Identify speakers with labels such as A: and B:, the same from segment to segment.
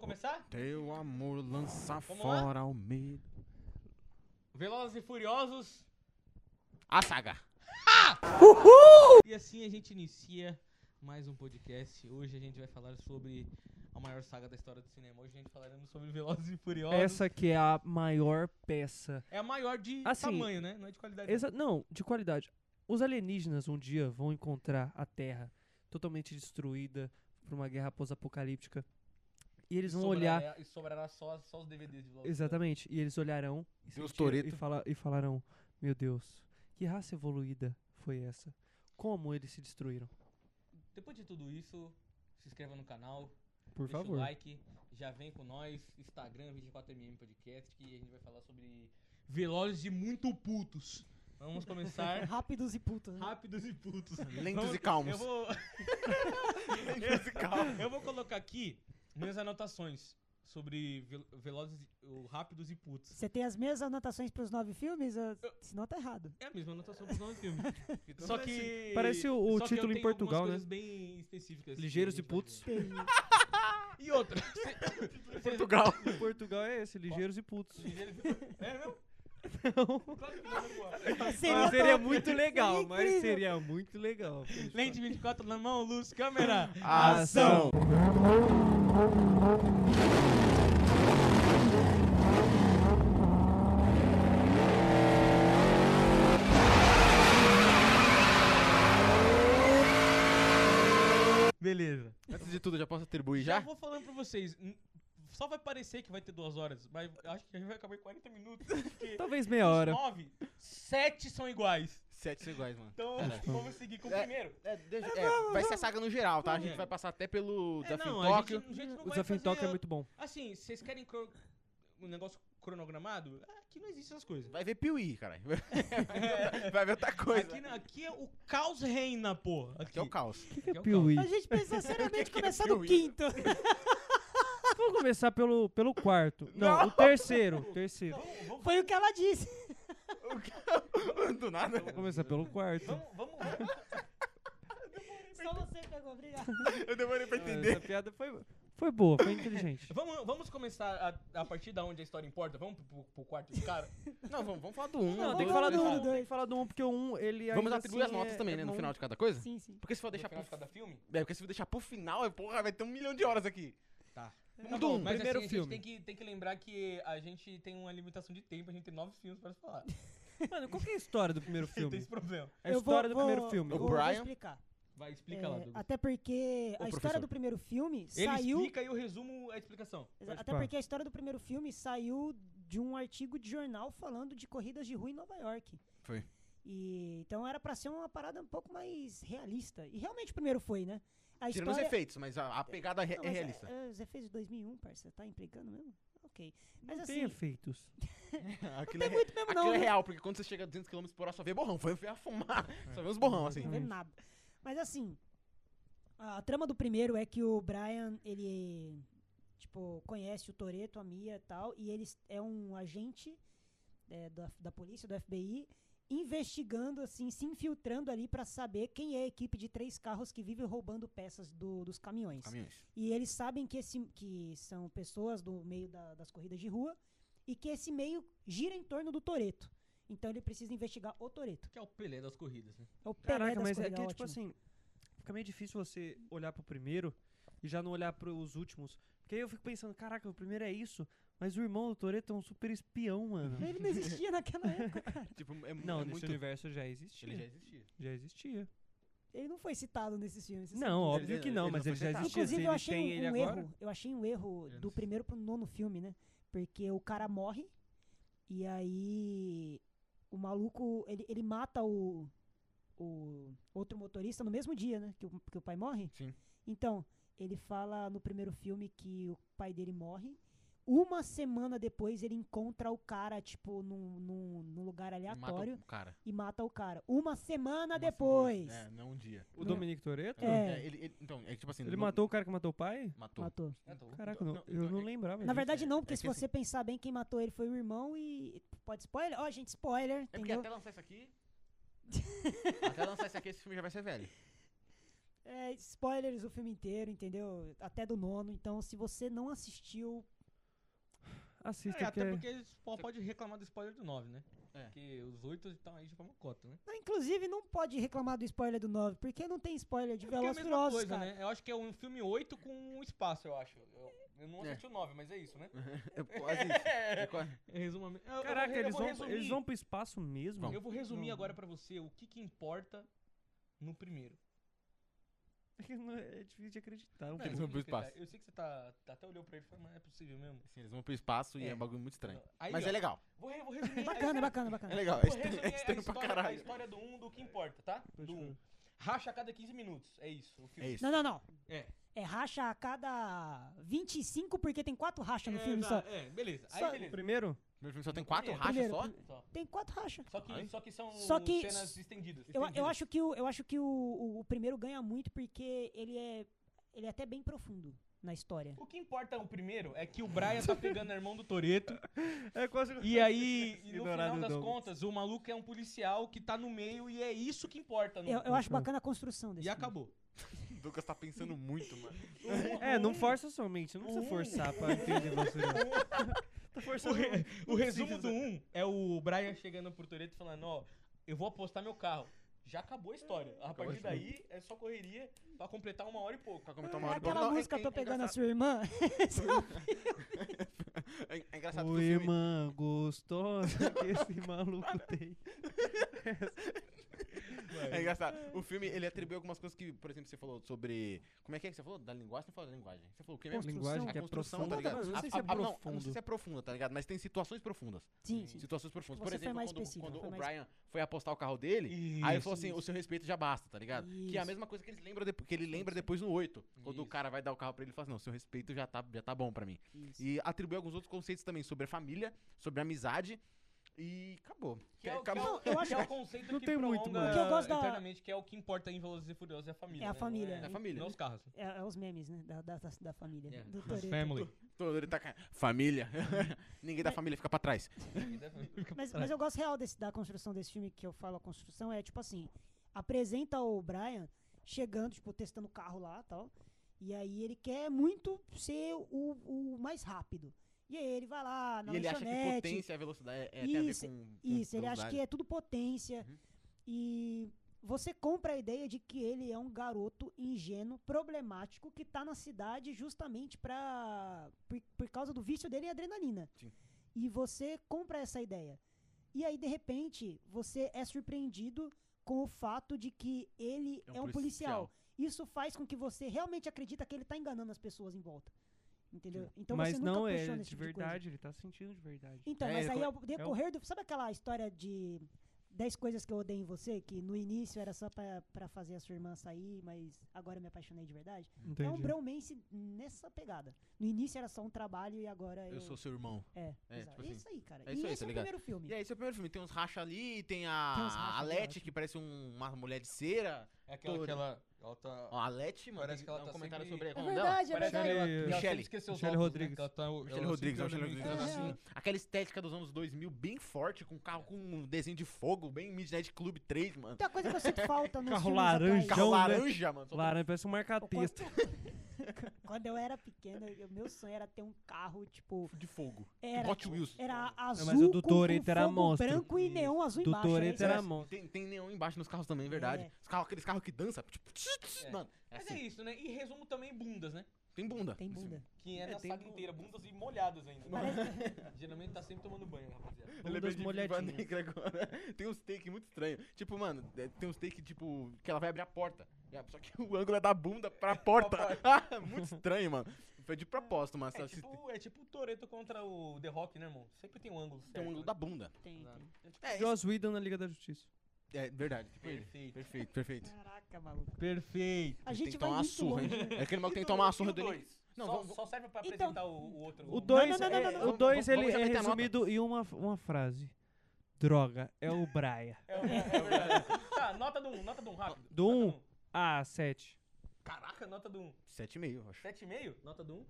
A: começar?
B: Teu amor lança
A: Vamos lá?
B: fora o medo.
A: Velozes e Furiosos.
B: A saga.
A: E assim a gente inicia mais um podcast. Hoje a gente vai falar sobre a maior saga da história do cinema. Hoje a gente falaremos sobre Velozes e Furiosos.
C: Essa que é a maior peça.
A: É a maior de
C: Assim,
A: tamanho, né? Não é de qualidade.
C: Exa- não, de qualidade. Os alienígenas um dia vão encontrar a Terra totalmente destruída por uma guerra pós-apocalíptica. E eles
A: E
C: vão
A: sobrará-
C: olhar.
A: E sobrará só, só os DVDs de Velozes e
C: Exatamente. E eles olharão e,
B: Deus
C: sentiram- e,
B: Toreto.
C: fala- e falarão: Meu Deus, que raça evoluída foi essa? Como eles se destruíram?
A: Furiosos. Depois de tudo isso, se inscreva no canal.
C: Por
A: deixa
C: favor.
A: o like. Já vem com nós. Instagram 24mm Podcast. Que a gente vai falar sobre Velozes e muito putos. Vamos começar.
D: Rápidos e putos. Né?
A: Rápidos e putos.
B: Lentos
A: Vamos-
B: e calmos.
A: Eu vou...
B: Lentos e calmos.
A: Eu vou colocar aqui minhas anotações sobre vel- velozes, e- o rápidos e putos.
D: Você tem as mesmas anotações pros nove filmes? Ah, Senão tá errado.
A: É a mesma anotação dos nove filmes.
C: Então
A: Só
C: é
A: que
C: Parece o- o
A: só que eu
C: título em
A: tenho algumas
C: Portugal, né?
A: coisas né? bem específicas.
C: Ligeiros
A: que a
C: e
A: gente vai
C: putos.
A: ver.
D: Tem-
A: E outra. cê- cê-
B: Portugal.
C: Em Portugal é esse, ligeiros e putos.
A: Ligeiros e putos. É mesmo? Claro que não, pô.
C: Mas seria
D: tão-
C: muito legal,
D: seria
C: mas
D: incrível.
C: seria muito legal.
A: Lente 24 na mão, luz, câmera.
B: Ação.
A: Beleza.
B: Antes de tudo, já posso atribuir já?
A: vou falando pra vocês. n- Só vai parecer que vai ter duas horas, mas eu acho que a gente vai acabar em 40 minutos. Porque
C: Talvez meia hora.
A: nove, sete são iguais.
B: Sete iguais, mano.
A: Então vamos seguir com o
B: É,
A: primeiro.
B: É, deixa- é, vai ser a saga no geral, tá? A gente vai passar até pelo
A: É,
B: Desafio em Tóquio.
C: O desafio em Tóquio é muito bom.
A: Assim, vocês querem cro- um negócio cronogramado? Aqui não existe essas coisas.
B: Vai ver Piuí, caralho. Vai ver outra coisa.
A: Aqui, não- aqui é o caos reina, pô.
B: Aqui é o caos.
A: Aqui é o caos.
C: Piuí.
D: A gente pensou seriamente começar
B: eu
D: no
B: ia?
D: quinto.
C: Vamos começar pelo, pelo quarto. Não, o terceiro. Terceiro.
A: Vamos, vamos,
D: Foi o que ela disse.
B: Do nada.
C: Vamos começar pelo quarto.
A: vamos, vamos, vamos.
D: Só você pegou, obrigado.
B: Eu demorei pra
C: Essa piada foi, foi boa, foi inteligente.
A: Vamos, vamos começar a, a partir da onde a história importa. Vamos pro, pro- pro quarto do cara.
B: Não, vamos, vamos falar do um.
C: Não,
B: do
C: tem que
B: dois.
C: falar do
D: Vamos
C: um,
D: falar do
C: tem que
D: dois.
C: falar do um, porque o um, ele ainda
B: Vamos atribuir
C: assim
B: as notas
C: é-
B: também,
C: é
B: né? No
C: bom.
B: final de cada coisa.
D: Sim, sim.
B: Porque se for deixar
A: No final
B: pro...
A: de cada filme.
B: É, porque se for deixar pro final, é, porra, vai ter um milhão de horas aqui.
A: Tá.
B: Vamos do um.
A: mas
C: primeiro
A: assim,
C: filme.
A: A gente tem que, tem que lembrar que a gente tem uma limitação de tempo, a gente tem nove filmes pra falar.
C: Mano, qual que é a história do primeiro
A: Tem esse
C: filme?
A: problema.
C: A
D: Eu vou-
C: história do
D: vou-
C: primeiro filme.
B: O
D: eu vou
B: Brian-
D: explicar.
A: Vai, explica
D: É,
A: lá, Douglas.
D: até porque
B: Ô,
D: a
B: professor.
D: história do primeiro filme
A: Ele
D: saiu.
A: explica e eu resumo é a explicação.
D: Exa- Até
C: pá.
D: porque a história do primeiro filme saiu de um artigo de jornal falando de corridas de rua em Nova York.
B: Foi.
D: E, então era pra ser uma parada um pouco mais realista. E realmente o primeiro foi, né? A
B: Tirando os
D: história-
B: efeitos, mas a, a pegada é,
D: Não,
B: é
D: mas,
B: realista.
D: é, os efeitos de 2001, parça, tá empregando mesmo? Ok. Mas
C: Não
D: assim,
C: tem efeitos.
B: Aquilo
D: não
B: é,
D: tem muito mesmo
B: aquilo
D: não,
B: é
D: né?
B: real, porque quando você chega a 200 km por hora, só vê borrão. Foi foi a fumar. Só vê uns borrão, assim.
D: não vê
C: Exatamente.
D: nada. Mas assim, a trama do primeiro é que o Brian, ele, tipo, conhece o Toreto, a Mia e tal, e ele é um agente é, da, da polícia, do FBI, investigando, assim, se infiltrando ali pra saber quem é a equipe de três carros que vive roubando peças do- dos caminhões.
B: Caminhões.
D: E eles sabem que, esse, que são pessoas do meio da- das corridas de rua e que esse meio gira em torno do Toreto. Então ele precisa investigar o Toreto.
A: Que é o Pelé das corridas, né?
D: É o Pelé
C: Caraca,
D: das
C: mas é
D: corridas,
C: que,
D: ótimo.
C: tipo assim, fica meio difícil você olhar pro primeiro e já não olhar pros últimos. Porque aí eu fico pensando, caraca, o primeiro é isso, mas o irmão do Toreto é um super espião, mano.
A: Uhum.
D: Ele não existia naquela época, cara.
B: Tipo, é, mu-
C: Não,
B: é
C: nesse
B: muito...
C: universo já existia.
B: Ele já existia.
C: já existia.
D: Ele não foi citado nesses filmes. vocês
C: Não,
D: sabem
C: óbvio
B: Ele-
C: que não,
B: ele
C: mas
B: não
C: ele
B: foi
C: já
B: citado.
D: disso.
C: existia. Se
D: Tá. Inclusive, eu
C: ele
D: achei
C: tem
D: um,
C: ele
D: um
C: agora.
D: erro. Eu achei um erro
A: Ele não
D: do primeiro pro nono filme, né? Porque o cara morre e aí o maluco, ele, ele mata o, o outro motorista no mesmo dia, né? Que o, que o pai morre.
B: Sim.
D: Então, ele fala no primeiro filme que o pai dele morre. Uma semana depois ele encontra o cara, tipo, num, num, num lugar
B: Ele mata
D: é aleatório
B: o cara.
D: e mata o cara. Uma semana
B: Uma
D: depois.
B: semana. É, não um dia.
C: O Dominic Toreto?
D: É.
B: ele, ele- então, é que, tipo assim...
C: Ele
B: no-
C: matou o cara que matou o pai?
B: Matou. É
D: Matou.
C: Caraca, não,
B: Não,
C: eu
B: então,
C: não
B: é-
C: lembrava.
D: Na
C: disso.
D: verdade,
B: é
D: não, porque
B: que
D: se você
A: assim
D: pensar bem, quem matou ele foi o irmão e. Pode spoiler? Ó, gente, spoiler,
B: É porque
D: entendeu?
B: até lançar isso aqui... até lançar isso aqui, esse filme já vai ser velho.
D: É, spoilers o filme inteiro, entendeu? Até do nono. Então, se você não assistiu.
A: É,
C: Assista, que
A: até
C: é-
A: porque po- pode reclamar do spoiler do 9, né?
B: É.
A: Porque os 8 estão aí de forma cota, né?
D: Não, inclusive, não pode reclamar do spoiler do 9, porque não tem spoiler de
A: Porque é a
D: Velozes e
A: mesma
D: Furiosos,
A: coisa,
D: cara.
A: né? Eu acho que é um filme 8 com um espaço, eu acho. Eu, eu não
B: É.
A: assisti o 9, mas é isso, né?
B: É quase isso. É quase-
A: Resumamente. eu- eu
C: Caraca,
A: vou- eu
C: eles
A: vou
C: vão,
A: resumir.
C: eles vão pro espaço mesmo?
B: Vão.
A: Eu vou resumir
C: Não.
A: agora pra você o que que importa no primeiro.
C: É difícil de acreditar.
A: Não,
C: um
A: eu
B: eles vão
C: pouco.
A: sei
B: pro
A: que tá-
B: espaço.
A: Eu sei que você tá, tá- até olhou pra ele e falou, mas não é possível mesmo.
B: Assim, eles vão pro espaço e
A: É.
B: é um bagulho muito estranho.
A: Aí,
B: Mas
A: ó,
B: é legal.
A: Vou, re- vou resumir. a
D: Bacana,
A: história-
D: bacana,
B: É
D: bacana.
B: legal. É
A: Vou
B: estranho,
A: resumir
B: é
A: a
B: estranho pra
A: história- A
B: caralho.
A: história do 1 do que importa, tá?
C: Pode
A: Do
C: crer.
A: 1. Racha a cada 15 minutos. É isso. O filme.
B: É isso.
D: Não, não, não.
A: É.
D: É racha a cada 25, porque tem quatro rachas no filme só.
A: exa- é, beleza.
D: Só-
A: Aí,
C: O
A: beleza.
C: primeiro?
B: Meu filme só tem quatro
A: Primeiro,
B: rachas
D: primeiro,
B: só?
D: primeiro.
A: Só.
D: Tem quatro rachas.
A: Só que,
B: Ai.
A: só que são
D: Só que-
A: cenas estendidas.
D: Eu, eu
A: estendidas.
D: acho que, o, eu acho que o, o, o primeiro ganha muito porque ele é, ele é até bem profundo na história.
A: O que importa o primeiro é que o Brian tá pegando o irmão do Toreto.
C: É quase.
A: E aí, e no
C: Ignorado
A: final das
C: Dom.
A: contas, o maluco é um policial que tá no meio e é isso que importa. no-
D: Eu, eu acho
C: Bacana.
D: bacana a construção desse
A: E
D: filme.
A: acabou.
B: O Douglas tá pensando muito, mano.
C: É, não força sua mente, não
A: Um.
C: precisa forçar pra entender você. Tá
A: O,
C: forçando.
A: re- o
C: não
A: resumo
C: precisa.
A: do 1 é o Brian chegando pro Toreto falando, ó, eu vou apostar meu carro. Já acabou a história. A partir daí é só correria pra completar uma hora e pouco.
B: Pra comentar
D: É
B: uma hora.
D: aquela
B: Não, é-
D: música
B: é-
D: Tô
B: é
D: Pegando a
B: engraçado-
D: Sua Irmã.
B: É é engraçado
C: Ô,
B: que o filme...
C: irmã gostosa que esse maluco tem.
B: É engraçado. O filme, ele atribui algumas coisas que, por exemplo, você falou sobre... Como é que é que você falou? Da linguagem? Você falou da linguagem. Você falou o que mesmo?
D: Construção.
C: Linguagem
B: A
C: que é
B: construção, tá
C: profunda.
B: ligado?
C: Mano, eu não sei se
B: A-
C: é
B: a- a- não, eu não sei
C: profundo.
B: se é profunda, tá ligado? Mas tem situações profundas.
D: Sim, sim.
B: Situações profundas. Por
D: Tipo, Você foi
B: exemplo,
D: mais
B: quando,
D: específico,
B: quando
D: foi
B: o
D: mais-
B: Brian foi apostar o carro dele, aí ele falou assim, o seu respeito já basta, tá ligado? Que é a
D: Isso.
B: mesma coisa que ele lembra, depo- que ele lembra depois no 8. Quando o
A: Isso.
B: cara vai dar o carro pra ele, ele fala assim, não, seu respeito já tá, já tá bom pra mim.
D: Isso.
B: E atribui alguns outros conceitos também, sobre a família, sobre a amizade, e acabou.
A: Que é, o- que é
B: acabou.
A: o,
D: eu
A: que
D: acho
A: é o conceito
C: Não
A: que
C: tem muito,
A: prolonga
C: mano.
D: O que eu gosto da-
A: eternamente, que é o que importa em Velozes e Furiosos, é a família.
D: É a
A: né?
D: família.
A: Não
B: É a família.
A: Não os carros.
D: É, é os memes, né? Da, da, da, da família.
B: É,
A: Yeah.
D: Do
A: Mas
D: Toretto.
A: family.
B: Todo ele tá ca- Família. Ninguém da família fica pra trás.
D: Mas, mas eu gosto real desse- da construção desse filme que eu falo a construção. É tipo assim, apresenta o Brian chegando, tipo, testando o carro lá e tal. E aí ele quer muito ser o, o mais rápido. E aí ele vai lá tá na
B: e ele acha que
D: lanchonete,
B: potência e velocidade é, é- tem a ver
D: Isso,
B: com- com
D: Isso, ele acha
B: velocidade.
D: que é tudo potência.
B: Uhum.
D: E você compra a ideia de que ele é um garoto ingênuo, problemático, que tá na cidade justamente pra, por, por causa do vício dele em adrenalina.
B: Sim.
D: E você compra essa ideia. E aí, de repente, você é surpreendido com o fato de que ele é um, policial. Isso faz com que você realmente acredita que ele tá enganando as pessoas em volta. Entendeu? Então
C: Mas
D: você nunca
C: não
D: puxou
C: é
D: nesse
C: de
D: tipo de coisa.
C: verdade, ele tá sentindo de verdade.
D: Então,
B: É,
D: mas
B: ele
D: aí
B: co-
D: ao decorrer do. Sabe aquela história de 10 coisas que eu odeio em você? Que no início era só pra, pra fazer a sua irmã sair, mas agora eu me apaixonei de verdade?
C: Entendi.
D: É um bromance nessa pegada. No início era só um trabalho e agora eu.
B: Eu sou seu irmão.
D: É,
B: É, tipo
D: exato. É
B: assim.
D: isso aí, cara.
B: É isso
D: e
B: aí,
D: esse
B: tá
D: é o
B: ligado?
D: primeiro filme.
B: E aí, esse é o primeiro filme. Tem uns rachas ali, tem
D: Tem uns
B: a
D: rachas,
B: Alete,
D: eu
B: que parece um- uma mulher de cera.
A: É aquela que ela... ela tá-
B: Ó, a Alete, mano.
A: Parece
B: tem
A: que ela
B: um
A: tá
B: comentário
A: sempre-
B: sobre
D: É
B: como
D: verdade, é
A: Parece que
D: verdade.
A: ela-
C: Michele-
A: ela sempre esqueceu os
C: Michele
A: óculos, né?
C: Rodrigues.
A: Que ela tá-
B: Michelle
A: ela
B: Rodrigues, é o
A: sempre tá
B: Michelle
A: olha
B: Rodrigues,
A: muito
D: É.
B: assim. Aquela estética dos anos 2000 bem forte, com um carro com um desenho de fogo, bem Midnight Club 3, mano.
D: Tem uma coisa que eu sinto falta no
C: Carro
A: É
B: Carro
A: Então,
C: Jão, né?
B: laranja, mano. só tem-
C: Laranja, parece um marca-texto.
D: Quando eu era pequena, eu- meu sonho era ter um carro, tipo.
B: de fogo.
D: Era,
B: Hot Wheels.
D: era azul.
C: mas o do
D: com-
C: Toretto
D: com
C: era
D: fogo
C: monstro.
D: branco e neon azul
C: Do
D: embaixo. era
C: Toretto
D: isso?
C: era
B: Parece-
C: monstro.
B: Tem, tem neon embaixo nos carros também, é verdade.
D: É.
B: Os carros- aqueles carros que dançam. tipo, tch, tch,
A: É.
B: Mano, é
A: Mas
B: assim,
A: é isso, né? E resumo também bundas, né?
B: tem bunda.
D: Tem bunda.
A: Que é,
C: É,
A: na
C: tem
A: saga
B: um-
C: bu-
A: inteira, bundas e molhadas ainda. né? Geralmente tá sempre tomando banho, rapaziada.
B: Eu lembrei
C: Bundas
B: é de Viúva
C: molhadinhas.
B: Negra agora. Tem uns take muito estranho. Tipo, mano, é, tem uns take, tipo, que ela vai abrir a porta. E a- Só que o ângulo é da bunda pra porta. Ah, muito estranho, mano. Foi de propósito, mas
A: É
B: só se
A: tipo, é tipo o Toreto contra o The Rock, né, irmão? Sempre tem um ângulo certo.
B: tem um ângulo
A: né?
B: da bunda.
D: Tem, tem.
B: É, isso-
C: Joss Whedon na Liga da Justiça.
B: é verdade. Tipo ele.
A: Perfeito.
B: Perfeito, perfeito.
D: Caraca, maluco.
A: Perfeito.
D: A
B: Tem
D: gente
B: que
D: vai
B: tomar uma
D: muito
B: surra, hein?
D: longe. né?
B: É aquele mal que tem que
A: E o
B: tomar uma
A: dois?
B: surra
A: E o
B: dele.
A: dois?
B: Não,
A: só,
B: vamos-
A: só serve pra
D: Então-
A: apresentar o, o outro.
C: O 2
D: não, não, não,
B: não,
C: é,
B: não.
C: o dois,
B: Vamos-
C: ele
B: vamos
C: é
B: remeter a nota.
C: resumido em uma, uma frase. Droga, é o Brian.
A: É, é verdade. tá, nota do 1, um, nota do 1, um, rápido.
C: Do
A: Nota
C: um?
A: do um.
C: Ah, 7.
A: Caraca, nota do 1. Um.
B: 7,5, eu acho.
A: 7,5? Nota do 1? Um.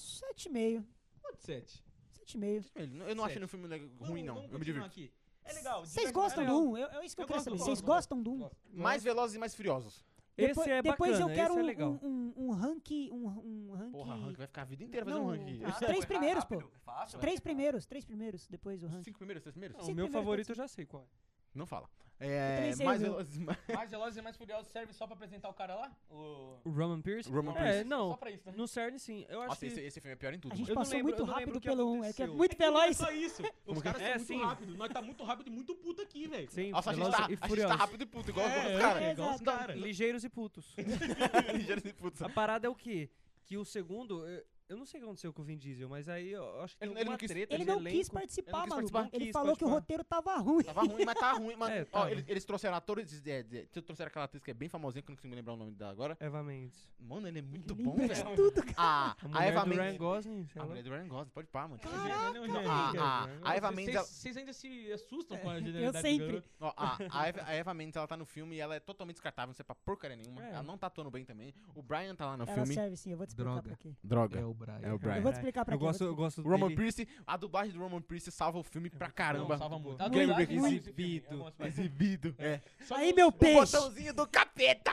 D: 7,5.
A: Quanto 7?
D: 7,5.
B: Eu não- Eu não achei
A: Sete.
B: no filme neg- ruim, não. Eu me divirto.
A: aqui. É legal.
D: Vocês
A: diverso-
D: gostam
A: é
D: do
A: legal.
D: 1? Eu, eu, isso que eu,
A: Eu
D: quero
A: gosto,
D: saber.
A: eu
D: Vocês
A: gosto, eu
D: gostam do 1?
A: Gosto.
B: Mais velozes e mais furiosos.
C: Esse
D: Depois-
C: é
D: Depois
C: bacana,
D: eu quero
C: esse é
D: um-
C: legal.
D: um, um, um ranking. Um, um ranking
B: Porra, é ranking vai ficar a vida inteira fazendo
D: Não,
B: um ranking.
D: os
A: Ah,
B: Esse
D: três
B: é-
D: primeiros, pô.
E: Rápido, fácil,
D: Os três
A: é.
E: né?
D: primeiros, três primeiros, depois o
B: Os
D: ranking.
B: cinco primeiros, os três primeiros?
C: Não,
D: Sim,
C: o meu
D: primeiro,
C: favorito eu já sei qual é.
B: Não fala. É,
D: também sei
B: mais
D: o meu.
B: velozes e mais-
A: Mais Velozes e Mais Furiosos serve só pra apresentar o cara lá? O...
C: O Roman Pierce?
B: Roman
C: é,
B: Pierce.
C: não.
A: Só pra isso, né?
C: No CERN, sim. Eu acho
B: Nossa,
C: que...
B: esse, esse filme é pior em tudo.
D: A gente
C: Eu não
D: passou
C: lembro-
D: muito
C: eu não lembro
D: rápido
C: o que
D: pelo um, é que é
C: aconteceu.
D: muito veloz.
A: Só isso. Os caras
C: É,
A: são muito
C: sim.
A: rápidos. Nós tá muito rápido e muito puto aqui, velho.
C: Sim,
B: Nossa, a gente,
C: Velozes
B: tá,
C: e
B: a gente tá
C: Furiosos.
B: rápido e puto, igual os outros
A: é,
B: caras.
A: igual os
D: exato.
A: caras.
C: Ligeiros e putos.
B: Ligeiros e putos.
C: A parada é o quê? Que o segundo... eu- Eu não sei o que aconteceu com o Vin Diesel, mas aí eu acho que tem
B: Ele- ele não
C: alguma
B: quis-
C: treta
D: Ele
C: de
D: não quis
C: elenco.
D: participar,
B: quis
D: maluco.
B: participar.
D: Ele
C: Quis
D: falou que o
C: participar.
D: roteiro tava ruim.
B: Tava ruim, mas tá ruim, mano.
C: É,
B: Ó,
C: tava.
B: eles, eles trouxeram atores. É, de- de- trouxeram aquela atriz que é bem famosinha, que eu não consigo me lembrar o nome dela agora.
C: Eva Mendes.
B: Mano, ele é muito
D: Ele
B: bom,
D: lembra de
B: velho.
D: tudo,
C: É
D: cara.
B: A,
C: A
B: a
C: mulher
B: Eva
C: do Ryan
B: Mendes.
C: Gosling,
B: A
C: sei lá.
B: mulher do Ryan Gosling, pode pá, mano.
A: Não, não, não, não.
B: A, a- a Eva
A: Vocês-
B: Mendes. é ela-
A: Vocês ainda se
B: ah.
A: assustam com a
D: Eu
A: genialidade do
D: sempre.
A: Gun.
B: Ó, a, a, Eva, a Eva Mendes, ela tá no filme e ela é totalmente descartável, não serve pra porcaria nenhuma.
C: É.
B: Ela não tá atuando bem também. O Brian tá
C: um
B: lá no
D: Ela
B: filme.
D: serve sim, eu vou te explicar
A: Droga.
D: pra quê.
B: Droga.
A: o Brian.
B: É o Brian.
D: Eu vou te explicar pra
C: Eu
D: quê. eu vou te
C: gosto, eu gosto
B: O Roman
C: dele.
B: Pierce, a dublagem do Roman Pierce salva o filme pra
A: Caramba,
B: caramba.
A: salva muito.
C: Muito,
A: Adoro
B: muito
A: esse filme,
C: exibido.
A: eu gosto bastante.
B: Exibido. É.
A: Só
D: Aí,
A: que
D: meu
A: o-
B: O
D: peixe.
B: botãozinho do capeta!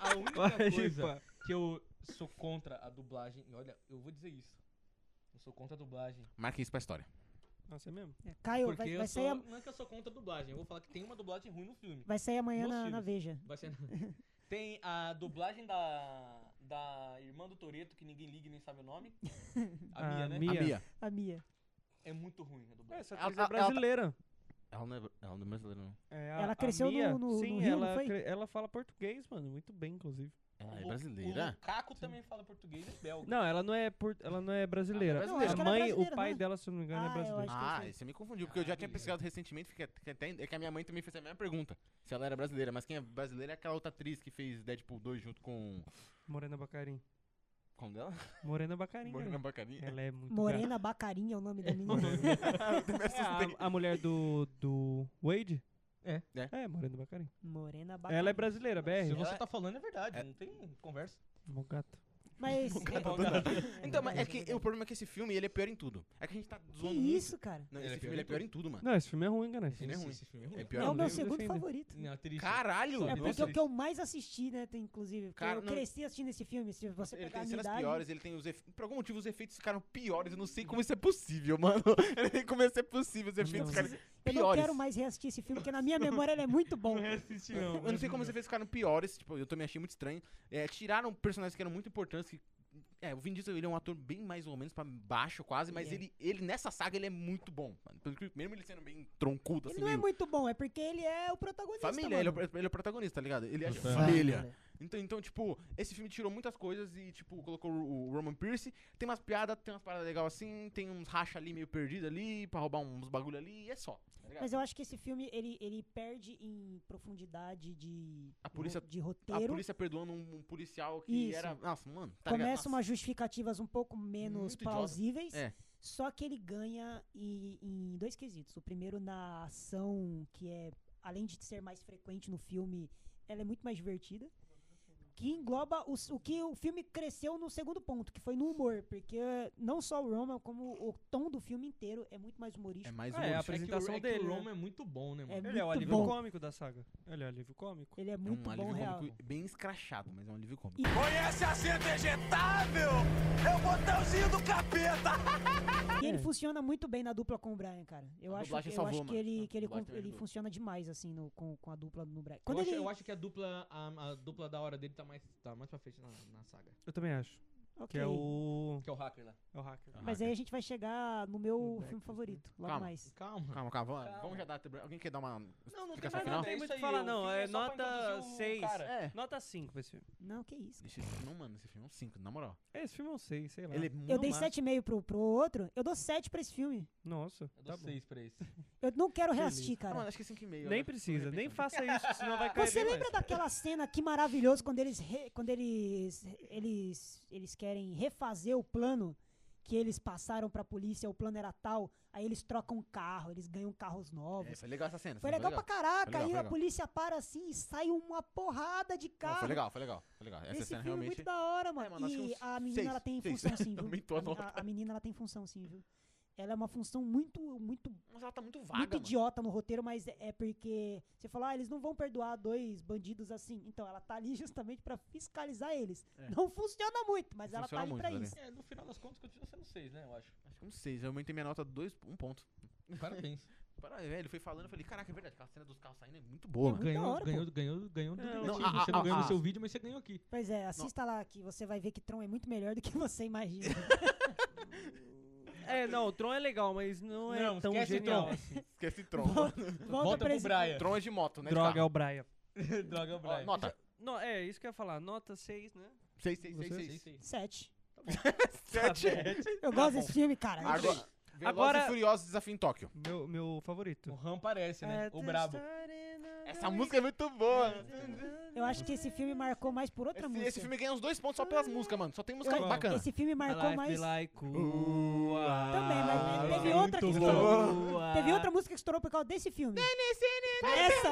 A: A única
C: Vai,
A: coisa
C: pá.
A: que eu sou contra a dublagem, e olha, eu vou dizer isso. Eu sou contra a dublagem.
B: Marca isso pra história.
C: Nossa, é mesmo?
D: explicar. É, Caio,
A: porque
D: vai,
A: eu
D: vai
A: sou,
D: sair, a-
A: não é que eu sou contra a dublagem, eu vou falar que tem uma dublagem ruim no filme.
D: vai sair amanhã
A: Nos
D: na, na
A: filmes.
D: Veja.
A: Vai ser- Tem a dublagem da da irmã do Toreto que ninguém liga e nem sabe o nome. A Mia,
C: A
A: né?
C: Mia.
B: A Mia.
D: A Mia.
A: É muito ruim a dublagem.
C: Essa
B: Ela-
C: atriz é
B: ela- ela tá-
C: brasileira.
B: Ela não é, ela não é brasileira, não.
C: É,
D: Ela cresceu no- no- no
C: sim,
D: Rio, não
C: ela,
D: foi?
C: cre- ela fala português, mano, muito bem, inclusive.
B: Ela é
A: Lu- O
B: brasileira?
A: Lukaku também fala português e belga.
C: Não, ela não é, por, ela não é brasileira.
B: Ah, não, acho que
C: a
D: ela é
C: mãe,
D: brasileira,
C: o pai
D: não é?
C: dela, se eu não me engano,
D: Ah,
C: é
D: eu
C: brasileiro.
D: acho-
B: Ah,
D: que eu
B: você me confundiu, porque eu já tinha
A: Caralho.
B: pesquisado recentemente, fica, fica até, é que a minha mãe também fez a mesma pergunta. Se ela era brasileira, mas quem é brasileira é aquela outra atriz que fez Deadpool 2 junto com.
C: Morena Bacarim.
B: Com dela?
C: Morena Bacarim.
B: Morena
C: cara.
B: Bacarinha.
C: Ela é muito gata.
D: Morena Bacarinha é o nome da menina.
C: É a, a mulher do, do Wade?
A: É.
C: É, Morena Bacarim.
D: Morena Bacarinha.
C: Ela é brasileira,
A: Se
C: BR.
A: você
B: Ela-
A: tá falando é verdade,
B: É.
A: não tem conversa.
C: Mó gato.
D: Mas. é,
C: tá
B: Então, mas é que o problema é que esse filme ele é pior em tudo. É que a gente tá
D: Que
B: zoando. muito.
D: isso, cara?
B: Não,
A: Ele
B: esse
A: é pior
B: filme ele
A: em
B: é pior em tudo, mano.
C: Não, esse filme é ruim, cara.
B: Esse filme é ruim.
A: Esse filme é
B: É
A: ruim.
B: pior
D: É
B: em
D: o
B: tudo.
D: meu
C: lembro,
D: segundo
C: defendo.
D: favorito.
A: Não, triste.
B: Caralho!
A: É
D: É
A: Não,
D: porque é o
A: sim.
D: que eu mais assisti, né? tem- Inclusive. porque
B: Cara,
D: eu
B: não-
D: cresci assistindo esse filme. Se você
B: Ele
D: pegar a
B: tem
D: minha
B: cenas
D: idade.
B: piores, ele tem os efeitos. Por algum motivo os efeitos ficaram piores, eu não sei como isso é possível, mano. Eu não sei como isso é possível, os efeitos
C: Não.
B: ficaram
D: Eu não
B: piores.
D: quero mais reassistir esse filme, porque na minha memória ele é muito bom.
B: Eu não sei como os efeitos ficaram piores, tipo, eu também achei muito estranho. É, tiraram personagens que eram muito importantes, que. É, o Vin Diesel ele é um ator bem mais ou menos pra baixo, quase, mas
D: Ele é.
B: ele, ele nessa saga ele é muito bom. Mano. Pelo que- Mesmo ele sendo bem troncudo,
D: Ele
B: assim,
D: não é
B: meio-
D: muito bom, é porque ele é o protagonista.
B: Família, ele é, o,
D: mano.
B: pro- ele é o protagonista, tá ligado? Ele é
A: Nossa, é.
B: família. Então, então, tipo, esse filme tirou muitas coisas e, tipo, colocou o o Roman Pierce. Tem umas piadas, tem umas paradas legais assim, tem uns racha ali meio perdido ali, pra roubar uns bagulho ali, e é só. tá ligado?
D: Mas eu acho que esse filme, ele, ele perde em profundidade de,
B: A polícia-
D: ro- de
B: A
D: roteiro.
B: polícia perdoando um, um policial que
D: Isso.
B: era. Nossa, mano, tá ligado?
D: começa
B: Nossa.
D: umas justificativas um pouco menos
B: Muito idiota.
D: plausíveis.
B: É.
D: Só que ele ganha em, em dois quesitos. O primeiro na ação, que é, além de ser mais frequente no filme, ela é muito mais divertida. Que engloba o, s- o que o filme cresceu no segundo ponto, que foi no humor. Porque eh, não só o Roman, como o tom do filme inteiro é muito mais
B: É
D: humorístico.
B: mais um.
C: Ah, é, a
A: É que o-
C: apresentação
A: é que
C: dele,
A: O
C: né?
A: Roma é muito bom, né,
D: É
A: mano?
C: Ele é o
D: muito
C: alívio
D: bom.
C: cômico da saga. Ele é o alívio cômico.
D: Ele é
B: É
D: muito
B: um
D: bom,
B: alívio
D: real.
B: cômico bem escrachado, mas é um alívio cômico.
D: E-
E: Conhece a ser vegetável? É o botãozinho do capeta!
D: E ele
C: É.
D: funciona muito bem na dupla com o Brian, cara. Eu
B: A
D: acho,
B: dublagem
D: eu
B: salvou,
D: acho que
B: mano.
D: ele,
B: A
D: que ele,
B: dublagem
D: com-
B: também
D: ele
B: ajudou.
D: funciona demais, assim, no- com, com a dupla no Brian.
A: Eu
D: Quando
A: acho,
D: ele...
A: eu acho que a dupla, a, a dupla da hora dele tá mais, tá mais pra frente na, na saga.
C: Eu também acho. Que
D: Ok.
C: é o...
A: Que é o hacker lá.
C: É o
B: Ah,
C: hacker.
D: Mas aí a gente vai chegar no
B: Hum,
D: meu
C: Backers,
D: filme
C: né?
D: favorito, logo
B: é Calma.
D: mais.
A: Calma.
B: Calma, calma, vamos,
A: Calma.
B: vamos já dar. Alguém quer dar uma.
A: Não, não
B: Fica
A: tem
B: só
A: mais
B: final?
A: nada, é
C: Tem
A: isso
C: muito o que
A: aí,
C: falar,
A: o
C: não,
A: filme
C: é
A: só pra
C: nota
A: introduzir o
C: seis.
A: cara.
B: É.
C: Nota 5 pra esse filme.
D: Não, que isso.
B: Esse filme, não, mano, esse filme é um 5, na moral.
C: É, esse filme eu sei, sei lá.
B: Ele é
D: Eu
B: muito
D: dei
B: massa.
D: 7,5 pro, pro outro, eu dou 7 pra esse filme.
C: Nossa,
A: Eu
C: tá
A: dou
C: bom.
A: seis pra esse.
D: Eu não quero
C: Beleza.
D: reassistir,
B: Ah, mano,
D: cara.
B: acho que é 5,5.
C: Nem precisa, nem faça isso, senão vai cair
D: Você
C: bem
D: lembra daquela cena que maravilhoso quando eles re- quando eles eles eles querem refazer o plano que eles passaram pra polícia, o plano era tal, aí eles trocam um carro, eles ganham carros novos.
B: É, foi legal essa cena.
D: Foi
B: essa
D: legal pra
B: Foi legal,
D: caraca. aí
B: foi
D: a
B: legal.
D: polícia para assim e sai uma porrada de
B: Não,
D: carro.
B: Foi legal, foi legal, foi legal. Essa
D: Esse
B: cena
D: filme é
B: realmente.
D: muito da hora, mano.
B: mano, acho que
D: e
B: uns
D: a menina
B: seis,
D: ela tem
B: seis.
D: função sim, viu?
B: Aumentou a
D: a,
B: nota.
D: a- a menina ela tem função sim, viu? ela é uma função muito, muito,
B: Mas ela tá muito vaga,
D: muito
B: mano.
D: idiota no roteiro, mas é é porque você fala, ah, eles não vão perdoar dois bandidos assim. Então, ela tá ali justamente pra fiscalizar eles.
B: É.
D: Não funciona muito, mas ela tá
B: Funciona
D: ali
B: muito,
D: pra
B: Dani.
D: isso.
A: É, no final das contas continua sendo seis, né? Eu acho.
B: Acho que eu não sei, eu aumentei minha nota dois, um ponto.
A: Parabéns.
B: Para, é, ele foi falando, eu falei, caraca, é verdade, aquela cena dos carros saindo é muito boa, mano.
D: muito da
A: ganhou,
D: hora, pô.
A: ganhou, ganhou, ganhou do
C: É,
A: Detetive.
B: não, a-
A: você não
B: a-
A: ganhou no
B: a-
A: seu vídeo, mas você ganhou aqui.
D: Pois é, assista lá que você vai ver que Tron é muito melhor do que você imagina.
C: É, não, o Tron é legal, mas não, é tão
A: esquece o
C: genial.
A: Tron.
C: assim.
B: Esqueci Tron. mano.
A: Volta
D: pra
A: pro
D: esse-
A: Brian.
B: Tron é de moto, né? de
C: Droga, é
B: carro.
C: o Brian.
A: Droga, o
B: Ó,
A: Brian.
B: Nota.
C: Não, é, isso que eu ia falar. Nota 6, né?
B: 6, 6,
A: Você?
B: 6,
A: Seis,
B: 6.
A: seis.
D: Sete.
B: 7.
A: É, tipo,
D: Eu gosto desse filme, cara. Eu
B: Agora,
D: adorei.
B: Velozes
C: Agora-
B: e Furiosos Desafio em Tóquio.
C: Meu, meu favorito.
A: O Ram parece,
C: É,
A: né? O brabo.
C: tá
B: Essa música é muito boa.
C: é
D: Eu acho que esse filme marcou mais por outra
B: Esse,
D: música.
B: esse filme ganha uns dois pontos só pelas músicas, mano. Só tem música
D: Eu-
B: bacana.
D: Esse filme marcou mais. Também,
C: Também,
D: mas teve
A: é
D: outra que
A: muito
D: estourou. Teve outra música que estourou por causa desse filme. Essa.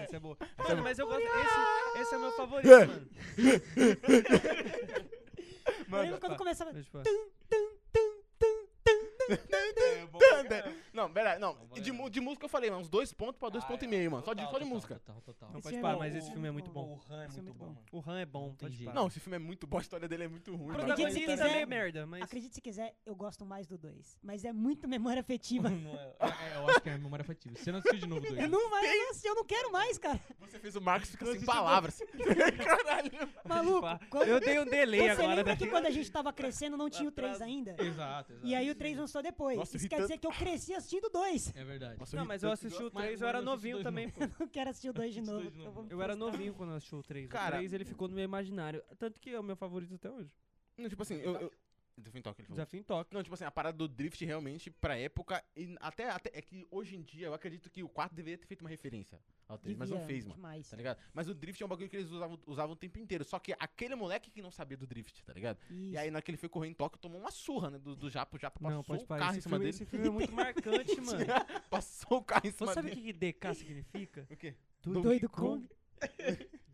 C: Essa é boa. Mano, mas eu gosto. Esse, esse é meu favorito, mano.
D: Eu lembro
C: tá.
D: quando começava.
C: Deixa eu
A: é
B: Não, pera, não.
A: Não,
B: De,
A: vai,
B: mu-
A: vai.
B: de música eu falei, mano. Uns dois pontos pra dois pontos e meio, mano. Só de, só de música.
A: Total, total.
C: Não
D: Esse
C: pode
D: é
C: parar,
D: bom.
C: mas esse filme é muito bom.
A: O Ram é
D: Esse é
A: muito
D: muito
A: bom,
D: bom.
A: mano.
C: O Han é bom,
A: Não tem
C: pode
A: jeito.
C: parar.
B: Não, esse filme é muito bom. A história dele é muito ruim.
C: o
B: mano.
D: Acredite se
C: protagonista
D: quiser.
C: é meio merda, mas.
D: Acredite se quiser, eu gosto mais do dois Mas é muito memória afetiva.
A: Não é- é- é, eu acho que é memória afetiva. Você não assistiu de novo dois.
D: Eu não vai assistir, eu não quero mais, cara.
B: Você fez o Marcos ficar sem palavras. Caralho.
D: Maluco. quando-
C: Eu dei um delay
D: Você
C: agora.
D: lembra
C: né?
D: que quando a gente tava crescendo não tinha o três
C: atrás.
D: ainda?
A: Exato, exato.
D: E aí o três lançou depois.
B: Nossa, eu
D: Isso
B: ri
D: quer
B: tanto.
D: dizer que eu cresci assistindo o dois
A: É verdade.
B: Nossa,
C: Não,
B: ri
C: mas eu
B: tanto.
C: assisti o
A: Mas-
C: 3, eu era
A: mas eu assisti
C: novinho
A: dois
C: também, pô.
D: Não quero assistir o dois de
A: Assisti
D: novo.
A: dois de
D: eu
A: novo. tá
D: vou me
C: Eu era
D: frustrar.
C: novinho quando eu assisti o 3.
B: Cara-
C: o 3 ele ficou no meu imaginário. Tanto que é o meu favorito até hoje.
B: Não, tipo assim, eu. eu... Desafio em Tóquio, ele falou.
C: Desafio em Tóquio.
B: Não, tipo assim, a parada do drift realmente, pra época, e até, até. É que hoje em dia eu acredito que o 4 deveria ter feito uma referência ao 3, mas não
D: Devia
B: fez, mano.
D: demais.
B: Tá ligado? Mas o drift é um bagulho que eles usavam, usavam o tempo inteiro. Só que aquele moleque que não sabia do drift, tá ligado? E
D: Isso.
B: aí, na hora que ele foi correr em Tóquio, tomou uma surra, né? Do, do Japo. O Japo passou
C: Não, pode
B: o
C: parar.
B: um carro em
C: Esse
B: cima
C: filme,
B: dele.
C: esse filme é muito marcante, mano.
B: Passou o carro em cima
C: Você sabe o
B: dele.
C: que que DK significa?
B: O quê?
D: Doido Kong.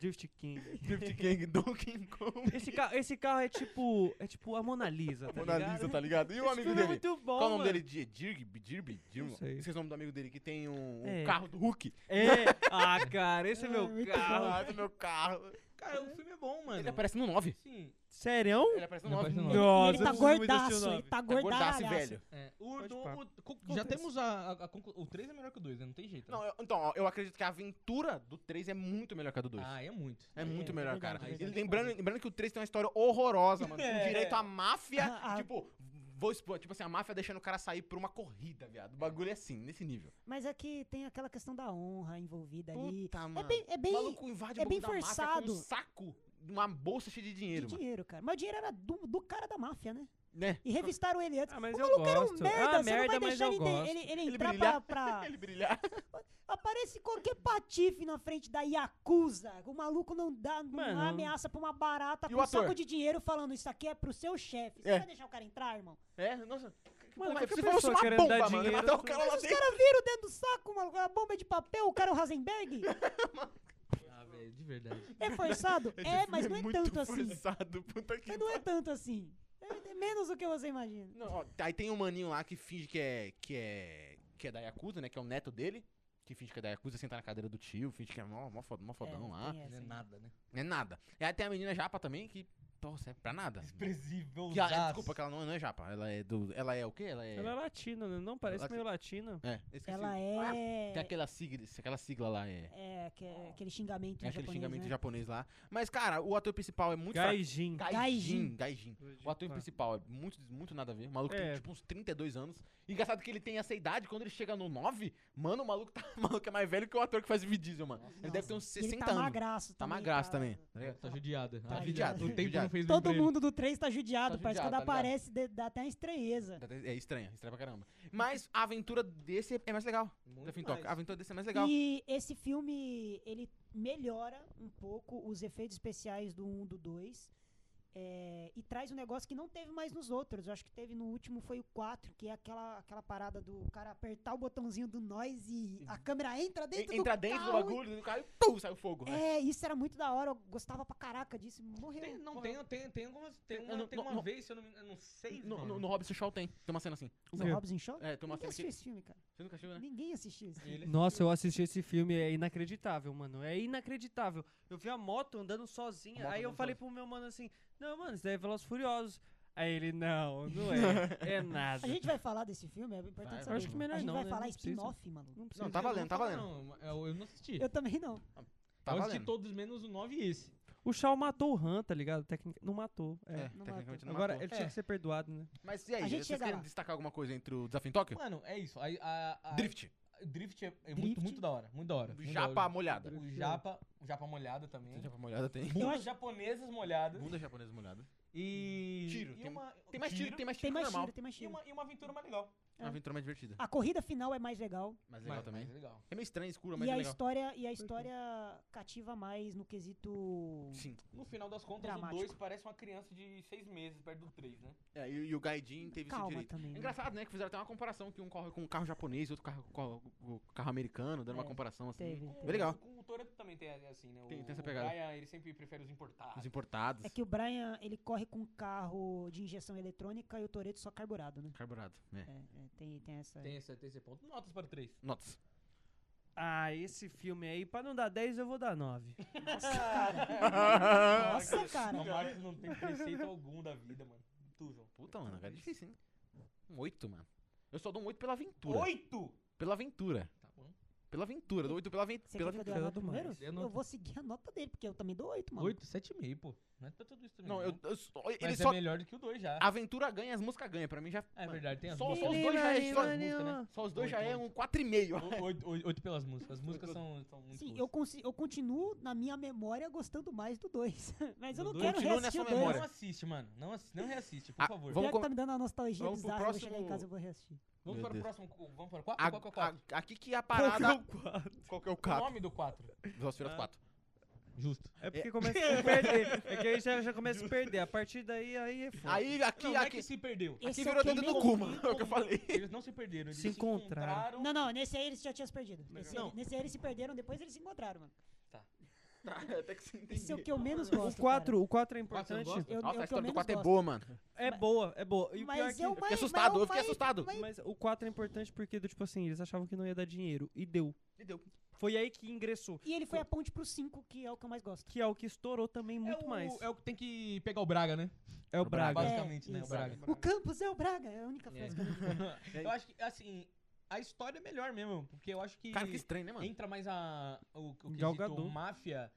C: Just King.
B: Drift King, Donkey Kong.
C: Esse, ca esse carro é tipo. É tipo a Mona Lisa, tá
B: Mona
C: ligado?
B: Lisa, tá ligado? E o
C: Esse
B: amigo
C: filme é
B: dele?
C: muito bom.
B: Qual o nome
C: mano.
B: dele? Di- Dirk? Dirk? Dirk?
C: Não sei.
B: Esqueci o nome do amigo dele, que tem um, um
C: É.
B: carro do Hulk.
C: É. Ah, cara, esse é,
D: É,
C: meu
D: muito
C: carro.
B: Ah, esse é meu carro.
A: Cara, o filme é bom, mano.
B: Ele aparece no 9.
A: Sim.
C: Sério?
B: Ele aparece no
A: Ele
B: 9.
A: aparece no nove.
D: Ele,
C: Nossa,
D: ele tá
C: eu preciso muito assistir o
D: gordaço, ele
C: nove.
D: tá
B: Tá gordaço,
D: gordaço.
B: e velho.
A: É, o,
C: Pode
A: do-
C: pá.
A: o- co- já temos a, a, a conclu- O 3 é melhor que o 2, né? Não tem jeito. né?
B: Não, eu- então, ó, eu acredito que a aventura do 3 é muito melhor que a do 2.
A: Ah, é muito.
B: É muito melhor,
D: verdade,
B: cara.
A: verdade.
B: E lembrando, lembrando que o 3 tem uma história horrorosa, mano. Com
A: É.
B: direito à máfia,
D: A- a-
B: tipo, vou expor, tipo assim, a máfia deixando o cara sair por uma corrida, viado. O bagulho é assim, nesse nível.
D: Mas é que tem aquela questão da honra envolvida ali.
B: Puta,
D: É
B: mano.
D: bem, é bem
B: o maluco invade o
D: é bem
B: bagulho da máfia com
D: forçado.
B: um saco, uma bolsa cheia de
D: de
B: dinheiro, mano.
D: dinheiro, cara. Mas o dinheiro era do, do cara da máfia, né?
B: Né?
D: E revistaram ele antes.
C: Ah, mas
D: o
C: eu
D: maluco era um
C: gosto.
D: merda,
C: Ah,
D: você
C: merda,
D: não vai
C: mas
D: deixar
C: eu
D: ele, de-
C: gosto.
D: ele, ele
B: Ele
D: entrar
B: brilhar.
D: pra, pra-
B: Ele brilhar.
D: Aparece qualquer patife na frente da Yakuza. O maluco não dá não
C: Mano.
D: há ameaça pra uma barata
B: E
D: com
B: o
D: um saco
B: ator?
D: de dinheiro falando isso aqui é pro seu chefe. Você
B: É.
D: vai deixar o cara entrar, irmão?
B: É, nossa.
C: Mano,
B: Mas
C: qualquer
B: se fosse
C: pessoa
B: uma
C: querendo
B: bomba,
C: dar
B: mano,
C: dinheiro, né?
B: matar o
C: tu-
B: cara lá
D: Mas os
B: dentro.
D: caras viram dentro do saco, maluco. A bomba é de papel, o cara é o Rasenberg.
A: Ah, velho, de verdade.
D: É forçado? é, mas não é,
B: muito
D: tanto assim.
B: forçado, puta que
D: Mas não é tanto assim. É, é menos do que você imagina.
B: Não, ó, aí tem um maninho lá que finge que é, que é. que é da Yakuza, né? Que é o neto dele. Que finge que é da Yakuza, senta na cadeira do tio, finge que é mó, mó, fodão, mó fodão
D: É,
B: lá.
D: tem
A: Não
D: essa
A: é
D: aí.
A: nada, né?
B: Não é nada. E aí tem a menina japa também, que. Pô, serve pra nada.
A: Desprezível.
B: Que ela, desculpa, que ela não, não é japa. Ela é do. Ela é o quê? Ela é.
C: Ela é latina, né? Não, parece
B: Lati-
C: meio latina.
B: É, esqueci. Ah,
D: Ela
B: Tem
D: é.
B: aquela sigla, aquela sigla lá, é.
D: É, aque- aquele xingamento
B: É
D: em
B: aquele
D: japonês,
B: xingamento
D: né?
B: japonês lá. Mas, cara, o ator principal é muito. fra-
C: Gaijin.
B: Gaijin. Gaijin. O ator
C: Tá.
B: principal é muito, muito nada a ver. O maluco tem
C: É.
B: tipo uns 32 anos. Engraçado que ele tem essa idade, quando ele chega no 9, mano, o maluco, tá, o maluco é mais velho que o ator que faz o Vin Diesel, mano. ele
D: Nossa.
B: deve ter uns
D: E ele
B: 60
D: tá
B: anos.
D: magraço
B: tá
D: também.
B: magraço também. Tá ligado?
A: Tá judiada.
D: Tá
A: A vida-
B: judiado,
A: O tempo
B: judiado.
A: não fez o
D: Todo
A: emprego.
D: mundo do 3 tá judiado.
B: Tá
D: Parece que
B: judiado,
D: quando
B: tá ligado?
D: aparece, dê- dá até uma estranheza.
B: É estranho, estranho pra caramba. Mas a aventura desse é mais legal.
A: Muito
B: Desafio em
A: mais.
B: Tóquio. A aventura desse é mais legal.
D: E esse filme, ele melhora um pouco os efeitos especiais do 1 do 2. um, é, e traz um negócio que não teve mais nos outros. Eu acho que teve no último foi o 4, que é aquela, aquela parada do cara apertar o botãozinho do noise e a câmera entra dentro
B: Uhum. Entra
D: do
B: dentro do
D: carro e-
B: bagulho, do carro e pum, sai o fogo. né?
D: É, isso era muito da hora. Eu gostava pra caraca disso. Morreu.
B: É.
A: Tem, não,
D: morreu.
A: tem, tem, tem algumas. Tem
B: Eu
A: uma,
B: É, não-
A: tem
B: não-
A: uma
B: não-
A: vez, se eu não me eu não sei.
B: No,
A: mano.
B: no, no Hobbit Show tem. Tem uma cena assim.
C: O quê?
D: No Robson Show?
B: É, tem uma
D: Ninguém
B: cena
D: assistiu
B: que.
D: esse filme, cara.
B: Você nunca assistiu, né?
D: Ninguém assistiu esse filme.
A: Ele-
C: Nossa, eu assisti esse filme, é inacreditável, mano. É inacreditável. Eu vi a moto andando sozinha.
B: Moto
C: aí eu
B: andando
C: falei pro meu mano assim: Não, mano, isso daí é Velozes e Furiosos. Aí ele: Não, não é. é nada.
D: A gente vai falar desse filme, é importante
B: Vai,
D: saber.
B: acho que
C: melhor
D: a gente
C: não,
D: vai
C: né?
D: falar
C: Não precisa.
D: spin-off, mano.
C: Não precisa.
B: Não, tá valendo, tá
A: Não,
B: valendo.
A: Não, é, eu, eu não assisti.
D: Eu também não.
B: Tá
A: eu
B: valendo.
A: assisti todos menos o 9 e esse.
C: O Shaw matou o Han, tá ligado? Técnica... Não matou. É.
B: É,
D: não
B: tecnicamente não
C: Agora,
B: matou.
C: ele tinha
A: É.
C: que ser perdoado, né?
B: Mas e aí,
D: A gente
B: vocês
D: chega
B: querem
D: lá.
B: destacar alguma coisa entre o Desafio em Tóquio?
A: Mano, é isso. A, a- a-
B: Drift.
A: Drift é, é
D: Drift.
A: Muito, muito da hora. Muito da hora. muito da
B: Japa
A: hora.
B: molhada.
A: O japa, o japa molhada também.
B: Japa molhada tem.
A: Bundas japonesas molhadas.
B: Bunda japonesa molhada.
A: E.
B: Tiro,
A: e
B: tem-
A: uma,
B: Tem mais tiro, tem mais tiro
D: Tem
B: que
D: mais
B: normal.
D: tiro, tem mais
A: E
D: tiro.
A: uma, e uma aventura mais legal.
B: É uma aventura mais divertida.
D: A corrida final é mais legal.
B: Mais legal
A: Mas-
B: também.
A: mas legal.
B: É meio estranho, escuro, mas
D: E
B: é
D: a,
B: legal.
D: história, e a história cativa mais no quesito.
B: Sim.
A: No final das contas,
D: Dramático.
A: o 2 parece uma criança de 6 meses perto do 3, né?
B: É, e, e o Gaidin teve esse
D: Calma
B: direito.
D: também.
B: É
D: né?
B: engraçado, né? Que fizeram até uma comparação que um corre com um carro japonês e outro carro com com- com carro americano, dando uma
D: É,
B: comparação assim.
D: Teve,
A: Com-
D: teve.
B: legal.
A: Com o Toreto também tem assim, né? O-
B: Tem- tem essa
A: o
B: pegada.
A: Brian, ele sempre prefere os importados.
B: Os importados,
D: É que o Brian, ele corre com um carro de injeção eletrônica e o Toreto só carburado, né?
B: carburado. né?
D: É, é, tem, tem essa.
A: Tem esse, tem esse ponto. Notas para o 3.
B: Notas.
C: Ah, esse filme aí, pra não dar 10, eu vou dar 9.
B: Ah,
D: Nossa,
A: O
D: cara.
A: Marcos não tem preceito algum da vida, mano. Tu, João.
B: Puta, mano, agora é difícil, hein? Um oito, mano. Eu só dou um oito pela aventura.
A: Oito!
B: Pela aventura.
A: Tá bom.
B: Pela aventura. Dou um oito pela, aven-
D: Você
B: pela
D: quer que eu dê
B: aventura.
C: aventura
D: a nota
C: do
D: primeiro?
C: Max.
A: Eu
D: Eu,
A: não-
D: vou seguir a nota dele, porque eu também dou 8, mano.
A: Oito, sete e meio, pô. Não é pra tudo isso também.
D: um
B: Não, eu, eu só- ele
A: Mas
B: só. Ah,
A: é melhor do que o 2 já.
B: A aventura ganha, as músicas ganham. Pra mim já.
A: É verdade, tem as
B: Só,
A: duas.
B: só os dois já é. Só,
A: as músicas, né?
B: só os dois já é
A: Oito,
B: um 4,5.
A: O- Oito, oito, oito pelas músicas. As músicas são, são muito
D: Sim,
A: boas.
D: eu, consi- eu continuo na minha memória gostando mais do 2. Mas eu
A: Do
D: não
A: dois?
D: quero
B: Continua
D: reassistir o
B: nessa
D: 2.
B: memória.
A: Não assiste, mano. Não, assi- não reassiste, por
B: Ah,
A: favor.
B: vamos
D: Pior que
B: com-
D: tá me dando uma nostalgia
B: vamos pro
D: bizarra, eu vou chegar
B: próximo-
D: em casa e vou reassistir.
A: Vamos
B: Meu
A: para o
B: Deus.
A: próximo. co- Vamos para o 4?
B: A-
A: Qual que é o 4?
B: a- Aqui que é a parada. Qual que é o
A: O
B: 4?
A: nome do 4.
B: Velociraptor
C: Ah.
B: 4.
A: Justo.
C: É porque começa a perder. É que aí já, já começa a perder. A partir daí, aí é foda.
B: Aí, aqui,
A: Não, não é
B: aqui.
A: que se perdeu.
B: Aqui
D: Esse
B: virou
D: aqui
B: dedo no
D: não-
B: cu, mano. É o que eu falei.
A: Eles não se perderam. Eles
C: Se encontraram.
D: Não, não, nesse aí eles já tinham se perdido.
A: Legal.
D: Nesse,
A: Não.
D: nesse aí eles se perderam, depois eles se encontraram, mano.
A: Tá,
B: Até que se
D: Esse é o que eu menos gosto.
C: O 4, o 4 é
A: Quatro eu
C: importante.
A: gosto.
D: cara. Eu,
B: Nossa,
D: é
B: a
D: o que eu
B: história do
D: menos
B: 4 é
D: gosto.
B: boa, mano.
C: É boa, é boa. E o pior
D: Mas
C: que...
D: eu
B: Fiquei
D: mais-
B: assustado, eu
D: mas
B: fiquei
D: mais-
B: assustado.
C: Mas o 4 é importante porque, do tipo assim, eles achavam que não ia dar dinheiro. E deu.
B: E deu.
C: Foi aí que ingressou.
D: E ele foi a ponte pro 5, que é o que eu mais gosto.
C: Que é o que estourou também muito
A: é o,
C: mais.
A: É o que tem que pegar o Braga, né?
C: É o Braga.
A: Basicamente,
D: É,
A: né? O
D: isso.
A: Braga.
D: O Campos é o Braga, é a única frase que eu lembro.
A: eu acho que, assim, a história é melhor mesmo. Porque eu acho que,
B: Cara, que estranho, né, mano?
A: entra mais a. O, o
C: Gal
A: quesito
C: Gadot.
A: máfia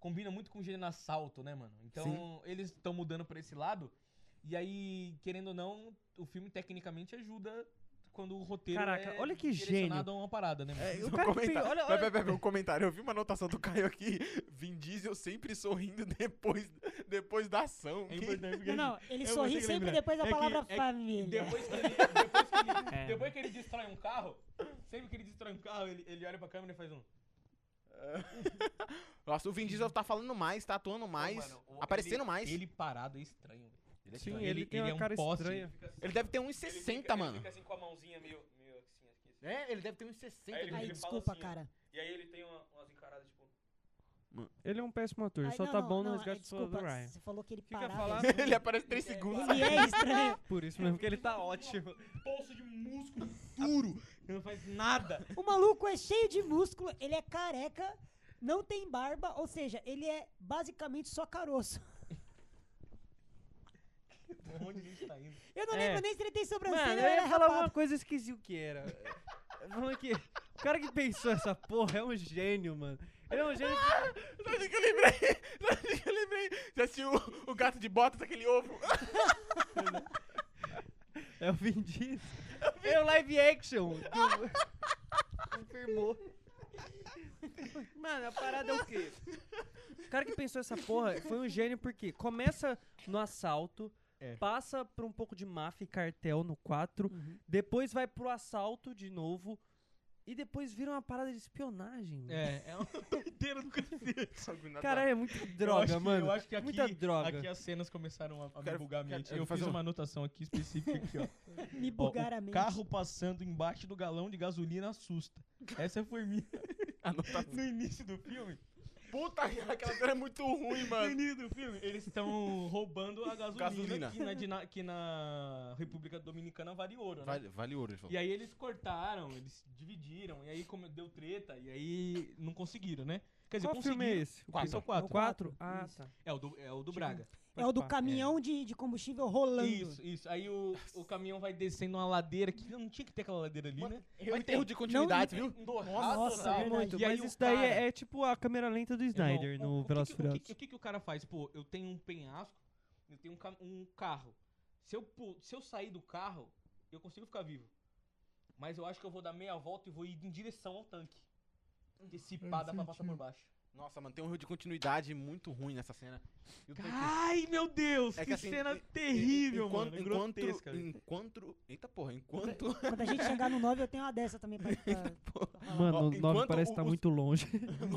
A: combina muito com o gênero assalto, né, mano? Então, eles estão mudando pra esse lado. E aí, querendo ou não, o filme tecnicamente ajuda quando o roteiro
C: Caraca,
A: é
C: olha que
A: direcionado
C: gênio.
A: a uma parada, né, mano?
C: É, o
B: Um
C: cara que fez-
B: comentário.
C: olha,
B: Pera,
C: olha,
B: pera, pera, um comentário. Eu vi uma anotação do Caio aqui. Vin Diesel sempre sorrindo depois, depois da ação.
A: É importante porque
D: Não, não, ele
A: Eu vou ter
D: sorri
A: que
D: sempre
A: lembrar.
D: depois da
A: É que-
D: palavra
A: é que
B: né?
D: família.
A: Depois que, ele, depois, que ele,
C: É.
A: depois que ele destrói um carro, sempre que ele destrói um carro, ele, ele olha pra câmera e faz um.
B: Nossa, o Vin Diesel tá falando mais, tá atuando mais,
A: Ô, mano, o-
B: aparecendo
A: ele-
B: mais. Ele,
A: Ele parado é estranho. velho.
C: Sim,
A: Então,
C: ele, tem uma
A: é um
C: cara
A: poste,
C: estranha.
A: Ele fica, assim,
B: deve ter uns
A: ele fica-
B: 60,
A: ele
B: mano.
A: fica assim com a mãozinha meio, meio assim, aqui, assim.
B: É, ele deve ter uns 60.
A: Aí ele-
B: né?
D: Aí,
A: fala
D: desculpa,
A: assim, ó.
D: cara.
A: E aí ele tem uma- umas encaradas tipo.
C: Ele é um péssimo ator.
D: Ai,
C: só
D: não,
C: tá
D: não,
C: bom
D: não,
C: no
D: é,
C: resgate do
D: desculpa,
C: soldado Ryan.
D: Você falou que ele
C: Fica
D: parava.
C: falado.
D: né?
B: ele aparece 3
A: Ele é
B: segundos.
D: Ele é estranho.
C: Por isso mesmo que ele tá ótimo.
A: Bolso de músculo duro. Ele não faz nada.
D: O maluco é cheio de músculo, ele é careca, não tem barba, ou seja, ele é basicamente só caroço.
A: Onde a gente tá indo?
D: Eu não
C: É.
D: lembro nem se ele tem sobrancelha
C: Mano,
D: ou
C: eu
D: ele é
C: ia falar uma
D: rapado.
C: coisa, eu esqueci o que era. Falando que o cara que pensou essa porra é um gênio, mano. Ele é um gênio. que-
B: Sabe o que eu lembrei? Sabe o que eu lembrei? Você assistiu o, o gato de botas, aquele ovo?
C: É o Vin Diesel. É o live action. do- Confirmou. Mano, a parada é o quê? O cara que pensou essa porra foi um gênio porque começa no assalto,
B: É.
C: passa por
A: Uhum.
C: um pouco de máfia e cartel no 4, depois vai pro assalto de novo. E depois vira uma parada de espionagem. mano.
A: É, é uma doideira do cacete.
C: Cara, é muita
A: Eu acho
C: um droga,
A: que-
C: mano.
A: Eu acho que aqui,
C: muita droga.
A: aqui as cenas começaram a, a me
B: Quero-
A: bugar a
B: quero-
A: mente.
B: eu
A: Eu
B: vou
A: fiz
B: fazer um-
A: uma anotação aqui específica aqui, ó.
D: Me
A: Ó,
D: bugar a
A: o
D: mente. É
A: carro passando embaixo do galão de gasolina assusta. Essa foi minha no início do filme.
B: Puta, aquela cena é muito ruim,
A: No
B: mano.
A: início do filme, eles estão roubando a gasolina,
B: Gasolina.
A: Que, na, Dina- que na República Dominicana vale ouro, né?
B: Vale, vale ouro, ele falou.
A: E aí eles cortaram, eles dividiram, e aí como deu treta, e aí não conseguiram, né? Quer dizer,
C: Qual filme é
A: conseguiram.
C: esse? O
A: Quatro.
C: quatro.
A: Quatro.
C: O quatro?
D: Quatro,
C: Ah,
D: isso.
C: tá.
A: É o do, é o do Braga.
D: É o do
C: Pode pá.
D: caminhão de, de combustível rolando.
A: Isso, isso. Aí o, o caminhão vai descendo uma ladeira que não tinha que ter aquela ladeira ali, né?
B: Mas tem erro de continuidade, viu?
A: um
D: Nossa,
A: total.
D: é verdade.
C: Muito,
A: E aí
C: mas
A: o
C: isso daí
A: cara-
C: é, é tipo a câmera lenta do
A: Irmão,
C: Snyder
A: o- o
C: no
A: que
C: Velozes
A: que- o
C: e
A: que-
C: Furiosos.
A: O que, que o cara faz? Pô, eu tenho um penhasco, eu tenho um, ca- um carro. Se eu, pu- se eu sair do carro, eu consigo ficar vivo. Mas eu acho que eu vou dar meia volta e vou ir em direção ao tanque. Porque se pá, dá pra passar por baixo.
B: Nossa, mano, tem um erro de continuidade muito ruim nessa cena. E o tanque-
A: Ai, meu Deus!
B: É que
A: que
B: assim,
A: cena
B: e-
A: terrível,
B: enquanto,
A: mano. é
B: Enquanto, um
A: grotesca. velho.
B: enquanto. Eita porra, enquanto.
D: Quando a gente chegar no 9, eu tenho uma dessa também pra. pra- pra falar.
C: Mano,
B: Ó,
C: o 9
B: enquanto
C: parece
B: o-
C: estar
B: os-
C: muito longe.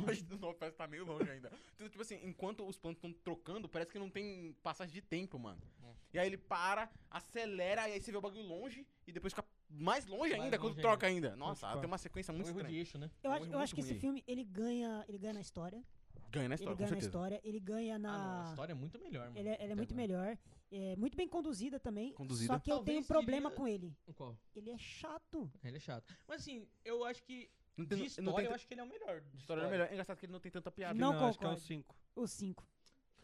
B: longe do novo, parece que tá meio longe ainda. Então, tipo assim, enquanto os planos estão trocando, parece que não tem passagem de tempo, mano.
A: É.
B: E aí ele para, acelera, e aí você vê o bagulho longe, e depois fica mais longe
A: Mais
B: ainda quando
A: longe
B: troca ainda. Nossa,
C: Pode
B: tem uma sequência
A: Um
B: muito
A: erro de
B: estranha.
A: eixo, né?
D: Eu
B: um
D: acho,
B: erro
D: eu
B: muito
D: acho que esse
B: ruim.
D: filme ele ganha, ele ganha na história.
B: Ganha na história, com
D: ele ganha na
B: certeza.
D: história, ele ganha
A: Ah, não, a
D: na.
A: história é muito melhor, mano.
D: ele é, ele é muito
A: Agora.
D: melhor. É muito bem conduzida também.
B: Conduzida.
D: Só que eu tenho um
A: Talvez
D: problema
A: diria-
D: com ele.
A: Qual?
D: Ele é chato.
A: Ele é chato. Mas assim, eu acho que.
B: Não
A: De
B: tem,
A: história,
B: não tem,
A: eu acho que ele é o melhor. de
B: história é melhor. É engraçado que ele não tem tanta piada.
D: Não
C: acho que é o
D: concordo.
C: 5.
D: O 5.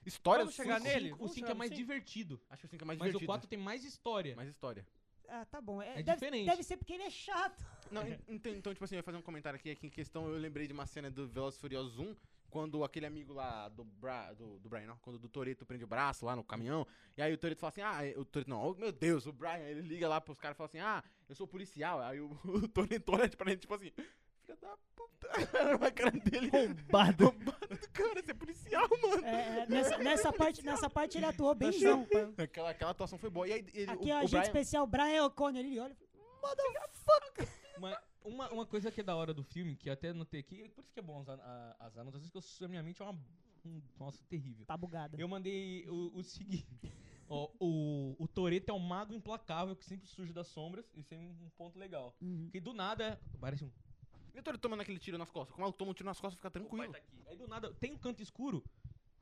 B: História
C: Vamos chegar
A: O
B: cinco-
C: nele?
A: cinco- O
C: Vamos
A: 5 é
C: chamar
A: mais
C: assim?
A: divertido.
B: Acho que o 5 é mais
A: mas
B: divertido.
A: o 4 tem mais história.
B: Mais história.
D: Ah, tá bom. É,
A: É
D: deve,
A: diferente.
D: deve ser porque ele é chato.
B: Não, en- então, então, tipo assim, eu ia fazer um comentário aqui, é que em questão eu lembrei de uma cena do Velozes e Furiosos 1, quando aquele amigo lá do, Bra, do, do Brian, não, quando do Toreto prende o braço lá no caminhão, e aí o Toreto fala assim, ah, é- o Toreto não, oh, meu Deus, o Brian, ele liga lá pros caras e fala assim, ah, eu sou policial, aí o, o Toreto olha pra ele, tipo assim, filha da puta, a cara dele,
C: Roubado.
B: do cara, você é policial, mano.
D: É, é, nessa, nessa parte, nessa parte ele atuou
A: é
D: bemzão.
B: Aquela, aquela atuação foi boa, e aí ele,
D: Aqui
B: o,
D: é
B: o
D: o agente
B: Brian,
D: especial Brian O'Connor. Ele olha. e fala,
A: Mas uma, uma coisa que é da hora do filme, que eu até anotei aqui, por isso que é bom as, an- a- as anotações, que eu, sou- minha mente é uma. um- nossa, terrível.
D: Tá bugado.
A: Eu mandei o, o seguinte. Ó, o, o Toreto é um mago implacável que sempre surge das sombras. Isso é um um ponto legal.
D: Uhum.
A: Porque do nada. Parece um.
B: e o Toreto tomando aquele tiro nas costas, como ele toma um tiro nas costas, fica
A: O pai
B: tranquilo.
A: tá aqui. Aí do nada, tem um canto escuro.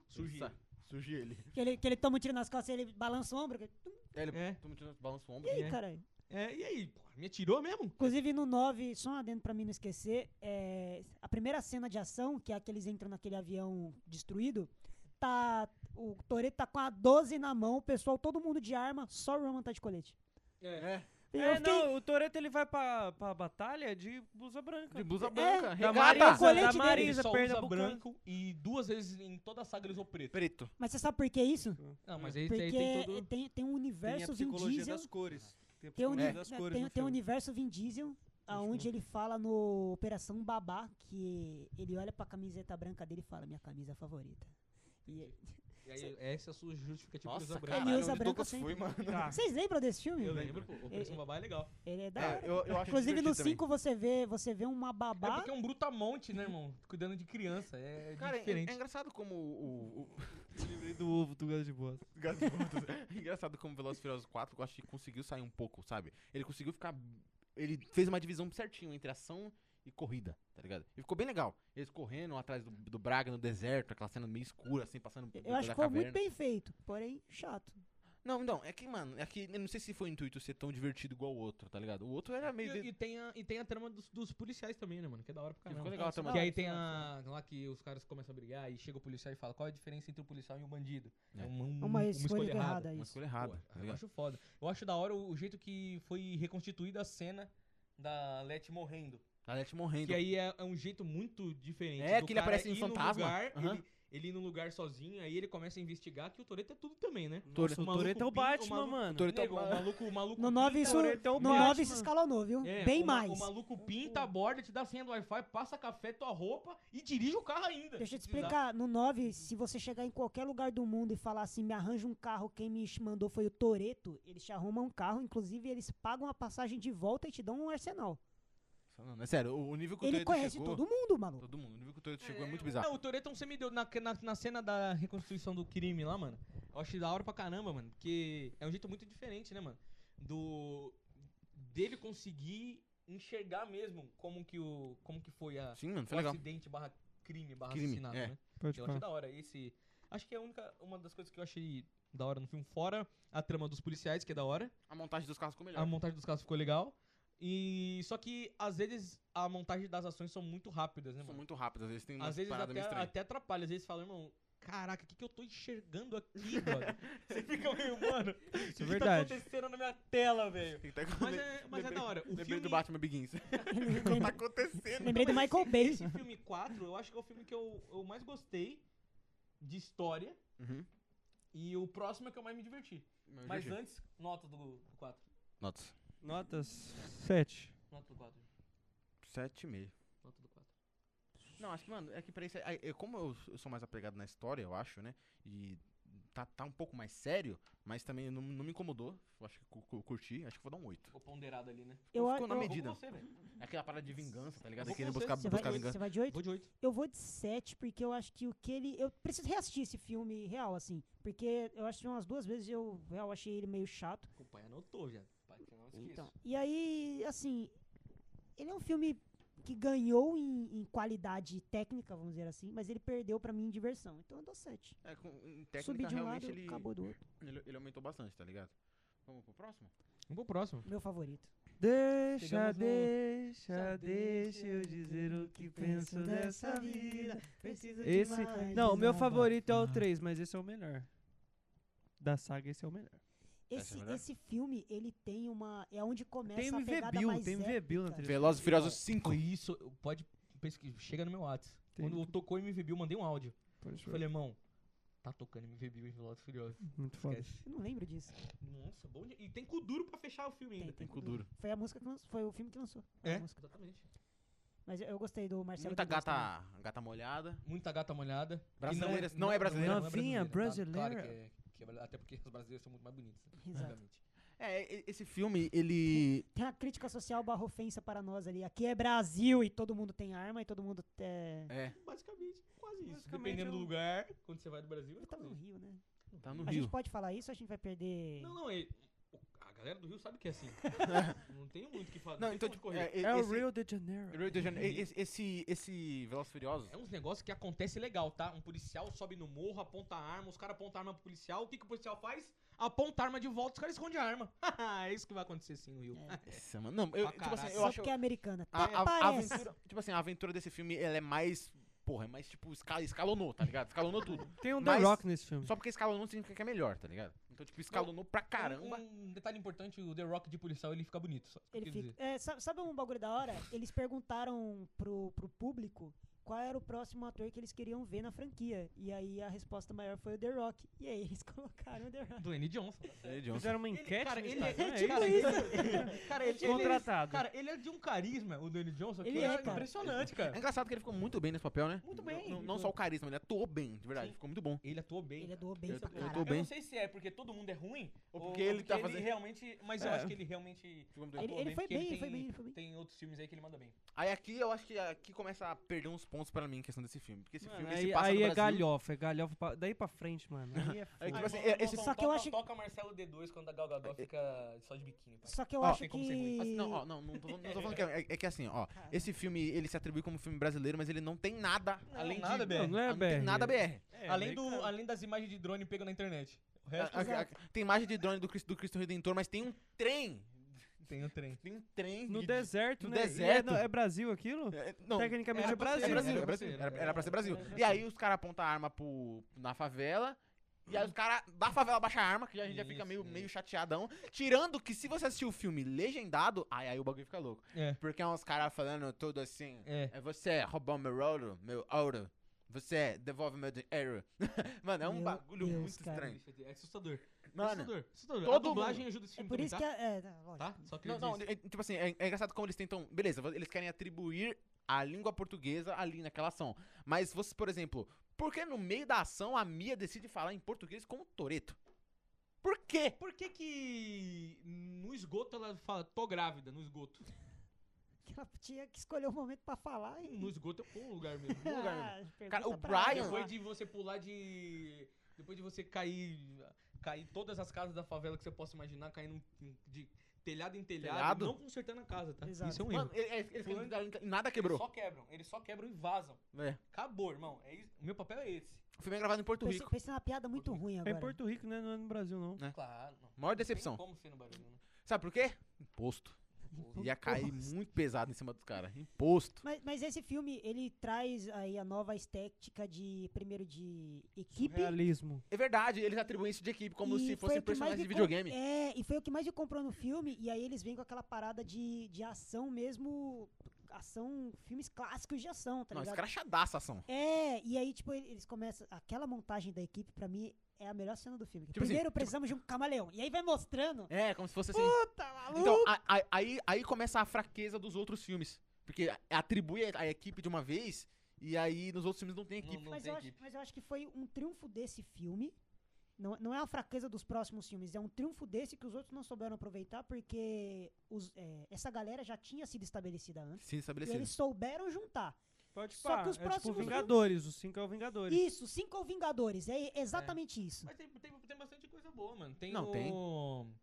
A: Surge.
B: Surge,
A: ele.
B: surge ele.
D: Que ele, que ele toma um tiro nas costas e ele balança o ombro. que-
B: É, ele
A: É.
B: toma um tiro, balança o ombro.
D: E aí,
A: É.
D: caralho?
A: É, e aí, pô, me atirou mesmo?
D: Inclusive no 9, só um adendo pra mim não esquecer, é, a primeira cena de ação, que é a que eles entram naquele avião destruído, tá. O Toreto tá com a 12 na mão, o pessoal, todo mundo de arma, só o Roman tá de colete.
B: É.
D: Eu
C: É,
D: fiquei-
C: não, o Toreto ele vai pra, pra batalha de blusa branca.
B: De
D: É.
B: blusa branca,
C: Da
D: Marisa,
B: regata.
D: colete
C: Marisa, da
D: dele.
A: Ele
C: Marisa,
A: só
C: perna
A: usa
C: branca.
A: branco e duas vezes em toda a saga eles usam preto.
B: Preto.
D: Mas você sabe por que isso?
A: Não, mas aí,
D: Porque
A: aí tem todo.
D: tem, tem um universo Vin Diesel.
C: cores. Tipo, Tem a
D: Tem, um
C: psicologia
D: uni-
C: das
D: né,
C: cores
D: tem-
C: no
D: tem um
C: filme.
D: universo Vin Diesel, aonde ele fala no Operação Babá, que ele olha pra camiseta branca dele e fala, minha camisa favorita. E,
A: E aí, essa é a sua justificativa pra usar
B: Nossa,
A: branco.
B: cara.
D: Tipo, usa assim.
B: foi,
D: branco sempre.
B: mano.
C: Tá.
D: vocês lembram desse filme?
A: Eu lembro, pô, Operação Babá é legal.
D: Ele é da hora.
B: É, eu, eu acho
D: Inclusive no
B: divertido também.
D: 5 você vê, você vê uma
A: É
D: babá.
A: porque é um brutamonte, né, irmão? Cuidando de criança, é
B: Cara, é,
A: diferente.
B: é engraçado como o. o,
C: Lembrei do ovo do gás de bosta.
B: o Gato de Botas- é engraçado como o Velozes e Furiosos 4, eu acho que conseguiu sair um pouco, sabe? Ele conseguiu ficar. Ele fez uma divisão certinho entre ação e corrida, tá ligado? E ficou bem legal. Eles correndo um atrás do, do Braga no deserto, aquela cena meio escura, assim, passando
D: Eu
B: pela
D: acho que foi muito bem feito, porém chato.
B: Não, não, é que, mano, é que eu não sei se foi o intuito ser tão divertido igual o outro, tá ligado? O outro era meio.
A: E,
B: de-
A: e tem a, e tem a trama dos, dos policiais também, né, mano? Que é da hora pra
B: ficou
A: caramba.
B: legal a trama
A: Que
B: dele.
A: aí tem a. Lá que os caras começam a brigar e chega o policial e fala: qual é a diferença entre o policial e o bandido?
B: É.
A: uma,
D: É uma escolha errada
B: Uma
D: isso.
B: escolha errada.
A: Pô,
B: tá
A: eu
B: ligado?
A: acho foda. Eu acho da hora o, o jeito que foi reconstituída a cena da Let morrendo.
B: A Leti morrendo.
A: Que aí é, é um jeito muito diferente.
B: É,
A: do
B: que ele
A: cara
B: aparece em
A: ir num
B: fantasma.
A: Lugar,
B: Aham.
A: ele, ele ir num lugar sozinho, aí ele começa a investigar que o Toreto é tudo também, né?
C: Nossa, o
A: maluco
C: Toreto é
A: pinta- o
C: o Batman,
A: maluco-
C: mano.
B: Toretto é o
A: Nego, o maluco, o maluco
D: No 9
A: pinta-
D: isso,
C: Toretto é um
D: no
C: Batman.
D: 9 isso escalonou, viu?
A: É,
D: Bem
A: o ma-
D: mais.
A: O maluco pinta a borda, te dá a senha do Wi-Fi, passa café, tua roupa e dirige o carro ainda.
D: Deixa eu te
A: Se precisar.
D: explicar, no 9, se você chegar em qualquer lugar do mundo e falar assim, me arranja um carro, quem me mandou foi o Toreto, eles te arrumam um carro, inclusive eles pagam a passagem de volta e te dão um arsenal.
B: Não, não, é sério, o o nível que o
D: Ele
B: Toreto
D: conhece
B: chegou.
D: todo mundo, maluco.
B: Todo mundo. O nível que o Toreto chegou é muito bizarro.
A: Não, o Toreto é um semideus. Na, na, na cena da reconstrução do crime lá, mano, eu acho da hora pra caramba, mano. Porque é um jeito muito diferente, né, mano? Do. dele conseguir enxergar mesmo como que, o, como que foi a,
B: Sim, mano, foi
A: o
B: legal.
A: acidente barra crime barra
B: Crime,
A: assassinato,
B: é.
A: né?
C: Pode
A: Eu
C: falar.
A: achei da hora esse. Acho que é a única. Uma das coisas que eu achei da hora no filme, fora a trama dos policiais, que é da hora.
B: A montagem dos carros ficou melhor.
A: A montagem dos carros ficou legal. E. Só que, às vezes, a montagem das ações são muito rápidas, né,
B: São
A: mano?
B: muito rápidas, eles têm uma
A: Às vezes
B: parada
A: até,
B: meio estranha.
A: até atrapalha, às vezes fala, irmão, caraca, o que, que eu tô enxergando aqui, mano? Você fica meio,
D: É
A: mano, o que
C: verdade.
A: tá acontecendo na minha tela, velho?
B: Tem que tá com-
A: Mas é, mas é
B: lembrei-
A: da hora. O
B: Lembrei
A: filme,
B: do Batman Begins. Não tá acontecendo.
D: Lembrei do
A: Não, mas
D: Michael Bay.
A: esse filme 4, eu acho que é o filme que eu, eu mais gostei de história.
B: Uhum.
A: E o próximo é que eu mais me diverti. Mas
B: Mas antes-
A: antes, nota do, do 4.
B: Notas.
C: Notas 7.
A: Nota do 4.
B: Sete e meio.
A: Nota do 4.
B: Não, acho que, mano, é que pra isso. aí, eu- Como eu, eu sou mais apegado na história, eu acho, né? E tá, tá um pouco mais sério, mas também não, não me incomodou. Eu acho que cu- cu- curti, acho que vou dar um 8.
A: Ficou ponderado ali, né?
B: ficou
D: Eu, eu,
B: na
D: eu-
A: Vou com
B: medida.
A: você, velho.
B: Aquela parada de vingança, tá ligado?
A: Vou
B: Querendo
A: com você,
B: buscar,
D: Você
B: buscar
D: vai,
B: vingança.
D: você vai de 8?
A: Vou de 8.
D: Eu vou de 7, porque eu acho que o que ele. Eu preciso reassistir esse filme real, assim. Porque eu acho que umas duas vezes eu real achei ele meio chato.
A: Acompanha, anotou já. Pra que não esqueça.
D: Então, e aí, assim. Ele é um filme que ganhou em, em qualidade técnica, vamos dizer assim, mas ele perdeu pra mim em diversão. Então eu dou 7.
B: É, com, em
D: Subi
B: técnica,
D: de um
B: realmente
D: lado,
B: ele,
D: acabou do outro.
B: ele, ele aumentou bastante, tá ligado? Vamos pro próximo?
A: Vamos pro próximo.
D: Meu favorito.
C: Deixa,
A: Chegamos no-
C: deixa,
A: Já
C: deixa eu dizer o que penso dessa vida. Esse.
D: mais
C: Não, o meu
D: nada.
C: favorito é o 3, mas esse é o melhor. Da saga, esse é o melhor.
B: Essa é
D: Esse,
B: a melhor?
D: esse filme, ele tem uma. É onde começa
C: Tem um
D: a
C: MV
D: pegada
C: Bill,
D: mais
C: tem
D: épica.
C: MV Bill na trilha.
B: Velozes e Furiosos 5.
A: Foi isso, eu- pode pesquisar. Chega no meu WhatsApp.
C: Tem-
A: Quando eu tocou MVB, eu mandei um áudio.
C: Pode
A: Eu falei, irmão, tá tocando MVB em Velozes e Furiosos.
C: Muito foda.
A: Esquece.
D: Eu não lembro disso.
A: Nossa, bom dia. E tem cu duro pra fechar o filme ainda.
B: Tem cu duro.
D: Foi a música que lançou, foi o filme que lançou. a
A: É?
D: música.
A: Exatamente.
D: Mas eu, eu gostei do Marcelo.
B: Muita
D: Douglas também.
B: gata, gata molhada.
A: Muita gata molhada. E
B: Brasileira, não é brasileira.
A: não é
C: Novinha
A: brasileira, tá? Claro
C: brasileira.
A: que é- que é brasileira, até porque as brasileiras são muito mais bonitas. né?
D: Exato.
A: Obviamente.
B: É, e- esse filme, ele.
D: Tem a crítica social barra ofensa para nós ali. Aqui é Brasil e todo mundo tem arma e todo mundo é...
B: É,
A: Basicamente, quase isso.
C: Basicamente,
A: Dependendo do
C: eu-
A: lugar, quando você vai do Brasil, é
D: Ele tá
A: quase
D: no
A: isso.
D: Rio, né?
B: tá no
D: a
B: Rio.
D: gente pode falar isso, a gente vai perder.
A: Não, não, é. o- A galera do Rio sabe que é assim. não tem muito o que falar.
B: Não,
A: tem
B: então,
A: como
B: tipo,
A: correr.
B: é, e-
C: É o
B: esse-
C: Rio de Janeiro.
B: Rio de Janeiro. e- Esse, esse, esse Velozes e Furiosos.
A: É uns negócios que acontece legal, tá? Um policial sobe no morro, aponta a arma, os caras apontam a arma pro policial. O que, que o policial faz? Aponta a arma de volta, os caras escondem a arma. é isso que vai acontecer sim no Rio. Ah,
D: É.
B: Essa, mano. Não, eu,
A: Pra
B: tipo assim,
A: caralho.
B: eu
D: Só
B: acho.
D: porque é americana.
B: A,
D: Até
B: a- a
D: parece.
B: aventura, tipo assim, a aventura desse filme, ela é mais. Porra, é mais tipo, esca- escalonou, tá ligado? Escalonou tudo.
D: Uhum.
C: Tem um The
B: Mas-
C: Rock nesse filme.
B: Só porque escalonou significa que é melhor, tá ligado? Então, tipo, escalonou
D: É,
B: pra caramba.
A: Um, um detalhe importante, o The Rock de policial, ele fica bonito. Só isso que eu
D: Ele
A: queria
D: fica... é, sa- sabe um bagulho da hora? Eles perguntaram pro, pro público qual era o próximo ator que eles queriam ver na franquia. E aí a resposta maior foi o The Rock. E aí eles colocaram o The
A: dizer.
D: Rock.
A: Dwayne Johnson.
B: É, Johnson.
C: Fizeram uma
A: Ele-
C: enquete
A: cara,
C: no
A: ele-
C: Instagram,
A: ele-
C: é isso?
A: cara, ele- cara, ele- ele-
C: Contratado.
A: Cara, ele é de um carisma, o Dwayne Johnson, que
D: Ele
A: é,
D: é, cara.
A: impressionante,
B: É
A: cara.
B: engraçado que ele ficou muito bem nesse papel, né?
A: Muito
B: Não-
A: bem.
B: Não, não só o carisma, ele atuou bem, de verdade.
A: Sim.
B: Ficou muito bom.
A: Ele atuou bem.
D: Ele doou bem
B: Eu,
D: pra
B: eu
D: caralho.
B: tô
A: Eu
B: bem.
A: não sei se é porque todo mundo é ruim
B: Ou porque ele tá fazendo-
A: realmente, mas eu
C: É.
A: acho que ele realmente
B: Ficou muito
A: eu
B: bem.
D: Ele,
A: tô
D: ele
A: bem
D: foi
A: porque
D: bem,
A: ele
D: ele foi
A: tem-
D: bem, ele foi bem.
A: tem outros filmes aí que ele manda bem.
B: Aí aqui eu acho que aqui começa a perder uns pontos pra mim, em questão desse filme. Porque esse
C: Mano,
B: filme
C: aí
B: se passa
C: aí
B: no
C: é
B: Brasil.
C: galhofa, é galhofa. pra- daí pra frente, mano. Aí é
B: Aí,
C: foda.
B: tipo assim, é- esse
D: Só que eu
A: toca-
D: acho-
A: toca Marcelo D2 quando a Gal Gadot
B: É-
A: fica só de biquíni, pai.
D: Só que eu
B: Ó,
D: acho
A: tem como ser ruim.
D: que. é
B: Assim, não, ó, não, não tô, falando- não tô falando que é, é- é que assim, ó, esse filme, ele se atribui como filme brasileiro, mas ele não tem nada
A: Não,
B: além
A: nada,
B: de...
A: BR.
C: Não, não é
B: não tem
C: BR.
B: nada BR.
C: É,
A: além,
C: daí,
A: do,
C: cara,
A: além das imagens de drone pego na internet. O
B: A-
A: resto
B: a- a- tem imagem de drone do Cristo, do Cristo Redentor, mas tem um trem,
D: Ah.
A: tem o trem.
B: tem um trem...
C: No
B: de-
C: deserto,
B: no
C: né? E é-
B: deserto.
C: não, É, Brasil aquilo?
B: É, não,
C: Tecnicamente
A: era
C: é
A: pra ser, né?
B: é Brasil, é
C: Brasil.
A: era pra
B: Brasil,
A: ser,
B: era,
A: era-
B: era pra ser Brasil.
A: era pra
B: E aí os caras apontam a arma pro, na favela... E aí os caras da favela baixam a arma, que a gente já fica
A: Isso,
B: meio,
A: isso.
B: meio chateadão. Tirando que se você assistir o filme legendado, aí, aí o bagulho fica louco.
A: É.
B: Porque é uns caras falando tudo assim.
A: É.
B: É você roubou meu ouro, meu ouro. Você devolve meu dinheiro. Mano, é um
D: Meu
B: bagulho
D: Deus,
B: muito
D: cara.
B: estranho.
A: É assustador.
B: Mano,
A: assustador. assustador.
B: todo
A: a dublagem
B: mundo.
A: ajuda esse
D: É
A: filme
D: por
A: também,
D: isso que.
A: tá?
D: É, tá, lógico.
A: Tá? Só que
B: não, não, é- tipo assim, é, é engraçado como eles tentam. Beleza, eles querem atribuir a língua portuguesa ali naquela ação. Mas você, por exemplo, por que no meio da ação a Mia decide falar em português como Toreto? Por quê?
A: Por que que no esgoto ela fala, tô grávida, no esgoto?
D: que ela tinha que escolher o momento pra falar e.
A: No esgoto é um lugar mesmo.
B: no lugar né?
D: Ah, pergunta
B: Cara, o
D: pra ela.
B: Brian-
A: Depois de você pular de. Depois de você cair. Cair todas as casas da favela que você possa imaginar, caindo de- de telhado em telhado,
B: Telhado?
A: não consertando a casa, tá?
D: Exato.
A: Isso é um erro.
B: Mano, ele- ele- eles caíram e nada quebrou.
A: Eles só quebram, eles só quebram e vazam.
B: É.
A: Acabou, irmão. É isso. O meu papel é esse.
B: O filme é gravado em Porto
D: Pensei,
B: Rico.
D: pensei numa piada muito ruim
C: É
D: agora.
C: em Porto Rico, né? Não é no Brasil, não.
B: É.
A: Claro. Não.
B: Maior
A: Tem
B: decepção.
A: como ser no barulho, né?
B: Sabe por quê? Imposto. Ia cair muito pesado em cima dos caras. Imposto.
D: Mas, mas esse filme, ele traz aí a nova estética de, primeiro, de equipe.
C: Realismo.
B: É verdade, eles atribuem isso de equipe como
D: e
B: se
D: foi o
B: fosse
D: que mais
B: personagem
D: me
B: de
D: com-
B: videogame.
D: É, e foi o que mais me comprou no filme. E aí eles vêm com aquela parada de, de ação mesmo. Ação, filmes clássicos de ação, tá
B: Não,
D: ligado?
B: escrachadaça a ação.
D: É, e aí, tipo, ele- eles começam. Aquela montagem da equipe, pra mim, é a melhor cena do filme.
B: Tipo assim,
D: Primeiro precisamos de um camaleão. E aí vai mostrando.
B: É, como se fosse assim.
D: Puta, maluco!
B: Então, a- a- aí, aí começa a fraqueza dos outros filmes. Porque atribui a, a equipe de uma vez, e aí nos outros filmes não tem equipe.
A: Não, não
D: mas,
A: tem
D: eu acho,
A: equipe.
D: mas eu acho que foi um triunfo desse filme. Não, não é a fraqueza dos próximos filmes, é um triunfo desse que os outros não souberam aproveitar, porque os- é, essa galera já tinha sido estabelecida antes.
B: Sim,
D: E
B: estabelecido.
D: eles souberam juntar.
C: Pode
D: Só que os
C: é tipo
D: próximos
C: Vingadores, os cinco é o Vingadores.
D: Isso, cinco ou Vingadores, é exatamente isso.
A: Mas tem, tem, tem bastante coisa boa, mano. Tem
B: Não,
A: o...
B: tem.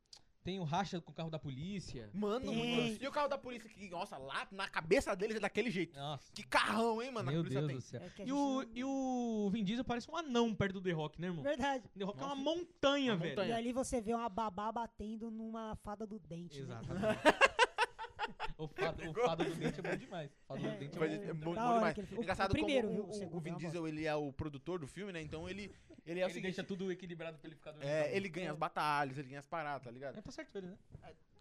A: Tem o racha com o carro da polícia.
B: Mano,
D: Tem.
B: muito. E o carro da polícia, que, nossa, lá na cabeça deles é daquele jeito.
A: Nossa.
B: Que carrão, hein, mano? a
A: Meu
B: polícia
A: Deus
B: tem.
A: do céu.
D: É que a
A: E
D: gente
A: o,
D: não-
A: e o Vin Diesel parece um anão perto do The Rock, né, irmão?
D: Verdade.
A: The Rock é
B: Nossa.
A: uma montanha,
B: Uma
A: velho.
B: montanha.
D: E ali você vê uma babá batendo numa fada do dente. né?
A: Exatamente. o, fado, o fado do dente é bom demais. O fado do dente é
B: Mas
A: bom.
B: é bom, bom
D: Da hora
B: demais.
D: aquele filme. O-
B: Engraçado
D: o primeiro,
B: como
D: viu?
B: o-
D: O
B: o,
D: segundo
B: o
D: é
B: Vin
D: uma
B: Diesel, ele é o produtor do filme, né? Então ele, ele é o
A: Ele
B: seguinte,
A: deixa tudo equilibrado pra ele ficar dormindo.
B: é, ele ganha as batalhas, ele ganha as paradas, tá ligado?
A: É, tá certo ele, né?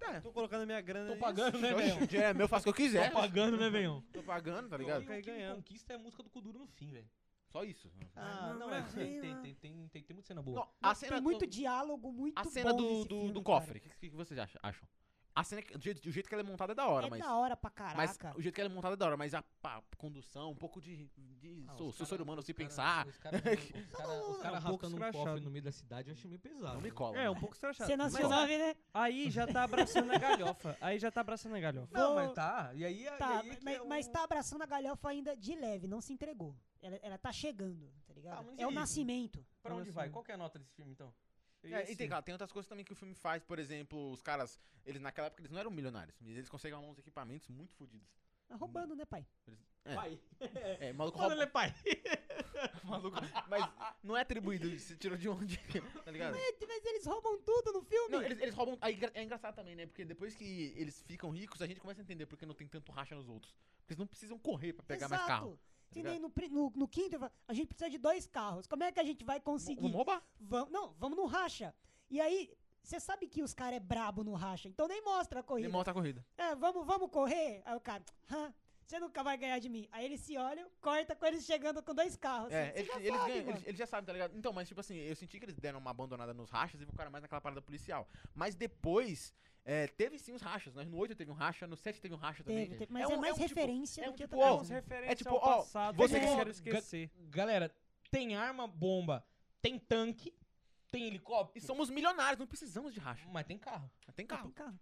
B: É,
C: Tô colocando a minha grana
A: Tô
C: nisso.
A: pagando, né,
B: oxe,
A: velho?
B: o dinheiro é meu, faço o que eu quiser.
A: Tô pagando, né, velho?
B: Tô pagando, tá
A: E
B: ligado?
A: o que me
C: ganhando.
A: conquista é a música do Kuduro no fim, velho.
B: Só isso.
A: Ah, não, é. Tem, tem, tem, tem, tem, tem muita cena boa.
B: Não, a cena,
D: Tem muito diálogo, muito
B: a cena
D: bom
B: do,
D: nesse
B: do,
D: filme,
B: do
D: cara.
B: cofre, o que, que vocês ach- acham? A cena, que- do jeito, do jeito que ela é montada é da hora,
D: é
B: mas...
D: da hora pra
B: Mas
D: caraca.
B: o jeito que ela é montada é da hora, mas a pá, condução, um pouco de, de
A: Ah, os
B: sou, sou
A: cara-
B: ser humano
A: os
B: sem
A: cara-
B: pensar,
A: Os caras cara, os cara
C: não, um pouco
A: arrastando um
C: escrachado.
A: cofre no meio da cidade, eu achei meio pesado.
B: não me
A: né?
B: cola.
C: É,
B: né?
C: um pouco estrachado.
D: Cena
C: Mas
D: nacional, né?
C: Aí já tá abraçando a galhofa. Aí já tá abraçando a galhofa.
A: Não,
D: Vou-
A: mas tá. E aí,
D: Tá,
A: e aí que
D: mas,
A: é
D: mas
A: o-
D: tá abraçando a galhofa ainda de leve, não se entregou. Ela, ela tá chegando, tá
A: Ah,
D: ligado?
A: mas
D: é o
A: e-
D: nascimento.
A: Pra onde
C: Assim.
A: vai? Qual que é a nota desse filme, então?
B: É, e tem, cara, tem outras coisas também que o filme faz, por exemplo, os caras, eles naquela época eles não eram milionários, mas eles conseguem arrumar uns equipamentos muito fodidos.
D: Tá roubando, né, pai?
B: É.
A: Pai.
B: É, maluco
A: Quando ele
B: rouba,
A: é pai.
B: maluco, mas não é atribuído, você tirou de onde, tá ligado?
D: Mas eles roubam tudo no filme.
B: Não, eles, eles roubam, aí engra- é engraçado também, né, porque depois que eles ficam ricos, a gente começa a entender porque não tem tanto racha nos outros, porque eles não precisam correr pra pegar mais carro. tá
D: Que
B: ligado?
D: nem no, pri- no, no quinto, ele fala, a gente precisa de dois carros. Como é que a gente vai
B: V-
D: conseguir?
B: Vamos roubar.
D: Vamos, não, vamos no racha. E aí, você sabe que os caras é brabo no racha, então nem mostra a corrida.
B: Ele monta a corrida.
D: É, vamos, vamos correr? Aí o cara, "Hã, você nunca vai ganhar de mim. Aí eles se olham, corta com eles chegando com dois carros. assim.
B: É,
D: Cê- cê
B: eles,
D: já
B: eles
D: sabe,
B: ganham,
D: mano.
B: eles, eles já sabem, tá ligado? Então, mas tipo assim, eu senti que eles deram uma abandonada nos rachas e focaram mais naquela parada policial. Mas depois, é, teve sim os rachas, né? No 8 teve um racha, no 7 teve um racha também.
D: Teve, teve, mas
B: um-
D: é,
B: é
D: mais
B: um tipo-
D: referência
B: é um
D: do que
B: tipo,
D: outra
B: ó,
D: coisa.
C: As referências
B: é tipo,
C: ao
B: ó,
C: passado,
B: você
C: que
A: que-
C: eu quero
A: Ga-
C: esquecer.
A: Galera, tem arma, bomba, tem tanque, tem
B: E
A: helicóptero,
B: somos milionários, não precisamos de racha.
A: mas tem carro.
B: Tem
D: Ah, tem
B: carro.
D: carro.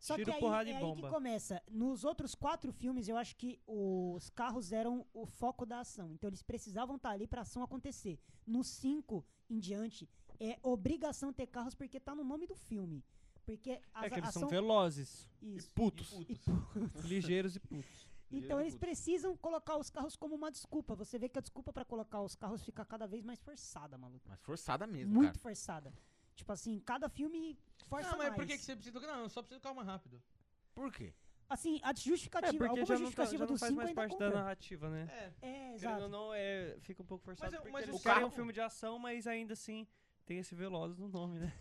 D: Só
C: Tiro,
D: que aí,
C: porrada e
D: é aí que
C: bomba.
D: começa. Nos outros quatro filmes, eu acho que os carros eram o foco da ação. Então eles precisavam estar ali pra ação acontecer. Nos cinco em diante, é obrigação ter carros porque tá no nome do filme. Porque a,
C: É que eles
D: ação...
C: são velozes,
D: Isso.
B: Putos.
A: E putos.
C: ligeiros e putos.
D: Então eles
B: Putos.
D: precisam colocar os carros como uma desculpa. Você vê que a desculpa pra colocar os carros fica cada vez mais forçada, maluco.
B: Mas forçada mesmo,
D: Muito
B: cara.
D: forçada. Tipo assim, cada filme força
A: Não, mas
D: mais.
A: por que, que você precisa do carro? Não, eu só preciso do carro mais rápido.
B: Por quê?
D: Assim, a
C: É,
D: justificativa,
C: porque
D: alguma
C: já não, tá, já
D: justificativa
C: não
D: dos
C: faz
D: cinco
C: mais
D: ainda
C: parte
D: compra.
C: da narrativa, né?
A: É.
D: É,
C: Querendo
D: exato.
C: ou não, é, fica um pouco forçado.
A: Mas eu-
C: porque
A: mas
C: eles
A: o
C: querem
B: carro-
C: um filme de ação, mas ainda assim tem esse Velozes no nome, né?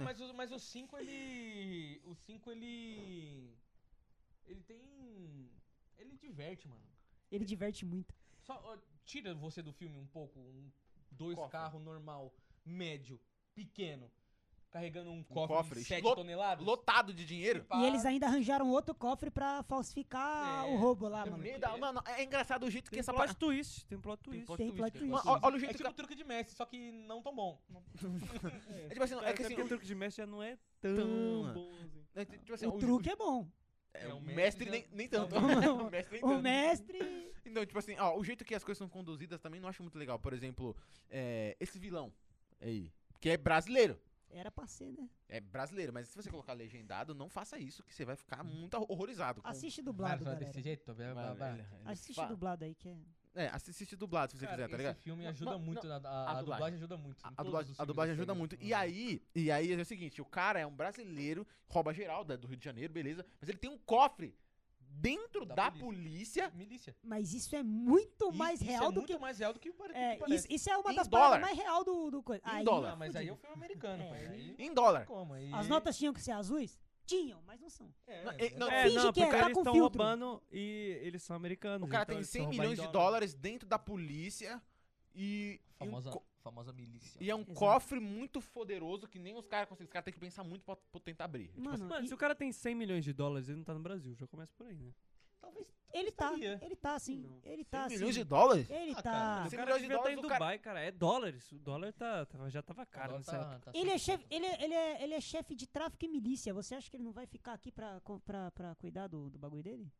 A: Mas, o- mas o 5, ele... O 5, ele... Ele tem... Ele diverte, mano.
D: Ele diverte muito.
A: Só, ó, tira você do filme um pouco. Um, dois
B: Cofre.
A: carros normal, médio, pequeno, carregando um,
B: cofre
A: cofre de 7
B: lo-
A: toneladas.
B: Lotado de dinheiro.
A: pá,
D: E eles ainda arranjaram outro cofre pra falsificar
A: É.
D: o roubo lá,
A: É
D: mano.
A: meio-
B: Me dá- Mano, é engraçado o jeito que
C: Tem
B: essa
C: plot
B: parada.
C: twist, tem plot twist.
B: plot
D: Tem
B: twist,
D: plot
B: tem
D: twist.
B: Mano, ó- Olha o
A: É
B: jeito que.
A: tipo truque de mestre, só que não tão bom.
B: É tipo assim,
C: Cara,
B: é que
C: até
B: assim,
C: porque o
B: o-
C: truque de mestre já não é tão
B: Tão-
C: bom assim.
B: é tipo assim,
D: O truque é bom.
B: É,
A: É,
B: o
A: o
B: mestre
A: mestre
B: nem,
A: já-
B: nem tanto.
D: Não,
B: o mestre nem
D: O
B: tanto.
D: mestre.
B: Então, tipo assim, ó, o jeito que as coisas são conduzidas também não acho muito legal. Por exemplo, é, esse vilão aí, que é brasileiro.
D: Era pra ser, né?
B: É brasileiro, mas se você colocar legendado, não faça isso, que você vai ficar muito horrorizado. com- É,
D: Assiste dublado,
A: Mas, ó,
D: galera.
A: desse jeito, blá, blá, blá.
B: Ele- ele
D: Assiste
B: né? fa-
D: dublado aí, que é.
B: É, assi- assiste dublado se você
A: Cara,
B: quiser, tá ligado?
A: Esse filme
B: Não,
A: ajuda
B: não,
A: muito, na- a, a
B: a dublagem.
A: dublagem ajuda muito.
B: A,
A: em
B: a
A: todos
B: dublagem,
A: os
B: a
A: filmes
B: dublagem
A: da
B: ajuda
A: série.
B: muito. E
A: Ah.
B: aí, e aí é o seguinte, o cara é um brasileiro, rouba geral da- do Rio de Janeiro, beleza, mas ele tem um cofre dentro da,
A: Da
B: polícia.
A: Milícia.
D: Mas isso é muito
A: Isso-
D: mais
A: isso
D: real
A: é
D: do
A: muito
D: que.
A: mais real do que pare- do que
D: É,
A: parece.
D: isso, isso é uma
B: Em
D: das
B: dólar.
D: paradas mais real do, do coisa.
B: Em
D: Aí,
B: dólar.
A: Ah, mas aí é o filme americano,
D: É.
A: mas aí-
B: Em dólar.
A: Como? Aí...
D: As notas tinham que ser azuis? Tinham, mas não são.
A: É,
B: Não,
A: é,
B: e- não,
A: é,
C: É,
D: Finge
C: não, porque
D: que é, tá
C: eles
D: com
C: estão
D: filtro.
C: roubando e eles são americanos.
B: O cara
C: então
B: tem
C: eles
B: 100
C: tão
B: milhões de
C: roubando em
B: dólares dentro da polícia e.
A: a
B: e um
A: famosa,
B: co-
A: famosa milícia.
B: E é um
D: Exato.
B: cofre muito poderoso que nem os caras conseguem. Os caras têm que pensar muito pra, pra tentar abrir.
D: Mano,
C: Mano,
D: e-
C: se o cara tem 100 milhões de dólares, ele não tá no Brasil. Já começa por aí, né?
A: Talvez
D: ele tá.
A: estaria.
D: Ele tá, sim.
C: Não.
D: Ele
B: 100
D: tá, sim.
B: Tipo, milhões de dólares?
D: Ele
A: Ah,
D: tá.
B: cara,
C: o
B: cem
C: cara
B: milhões de
C: devia estar
B: dólares,
C: em
B: o cara-
C: Dubai, cara. É dólares. O dólar tá, tava- já tava caro
A: Agora
C: né? nessa
A: tá-
C: época.
A: tá
D: Ele é,
A: certo.
D: chefe, ele, é, ele, é, ele é chefe de tráfico e milícia. Você acha que ele não vai ficar aqui pra, co- pra, pra cuidar do, do bagulho dele?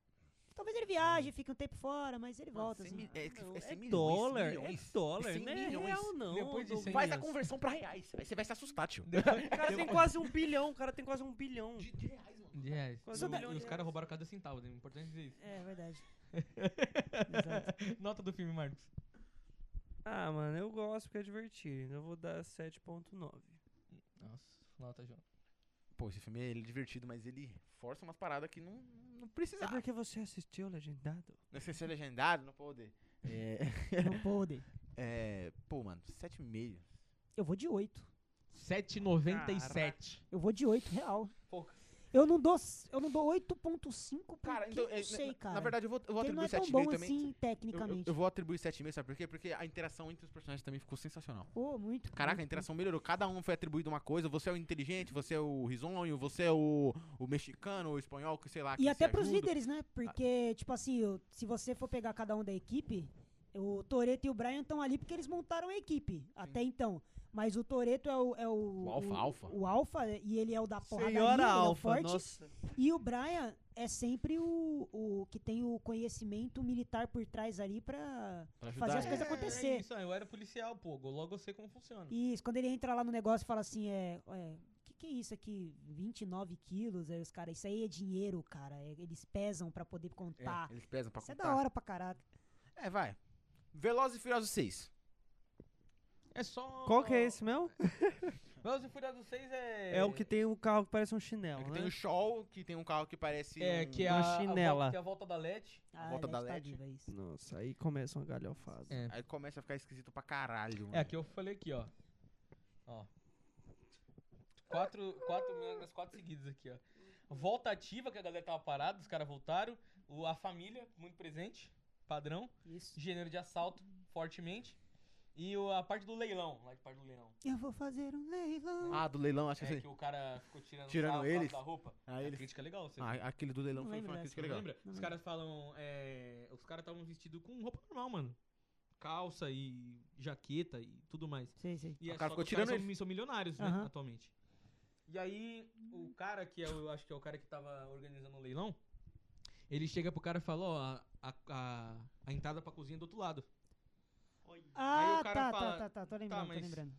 D: Talvez ele viaje, fique um tempo fora, mas ele volta.
B: Mano,
D: assim.
B: cem mi- é,
C: Não,
B: é cem milhões,
C: dólar,
B: cem milhões.
C: é dólar,
B: cem
C: não é
B: milhões.
C: real não.
A: Depois de
C: Douglas.
A: cem
B: Faz a
A: milhões.
B: conversão pra reais. Aí você vai se assustar, tio.
C: O cara tem quase um bilhão, o cara tem quase um bilhão.
B: De, de reais, mano.
A: De reais. E
C: Quase um
A: o-
C: milhão
A: e
C: de
A: os caras
C: reais.
A: roubaram cada centavo, né? é importante dizer isso.
D: É verdade. Exato.
A: Nota do filme, Marcos.
C: Ah, mano, eu gosto porque é divertido, então eu vou dar 7.9.
A: Nossa, nota, João.
B: Pô, esse filme ele é divertido, mas ele força umas paradas que não, não precisa.
C: É porque você assistiu Legendado?
B: Não sei se é legendário, não pode. É,
D: Não pode.
B: é, pô, mano, 7,5.
D: Eu vou de 8.
A: 7,97.
D: Eu vou de 8, real.
A: Pouca.
D: Eu não dou, s- eu não dou 8.5 porque
B: Cara, então, é,
D: eu sei,
B: na,
D: cara.
B: na verdade, eu vou, eu vou
D: porque ele não
B: atribuir 7,5
D: é tão bom
B: também.
D: assim,
B: Eu- Eu,
D: tecnicamente.
B: eu vou atribuir 7,5, sabe por quê? Porque a interação entre os personagens também ficou sensacional.
D: Pô, muito.
B: Caraca, a
D: muito,
B: interação melhorou. Cada um foi atribuído uma coisa. Você é o inteligente, você é o risonho, você é o, o mexicano, o espanhol, que sei lá.
D: E
B: que
D: até
B: se
D: pros
B: ajuda.
D: líderes, né? Porque, tipo assim, o- se você for pegar cada um da equipe, o Toreto e o Brian estão ali porque eles montaram a equipe até então. Mas o Toreto é o. É o,
B: O alfa,
D: o-
B: alfa.
D: O alfa, e ele é o da porrada
C: Senhora Alfa,
D: forte.
C: nossa.
D: E o Brian é sempre o, o que tem o conhecimento militar por trás ali pra.
B: Pra
D: fazer
B: ajudar é.
D: as
B: ele.
D: coisas acontecer.
A: Tá, é, isso, eu era policial, pô. Logo eu sei como
B: Hum.
A: funciona.
D: Isso, quando ele entra lá no negócio e fala assim, é. é que, que é isso aqui? 29 quilos? Aí os caras, isso aí é dinheiro, cara. é- eles pesam pra poder
B: É,
D: contar.
B: eles pesam pra
D: isso é
B: contar.
D: da hora pra caraca.
B: É, vai. Velozes e Furiosos 6.
A: É só.
C: Qual que é esse mesmo?
A: Velozes e Furiosos 6 é.
C: É o que tem um carro que parece um
B: É
C: chinelo,
B: que
C: né?
B: tem o Shaw, que tem um carro que parece.
A: É,
B: um-
A: que é
C: Uma
A: a, a
C: chinela.
A: volta, que é a volta da LED.
D: Ah,
B: volta
D: LED
B: da
D: tá
B: LED?
D: viva, isso.
C: Nossa, aí começa uma galhofada.
A: É.
B: Aí começa a ficar esquisito pra caralho.
A: É,
B: mano.
A: aqui eu falei aqui, ó. Ó. Quatro, quatro, minhas quatro seguidas aqui, ó. Volta ativa, que a galera tava parada, os caras voltaram. O, a família, muito presente, padrão.
D: Isso.
A: Gênero de assalto, fortemente. E o- a parte do leilão, lá de parte do leilão.
D: Eu vou fazer um leilão.
B: Ah, do leilão, acho que
A: É
B: é.
A: que o cara ficou tirando,
B: Tirando
A: sarro,
B: eles?
A: da roupa.
B: Aí
A: a
B: eles-
A: crítica é legal, você
B: Ah, aquele do leilão
D: Não
B: foi, foi
D: lembro
B: uma
D: dessa,
B: crítica
D: não
B: legal.
A: Lembra?
D: Não
A: Os
D: lembro.
A: caras falam. é, os caras estavam vestidos com roupa normal, mano. Calça e jaqueta e tudo mais.
D: Sei, sei.
A: E
B: O
A: é
B: cara
A: só
B: ficou
A: que os caras
B: tirando
A: são, são milionários, né,
D: Aham.
A: atualmente. E aí, o cara que é, o- eu acho que é o cara que tava organizando o leilão, ele chega pro cara e fala, ó, a, a, a, a entrada pra cozinha é do outro lado.
D: Ah,
A: o cara
D: tá,
A: fala,
D: tá, tá, tá. Tô lembrando,
A: mas-
D: tô lembrando.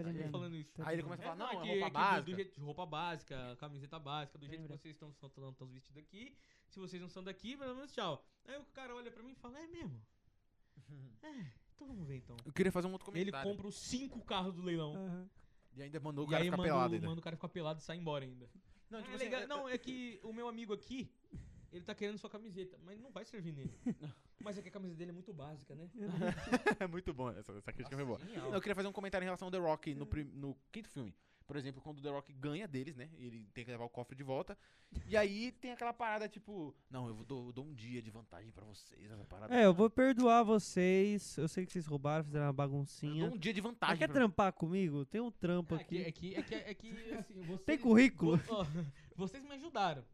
A: Aí ele
D: lembrando.
A: falando isso.
B: Aí ele começa a falar, não, é
A: que-
B: roupa
A: que do- Do,
B: básica.
A: jeito de roupa básica, camiseta básica, do jeito que
D: Lembra.
A: vocês estão estão- estão- estão vestidos aqui. Se vocês não são daqui, pelo menos tchau. Aí o cara olha pra mim e fala, é mesmo? É, então vamos ver então.
B: Eu queria fazer um outro
A: Ele
B: comentário.
A: compra os cinco carros do leilão.
D: Aham.
B: E ainda mandou o
A: e
B: cara
A: aí
B: ficar
A: manda,
B: pelado
A: o,
B: ainda.
A: manda o cara ficar pelado e sai embora ainda.
B: Não, tipo
A: é
B: assim,
A: legal.
B: é-
A: não, é que o meu amigo aqui, ele tá querendo sua camiseta, mas não vai servir nele. mas é que a camisa dele é muito básica, né?
B: É muito bom, essa, essa crítica
A: Nossa, é
B: foi boa.
A: genial.
B: Não, eu queria fazer um comentário em relação ao The Rock no, prim- no quinto filme. Por exemplo, quando o The Rock ganha deles, né? Ele tem que levar o cofre de volta. E aí tem aquela parada tipo: Não, eu vou- dou, eu dou um dia de vantagem pra vocês. Essa parada.
C: É, eu vou perdoar vocês. Eu sei que vocês roubaram, fizeram uma
B: Eu
C: baguncinha.
B: dou um dia de
C: Mas
B: vantagem.
C: quer
B: pra-
C: trampar comigo? Tem um trampo
A: É que,
C: aqui.
A: é que, é que, é que assim, vocês,
C: Tem currículo?
A: vo- ó, vocês me ajudaram.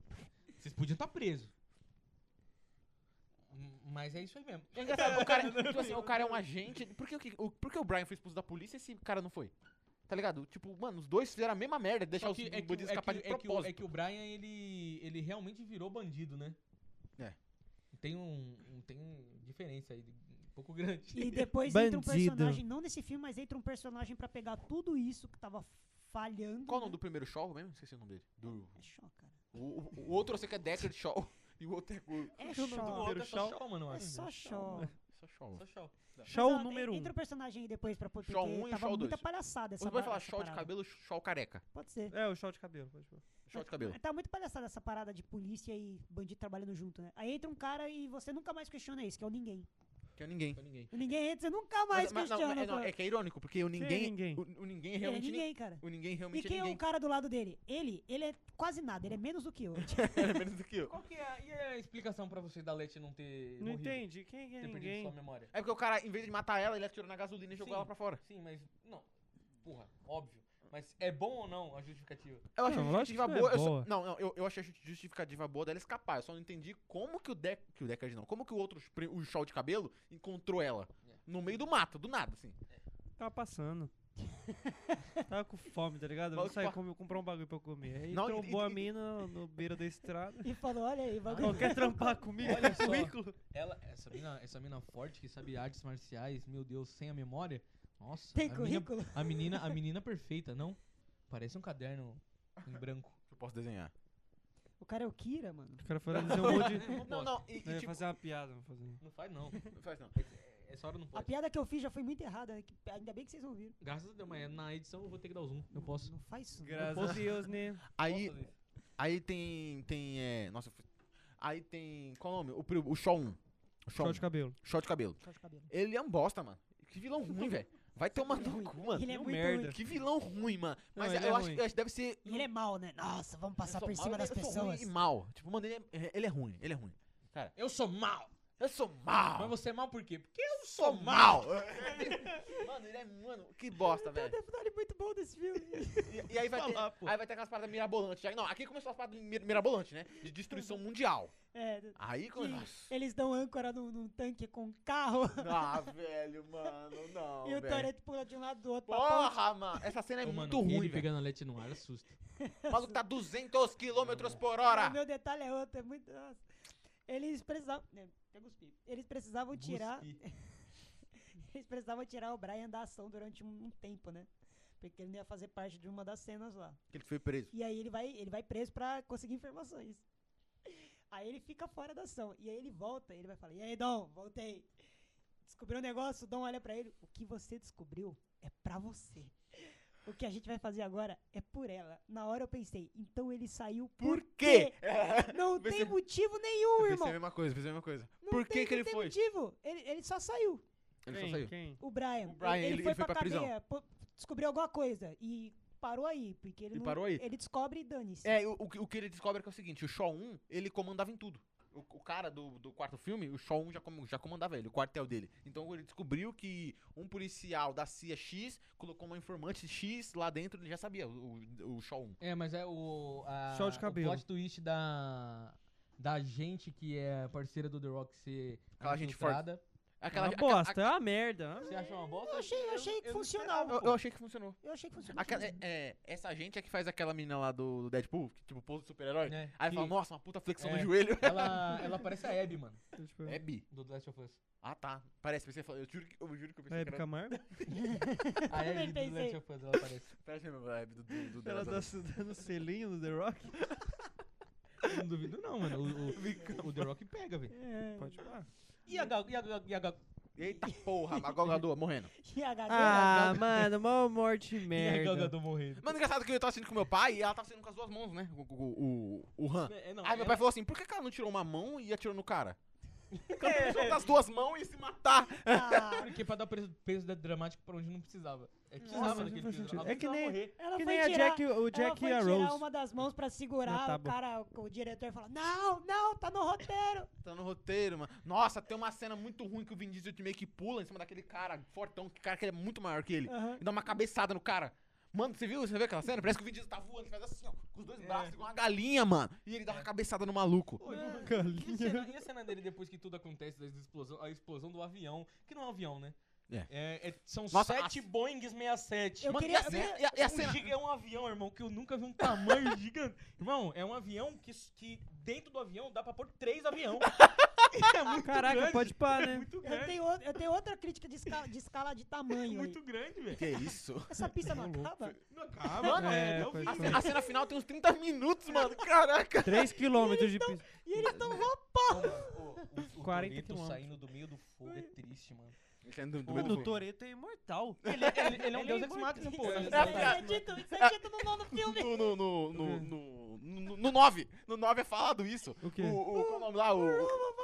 A: Vocês podiam estar presos. M- Mas é isso aí mesmo.
B: É engraçado, o cara, tipo assim, o cara é um agente. Por que, o que- o, por que o Brian foi expulso da polícia e esse cara não foi? Tá ligado? Tipo, mano, os dois fizeram a mesma merda, de deixar
A: Só
B: os
A: que
B: bandidos
A: é que, o- é,
B: escapar
A: que,
B: de
A: é, que o,
B: propósito.
A: é que o Brian, ele, ele realmente virou bandido, né?
B: É.
A: Tem um, um- tem um diferença aí, um pouco grande.
D: E depois entra um
C: Bandido.
D: personagem, não nesse filme, mas entra um personagem pra pegar tudo isso que tava falhando.
B: Qual o
D: né?
B: nome do primeiro Shaw mesmo? Esqueci o nome dele. Do-
D: É Shaw, cara.
B: O, o- o outro eu sei que é Deckard Shaw e o outro é o...
D: É
C: o nome do outro?
D: Shaw.
A: é só show, mano. eu
D: É
A: acho.
D: só Shaw.
B: Só Shaw. um.
A: Só show.
C: Shaw
D: Mas, ó,
C: número 1.
D: Entra o personagem aí depois pra porque
B: Shaw um e
D: tava
B: Shaw
D: muita
B: dois.
D: palhaçada essa
B: Você pode
D: ba-
B: falar
D: essa
B: Shaw de
D: parada.
B: cabelo, Shaw careca.
D: Pode ser.
C: É, o Shaw de cabelo. pode falar.
B: Shaw de cabelo.
D: Tá muito palhaçada essa parada de polícia e bandido trabalhando junto, né? Aí entra um cara e você nunca mais questiona isso, que é o ninguém.
B: Que é o ninguém.
A: Pra ninguém.
D: O ninguém entra, você nunca mais
B: Mas- mas não,
D: questiona.
B: é- não,
D: cara.
B: é que é irônico, porque o
C: Quem é
B: ninguém...
C: ninguém?
B: O, o ninguém
D: Ele é
B: realmente...
D: ninguém, cara.
B: O ninguém
D: E
B: realmente
D: quem
B: é
D: é o
B: ninguém.
D: cara do lado dele? Ele, ele é quase nada, ele é menos do que eu.
B: Ele é menos do que eu.
A: Qual que é, a- e a explicação pra você da Leti não ter
C: Não
A: morrido?
C: entendi. Quem é
A: Ter perdido sua
C: ninguém?
A: memória.
B: É porque o cara, em vez de matar ela, ele atirou na gasolina e jogou
A: Sim.
B: ela pra fora.
A: Sim, mas... Não. Porra, óbvio. Mas é bom ou não a justificativa?
B: Eu achei
C: Não,
B: a
C: lógico
B: justificativa
C: que não é
B: boa. eu só-
C: boa.
B: não, não, eu, eu achei a justi- justificativa boa dela escapar. Eu só não entendi como que o Deck. Que o Deckard não. Como que o outro, pri- o Shaw de cabelo, encontrou ela.
A: É.
B: No meio do mato, do nada, assim.
C: Tava passando. Tava com fome, tá ligado?
B: Mas
C: Vou sair
B: pa-
C: comer, comprar um bagulho pra eu comer. Aí
B: Não, e-
C: trombou
B: e-
C: a
B: e-
C: mina no beira da estrada.
D: e falou, olha aí, bagulho.
C: Não, quer trampar comigo?
A: Olha
C: no
A: só.
C: currículo?
A: Ela, essa mina, essa mina forte que sabe artes marciais, meu Deus, sem a memória. Nossa,
D: Tem
A: a, menina,
D: currículo?
A: a menina, a menina perfeita, não? Parece um caderno em branco.
B: Eu posso desenhar.
D: O cara é o Kira, mano.
C: O cara foi lá dizer um monte de...
A: Não,
B: Não,
A: posso.
B: não, e, e
C: Eu ia
B: tipo.
C: fazer uma piada, vou fazer.
A: Não faz não.
B: Não faz não.
A: Essa hora não
D: A
A: pode.
D: piada que eu fiz já foi muito errada, né? Que- ainda bem que vocês não viram.
A: Graças a Deus, mas na edição eu vou ter que dar o zoom. Eu posso.
D: Não faz isso. não.
C: Graças a Deus, né?
A: Posso
B: Aí,
A: fazer isso.
B: aí tem. Tem. É, nossa. eu fui- Aí tem. Qual o nome? O, pri- o Shaw 1. O Shaw,
C: Shaw
B: 1,
C: de cabelo.
B: Shaw de cabelo.
D: Corte o cabelo.
B: Ele é um bosta, mano. Que vilão ruim, velho. Vai tomar no cu, mano.
D: Ele é
C: Deu
D: muito
C: merda.
D: ruim.
B: Que vilão ruim, mano.
C: Não,
B: Mas
C: ele
B: eu,
C: é
B: acho,
C: ruim.
B: eu acho que deve ser.
D: E ele é mal, né? Nossa, vamos passar por
B: né?
D: cima das pessoas.
B: e mal. Tipo, mano, ele é, ele é ruim, ele é ruim.
A: Eu sou mal.
B: Eu sou mal.
A: Mas você é mal por quê? Porque eu
B: sou
A: sou mal.
B: mal. mano, ele é. Mano, que bosta,
D: Tem um
B: velho.
D: detalhe muito bom desse filme.
B: E, e aí, vai
A: falar,
B: ter,
A: pô.
B: aí vai ter aquelas paradas mirabolantes. Aí, não, aqui começou as paradas mir- mirabolantes, né? De destruição mundial.
D: É,
B: Aí começou.
D: que eles dão âncora num, num tanque com um carro
B: Ah, velho, mano, não.
D: e o
B: velho.
D: Toreto pula de um lado do outro. pra ponte.
B: Porra, mano. Essa cena é
A: Ô,
B: muito
A: mano,
B: ruim,
A: ele
B: velho.
A: pegando a Leti no ar assusta.
B: O maluco tá 200 km por hora.
D: O meu detalhe é outro, é muito. nossa. Eles precisavam. né, eu cuspi. Eles precisavam tirar.
A: Busque.
D: Eles precisavam tirar o Brian da ação durante um, um tempo, né? Porque ele não ia fazer parte de uma das cenas lá.
B: Ele foi preso.
D: E aí ele vai, ele vai preso pra conseguir informações. Aí ele fica fora da ação. E aí ele volta, ele vai falar: E aí, Dom, voltei. Descobriu um negócio, o Dom olha pra ele. O que você descobriu é pra você. O que a gente vai fazer agora é por ela. Na hora eu pensei, então ele saiu por,
B: Por quê?
D: Não
B: Vai
D: tem
B: ser-
D: motivo nenhum,
B: Pensei a
D: irmão.
B: mesma coisa, pensei a mesma coisa.
D: Não
B: Por
D: tem-
B: que que
D: não
B: ele
D: tem
B: foi?
D: motivo. Ele, ele só saiu.
B: Ele só
C: quem?
B: saiu.
C: Quem?
D: O Brian.
B: O Brian,
D: ele,
B: ele-
D: ele foi
B: ele foi
D: pra,
B: pra prisão.
D: cadeia, pô, descobriu alguma coisa e parou aí, porque ele
B: Ele
D: não-
B: parou aí?
D: Ele descobre e dane-se.
B: É, o, o que- o que ele descobre é, que é o seguinte, o Shaw 1, ele comandava em tudo. O, o cara do, do quarto filme, o Shaw 1 já, com- já comandava ele, o quartel dele. Então ele descobriu que um policial da CIA X colocou uma informante X lá dentro, ele já sabia, o, o, o Shaw 1.
A: É, mas é o. A,
C: Show de cabelo.
A: O plot twist da. Da gente que é parceira do The Rock ser.
B: Aquela gente forte.
A: infiltrada.
B: Aquela,
C: Uma
B: aquela-
C: bosta, é uma merda.
A: Você acha uma bosta?
D: Eu achei- eu achei
A: não
D: funcional.
A: esperava,
B: eu,
A: pô.
B: eu achei que funcionou.
D: Eu achei que funcionou.
B: Aquela- é, é, essa gente é que faz aquela menina lá do, do Deadpool, que tipo, pose de super-herói.
A: É,
B: Aí
A: que
B: fala, nossa, uma puta flexão
A: É.
B: no joelho.
A: ela, ela parece a Abby, mano,
C: É, tipo,
B: É bi.
A: do The Last of Us.
B: Ah, tá. Parece, pensei, eu juro que eu, juro que eu pensei
C: é
B: que
C: do
B: era...
C: Camargo?
A: A
D: também
A: Abby do The
D: pensei.
A: Last of Us, ela parece.
B: Parece mesmo a Abby do, do, do
C: Ela
B: Dela
C: tá dando selinho no The Rock?
A: Eu Não duvido não, mano. O, o- o The Rock pega, velho.
D: É.
C: Pode falar.
A: E a Gal, e a Gal, e a Gal,
B: Eita porra, a Gal Gadot morrendo.
D: E a galera.
C: Ah, mano, mó morte
A: e a Gal
C: merda.
A: Gadot morrendo.
B: Mano, engraçado que eu tava assistindo com meu pai e ela tava assistindo com as duas mãos, né? O, o, o, o Han.
A: É, não,
B: Aí meu
A: ela-
B: pai falou assim, por que que ela não tirou uma mão e atirou no cara? Porque ela precisou das duas mãos e se matar.
D: Ah,
A: Porque pra dar peso, peso da- dramático pra onde não precisava. É que precisava
C: Nossa,
A: daquele
C: não faz
A: peso.
C: sentido.
A: Ela
C: É que
A: precisava
C: nem-
A: morrer.
D: ela
C: Que
D: foi
C: nem a
D: tirar,
C: Jack, o
D: ela
C: Jack
D: foi
C: e a
D: tirar
C: Rose.
D: uma das mãos pra segurar,
C: Na
D: o
C: tábua.
D: cara, o diretor fala: Não, não, tá no roteiro.
B: Tá no roteiro, mano. Nossa, tem uma cena muito ruim que o Vin Diesel meio que pula em cima daquele cara fortão, que cara que ele é muito maior que ele.
D: Aham.
B: E dá uma cabeçada no cara. Mano, você viu? Você viu aquela cena? Parece que o Vin Diesel tá voando, ele faz assim, ó, com os dois braços, igual uma galinha, mano. E ele dá uma cabeçada no maluco.
A: então- E a, cena, e a cena dele depois que tudo acontece, da explosão, a explosão do avião, que não é um avião, né?
B: É.
A: É, é- são
B: Nossa,
A: sete
B: a-
A: Boeings 67.
D: Eu
B: Mano, e
D: queria-
B: a
D: eu
B: cena-
D: queria-
B: e a- e a
A: um
B: cena-
A: giga é um avião, irmão, que eu nunca vi um tamanho gigante. Irmão, é um avião que, s- que dentro do avião dá pra pôr três aviões. é muito
C: Caraca,
A: grande.
C: pode pá,
A: É
C: né?
A: muito
D: Eu
A: grande.
D: tenho, o- eu tenho outra crítica de escala de, escala de tamanho. aí.
A: Muito grande, velho.
B: Que isso?
D: Essa pista não acaba?
A: Não acaba,
C: Mano,
A: né?
C: é,
A: Não
C: pode
A: vi,
C: falar.
A: velho.
B: A cena final tem uns 30 minutos, mano. Caraca.
C: 3 quilômetros de pista.
D: E eles estão roubando.
A: O, o
C: 40
A: Toretto
C: quilômetros.
A: saindo do meio do fogo é triste, mano.
C: Mano, o Toreto é imortal.
A: Ele, ele- ele é um deus ex machina, pô. né?
D: Isso é dito, isso é dito no nono filme.
B: No, no, no, no, no, no, no 9. No 9 é falado isso.
C: O quê?
B: O, o, qual é o nome lá? O,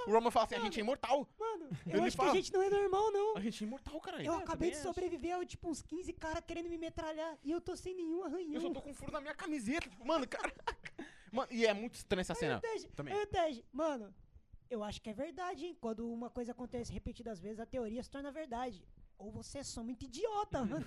B: o Roman fala assim, a gente é imortal.
D: Mano,
B: Ele
D: eu acho que
B: fala.
D: a gente não é normal, não.
B: A gente é imortal, caralho.
D: Eu
A: eu também
D: acabei de
A: acho.
D: sobreviver a tipo uns 15 caras querendo me metralhar e eu tô sem nenhum arranhão.
B: Eu só tô com um furo na minha camiseta. Tipo, mano, caraca. Mano, e é muito estranha essa
D: Aí o
B: cena.
D: Tej-
B: também.
D: aí o Tej, mano, eu acho que é verdade, hein? Quando uma coisa acontece repetidas vezes, a teoria se torna verdade. Ou você é só muito idiota, mano.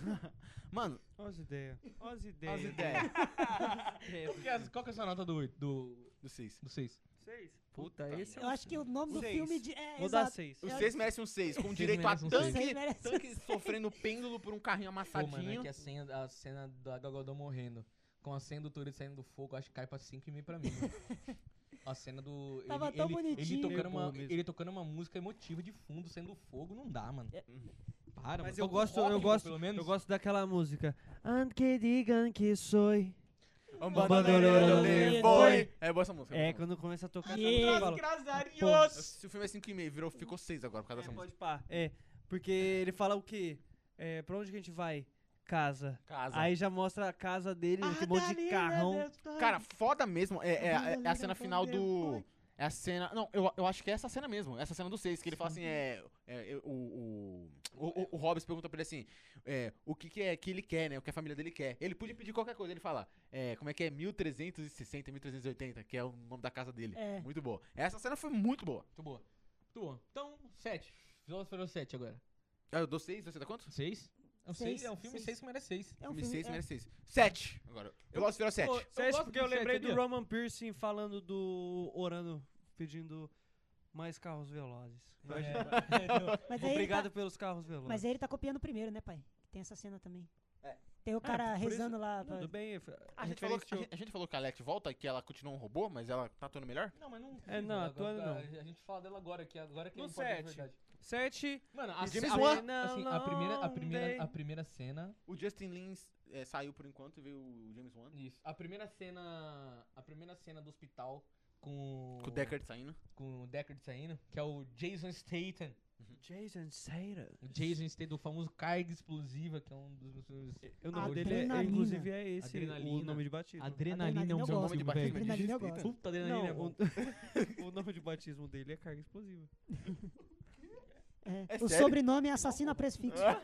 B: Mano, é,
C: Olha as ideias. Olha as ideias.
B: as ideias
A: Qual que é a- Qual que é a sua nota do 8? Do,
B: do 6.
A: do 6?
C: Seis.
A: Puta,
C: Puta, esse é
D: Eu
C: um...
D: acho que o nome do
C: Seis.
D: filme de, é
C: Vou dar
D: exato.
C: seis.
B: O
D: Eu-
B: 6 merece um 6, com
A: Seis
B: direito a
A: merece um seis.
D: Seis
B: tanque,
D: merece um
B: tanque sofrendo pêndulo por um carrinho
A: Pô, mano, é
B: amassadinho.
A: que a cena, a cena da Gagodão morrendo, com a cena do Toreto saindo do fogo, acho que cai pra 5 e meio pra mim. mano. a cena do... Ele,
D: Tava tão
A: ele- ele
D: bonitinho.
A: tocando
C: Meio
A: uma,
C: bom mesmo.
A: ele tocando uma música emotiva de fundo, saindo do fogo, não dá, mano.
D: É.
A: Para, mano.
C: Mas eu
A: Toca um
C: gosto, eu
A: rock,
C: gosto,
A: pelo menos.
C: eu gosto daquela música. And que digam que sou.
B: Um
C: bandoleiro
B: foi. É boa essa música. boa essa música.
C: É, quando começa a tocar
D: Ai,
C: essa música, eu falo,
A: Crasarios!
B: Se o filme é 5,5, virou, ficou 6 agora por causa
C: É,
B: dessa música.
C: pode pá. É, porque ele fala o quê? É, pra onde que a gente vai? Casa.
B: Casa.
C: Aí já mostra a casa
D: Ah,
C: dele, um monte de carrão.
D: tá.
B: Cara, foda mesmo. É, é- é- é a cena final do. É a cena. Não, eu, eu acho que é essa cena mesmo. Essa cena do 6, que ele fala assim: é. é, eu- o, o, o, o Hobbes pergunta pra ele assim: é, o que, que é que ele quer, né? O que a família dele quer. Ele podia pedir qualquer coisa. Ele fala: é, como é que é? 1360, 1380, que é o nome da casa dele.
D: É.
B: Muito boa. Essa cena foi muito boa.
A: Muito boa. Muito boa. Então, 7. Velozes e Furiosos 7 agora.
B: Ah, Eu dou 6, você dá quanto?
A: 6? É um,
D: Seis,
A: seis, é um filme
D: seis.
A: 6 que merece 6.
D: É um
B: Filme
D: filme-
B: 6,
D: é-
B: merece 6. 7! Agora. Eu gosto de virar 7.
C: Você acha porque eu lembrei do Roman Piercing falando do Orano pedindo mais carros velozes.
D: Mas aí ele tá-
C: Obrigado pelos carros velozes.
D: Mas aí ele tá copiando o primeiro, né, pai? Tem essa cena também.
B: É.
D: Tem o cara
C: Ah, por isso- é.
D: rezando lá. pra-
C: Tudo bem,
B: A gente, falou, que- a, gente, a gente falou que a Alex volta, que ela continua um robô, mas ela tá atuando melhor?
A: Não, mas não.
C: É, não,
A: mano,
C: atuando
A: agora-
C: não.
A: A, a gente fala dela agora, que agora que
C: No
A: é importante de
C: sete.
A: verdade.
C: 7.
A: Mano, a,
B: James
A: a-
C: é
B: Wan.
A: assim, a primeira, a primeira, a primeira cena.
B: O Justin Lin eh, saiu por enquanto e veio o James Wan.
A: Isso. A primeira cena. A primeira cena do hospital com.
B: Com o Deckard saindo.
A: Com o Deckard saindo, que é o Jason Statham.
C: Jason Sater.
A: O Jason Statham, do famoso carga explosiva, que é um dos meus filmes.
C: O nome dele, é,
D: Adrenalina.
C: inclusive, é esse o
A: Adrenalina.
C: nome de batismo.
A: Adrenalina é um
D: eu
A: bom
D: gosto.
A: nome de
B: Adrenalina.
A: batismo.
D: Adrenalina eu
B: Justiça.
D: gosto.
A: Puta adrenalina. é
C: Não,
A: bom.
C: o, o nome de batismo dele é carga explosiva.
D: É.
B: É
D: o
B: sério? Ah.
D: sobrenome é assassino a preço fixo.
C: Caralho,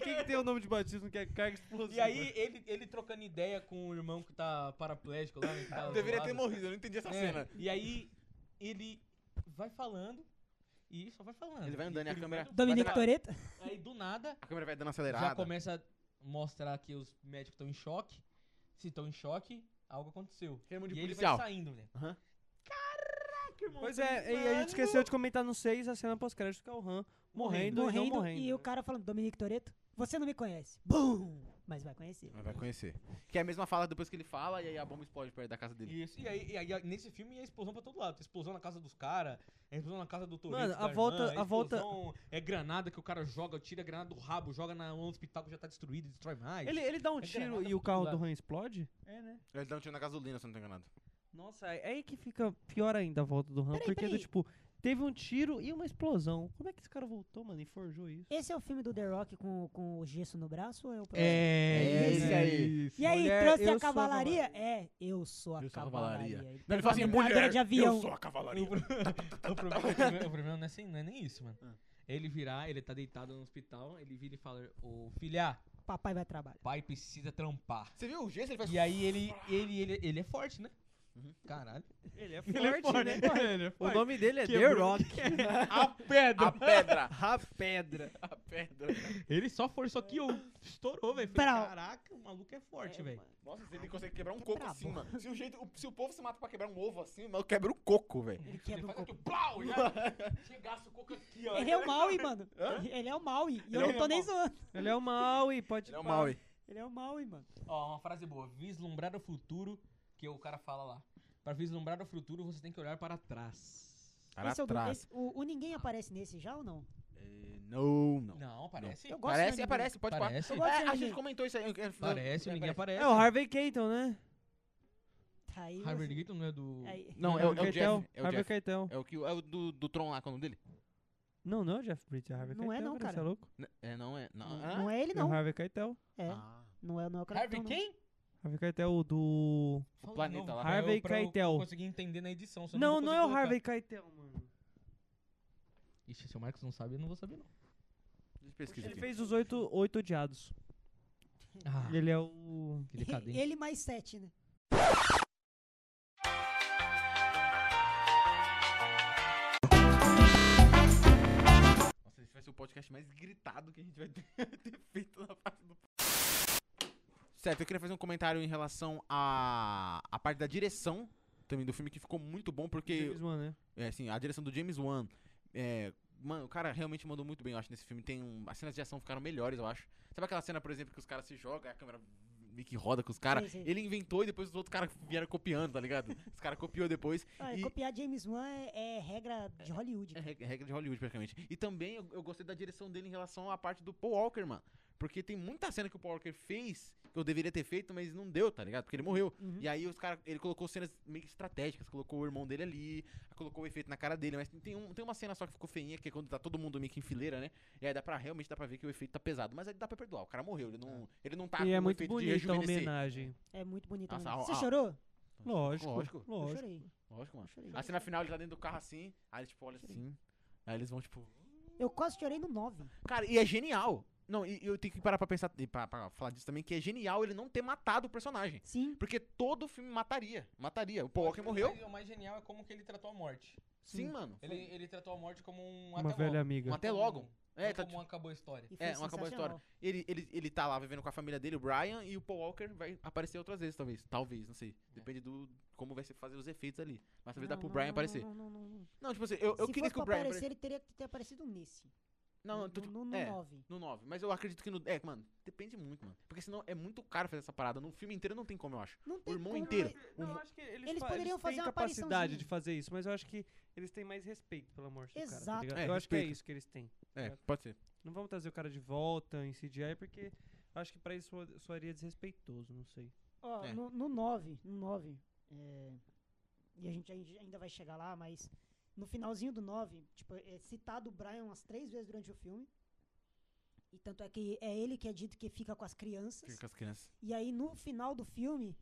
C: quem que tem o nome de batismo que é carga explosiva?
A: E aí, ele, ele trocando ideia com o irmão que tá paraplégico lá. né, que tá
B: Deveria
A: zoado.
B: ter morrido, eu não entendi essa
A: É,
B: cena.
A: E aí, ele vai falando e só vai falando.
B: Ele vai andando e a
A: Ele
B: câmera.
A: vai-
D: Dominique
B: vai-
C: é
D: Toreto.
A: Aí, do nada,
B: A câmera vai dando
A: já
B: acelerada.
A: começa a mostrar que os médicos estão em choque. Se estão em choque, algo aconteceu.
B: Reunião
A: E
B: de
A: ele vai
B: policial.
A: saindo, né?
B: Aham.
A: Caraca, irmão.
C: Pois
A: tá
C: é, e a gente
A: insano.
C: esqueceu de comentar no 6 a cena pós-crédito que é o Han morrendo, e não
D: Morrendo,
C: morrendo. né?
D: e o cara falando, Dominique Toreto, você não me conhece. Bum! Mas vai conhecer.
B: Mas vai conhecer. Que é a mesma fala depois que ele fala e aí a bomba explode perto da casa dele.
A: Isso. E aí, e aí, nesse filme, é explosão pra todo lado. Tem explosão na casa dos caras, é explosão na casa do Toreto,
C: Mano,
A: da
C: a volta-
A: irmã, é
C: a volta-
A: explosão- É granada que o cara joga, tira a granada do rabo, joga na mão do hospital que já tá destruído, e destrói mais.
C: Ele, ele dá um
A: É
C: tiro
A: granada
C: e
A: pra
C: o
A: todo
C: carro
A: lado.
C: do Han explode? É, né?
B: Ele dá um tiro na gasolina, se eu não tô enganado.
C: Nossa, é aí que fica pior ainda a volta do Han,
D: Peraí,
C: porque do
D: peraí.
C: tipo, teve um tiro e uma explosão. Como é que esse cara voltou, mano, e forjou isso?
D: Esse é o filme do The Rock com, com o gesso no braço ou é o próximo?
A: É,
B: É esse aí.
D: E aí,
C: Mulher, eu
D: trouxe
C: sou
D: a cavalaria? É, eu sou a
B: Eu sou a cavalaria.
D: cavalaria.
B: Não, ele fala assim, mulher,
D: de avião.
B: eu sou a cavalaria.
A: O, pro- o problema, o problema- o problema não, é assim, não é nem isso, mano.
C: Ah.
A: Ele virar, ele tá deitado no hospital, ele vira e fala, ô filha,
D: Papai vai trabalhar.
A: pai precisa trampar.
B: Você viu o gesso? Ele faz...
A: E aí ele, ele, ele, ele é forte, né?
F: Caralho.
C: Ele é
F: Ele é
C: forte, né?
F: forte.
A: Ele é
F: O
A: forte.
F: nome dele é The
A: Quebrou.
F: Rock.
B: A pedra! A pedra!
F: A pedra.
B: A pedra.
A: Ele só forçou aqui, ó, estourou, velho. Falei,
D: Brau.
A: Caraca, o maluco é forte, velho.
B: Nossa, se ele consegue quebrar um coco
D: Brabo.
B: assim, mano. Se o, jeito, o- se o povo se mata pra quebrar um ovo assim, mano, quebra o coco, velho.
D: Ele
A: Ele
D: quebra o
A: faz
D: coco.
A: aqui, plau, já chegaça o coco aqui, ó.
D: Ele é o Maui, mano. Ele é o Maui. E eu
B: é
D: não tô
B: o
D: nem
B: Maui.
D: zoando.
C: Ele é o Maui, pode
B: Ele é o
C: pá.
B: Maui.
D: Ele é o Maui, mano.
A: Ó, uma frase boa. Vislumbrar o futuro, que o cara fala lá. Pra vislumbrar o futuro, você tem que olhar para trás.
D: Esse é o, do- esse- o, o ninguém aparece nesse já ou não?
B: Eh, Não, não.
A: Não, parece.
D: Eu gosto
B: Parece,
D: de anime.
B: aparece, pode parar.
A: Parece.
D: gosto de
B: É, a
D: anime.
B: gente comentou isso aí. eu quero-
A: Parece,
B: É,
A: ninguém aparece.
C: É o Harvey Keitel, né?
D: Tá Aí,
A: Harvard
D: você-
A: Gator não é do...
D: aí-
B: Não, é o, é o
C: Harvey
B: Jeff.
C: Keitel,
B: É o
C: Harvey
B: Jeff.
C: Keitel.
B: É o, que, é o do, do Tron lá, qual é o nome dele?
C: Não, não é o Jeff Bridges, é o Harvey
D: Não é
C: Keitel,
D: não,
C: cara, você
D: cara.
C: é louco?
B: N- É, não é. Não,
D: não,
B: Hã?
D: não é ele,
C: É o
D: não.
C: Harvey Keitel.
D: É,
B: Ah.
D: não é, não é o
A: Harvey
D: capitão, não.
A: quem?
C: Harvey Keitel, é o do...
A: Fala de
B: planeta
A: novo,
B: lá.
A: pra eu-
C: Harvey
A: pra eu
C: Keitel.
A: conseguir entender na edição. senão eu
C: Não, não
A: vou
C: é o
A: conseguir
C: Harvey Keitel, mano.
A: colocar. Ixi, se o Marcos não sabe, eu não vou saber, não.
B: Deixa eu pesquisar
C: Ele
B: aqui.
C: fez os oito, oito odiados.
A: Ah,
C: Ele é o...
A: que decadente.
D: Ele mais sete, né?
B: Nossa, esse vai ser o podcast mais gritado que a gente vai ter, ter feito na parte do. Certo, eu queria fazer um comentário em relação à a parte da direção também do filme, que ficou muito bom, porque
C: James Wan, né?
B: é, assim, a direção do James Wan. É, mano, o cara realmente mandou muito bem, eu acho, nesse filme. Tem um, as cenas de ação ficaram melhores, eu acho. Sabe aquela cena, por exemplo, que os caras se jogam, aí a câmera meio que roda com os caras?
D: Sim, sim.
B: Ele inventou e depois os outros caras vieram copiando, tá ligado? Os caras copiou depois.
D: Ah,
B: E-
D: Copiar James Wan é, é regra de Hollywood.
B: É
D: cara.
B: reg- regra de Hollywood, praticamente. E também eu, eu gostei da direção dele em relação à parte do Paul Walker, mano. Porque tem muita cena que o Paul Walker fez, que eu deveria ter feito, mas não deu, tá ligado? Porque ele morreu.
D: Uhum.
B: E aí os caras, ele colocou cenas meio que estratégicas, colocou o irmão dele ali, colocou o efeito na cara dele, mas tem, um, tem uma cena só que ficou feinha, que é quando tá todo mundo meio que em fileira, né? E aí dá pra, realmente dá pra ver que o efeito tá pesado, mas aí dá pra perdoar, o cara morreu, ele não, ele não tá
C: E
B: com
C: é
B: o
C: muito
B: efeito
C: bonita a
B: de rejuvenescer.
C: homenagem.
D: É muito bonito.
B: Uhum. Nossa,
D: né?
B: a-
D: Você
B: a-
D: chorou?
C: Lógico,
B: Lógico.
C: lógico.
D: Eu chorei.
B: Lógico, mano.
D: Chorei.
B: A cena final, ele tá dentro do carro assim, aí eles tipo, olha assim, aí eles vão tipo...
D: Eu quase chorei no 9.
B: Cara, e é genial. Não, e e eu tenho que parar pra pensar, e pra, pra falar disso também, que é genial ele não ter matado o personagem.
D: Sim.
B: Porque todo filme mataria. Mataria. O Paul Walker
A: Mas
B: morreu.
A: O mais genial é como que ele tratou a morte.
B: Sim, mano.
A: Ele, ele tratou a morte como um
C: Uma
A: até
C: velha
A: logo.
C: amiga.
B: Um até logo.
A: Não
B: É, tá,
A: como
B: tipo,
A: acabou a história.
D: E foi
B: é, não acabou a história.
D: sensacional.
B: Ele, ele, ele tá lá vivendo com a família dele, o Brian, e o Paul Walker vai aparecer outras vezes, talvez. Talvez, não sei. Depende do como vai ser fazer os efeitos ali. Mas talvez dá
D: Não,
B: pro
D: não,
B: Brian
D: não,
B: aparecer.
D: não, não, não, não.
B: Não, tipo assim, eu, eu
D: Se
B: queria
D: fosse
B: que o
D: pra
B: Brian. aparecesse-
D: aparecer, ele teria que ter aparecido nesse.
B: Não, eu tô,
D: no,
B: tipo,
D: no, no
B: é.
D: 9.
B: No 9. Mas eu acredito que no. É, mano, depende muito, mano. Porque senão é muito caro fazer essa parada. No filme inteiro não tem como, eu acho.
D: Não é- tem
B: irmão
D: como,
B: inteiro.
D: mas-
C: Não,
B: Um-
C: eu acho que eles,
D: Eles
C: fa-
D: poderiam
C: têm
D: fazer uma
C: capacidade
D: apariçãozinha.
C: de fazer isso, mas eu acho que eles têm mais respeito pela morte do cara.
D: Exato.
C: Tá ligado?
B: É,
C: eu acho que é
B: respeito.
C: isso que eles têm.
B: É,
C: É.
B: pode ser.
C: Não vamos trazer o cara de volta em CGI, porque eu acho que pra isso soa- soaria desrespeitoso, não sei.
D: Ó,
B: É.
D: no, no 9, no 9, é, e a gente ai- ainda vai chegar lá, mas no finalzinho do 9, tipo, é citado o Brian umas três vezes durante o filme. E tanto é que é ele que é dito que fica com as crianças.
B: Fica com as crianças.
D: E aí no final do filme,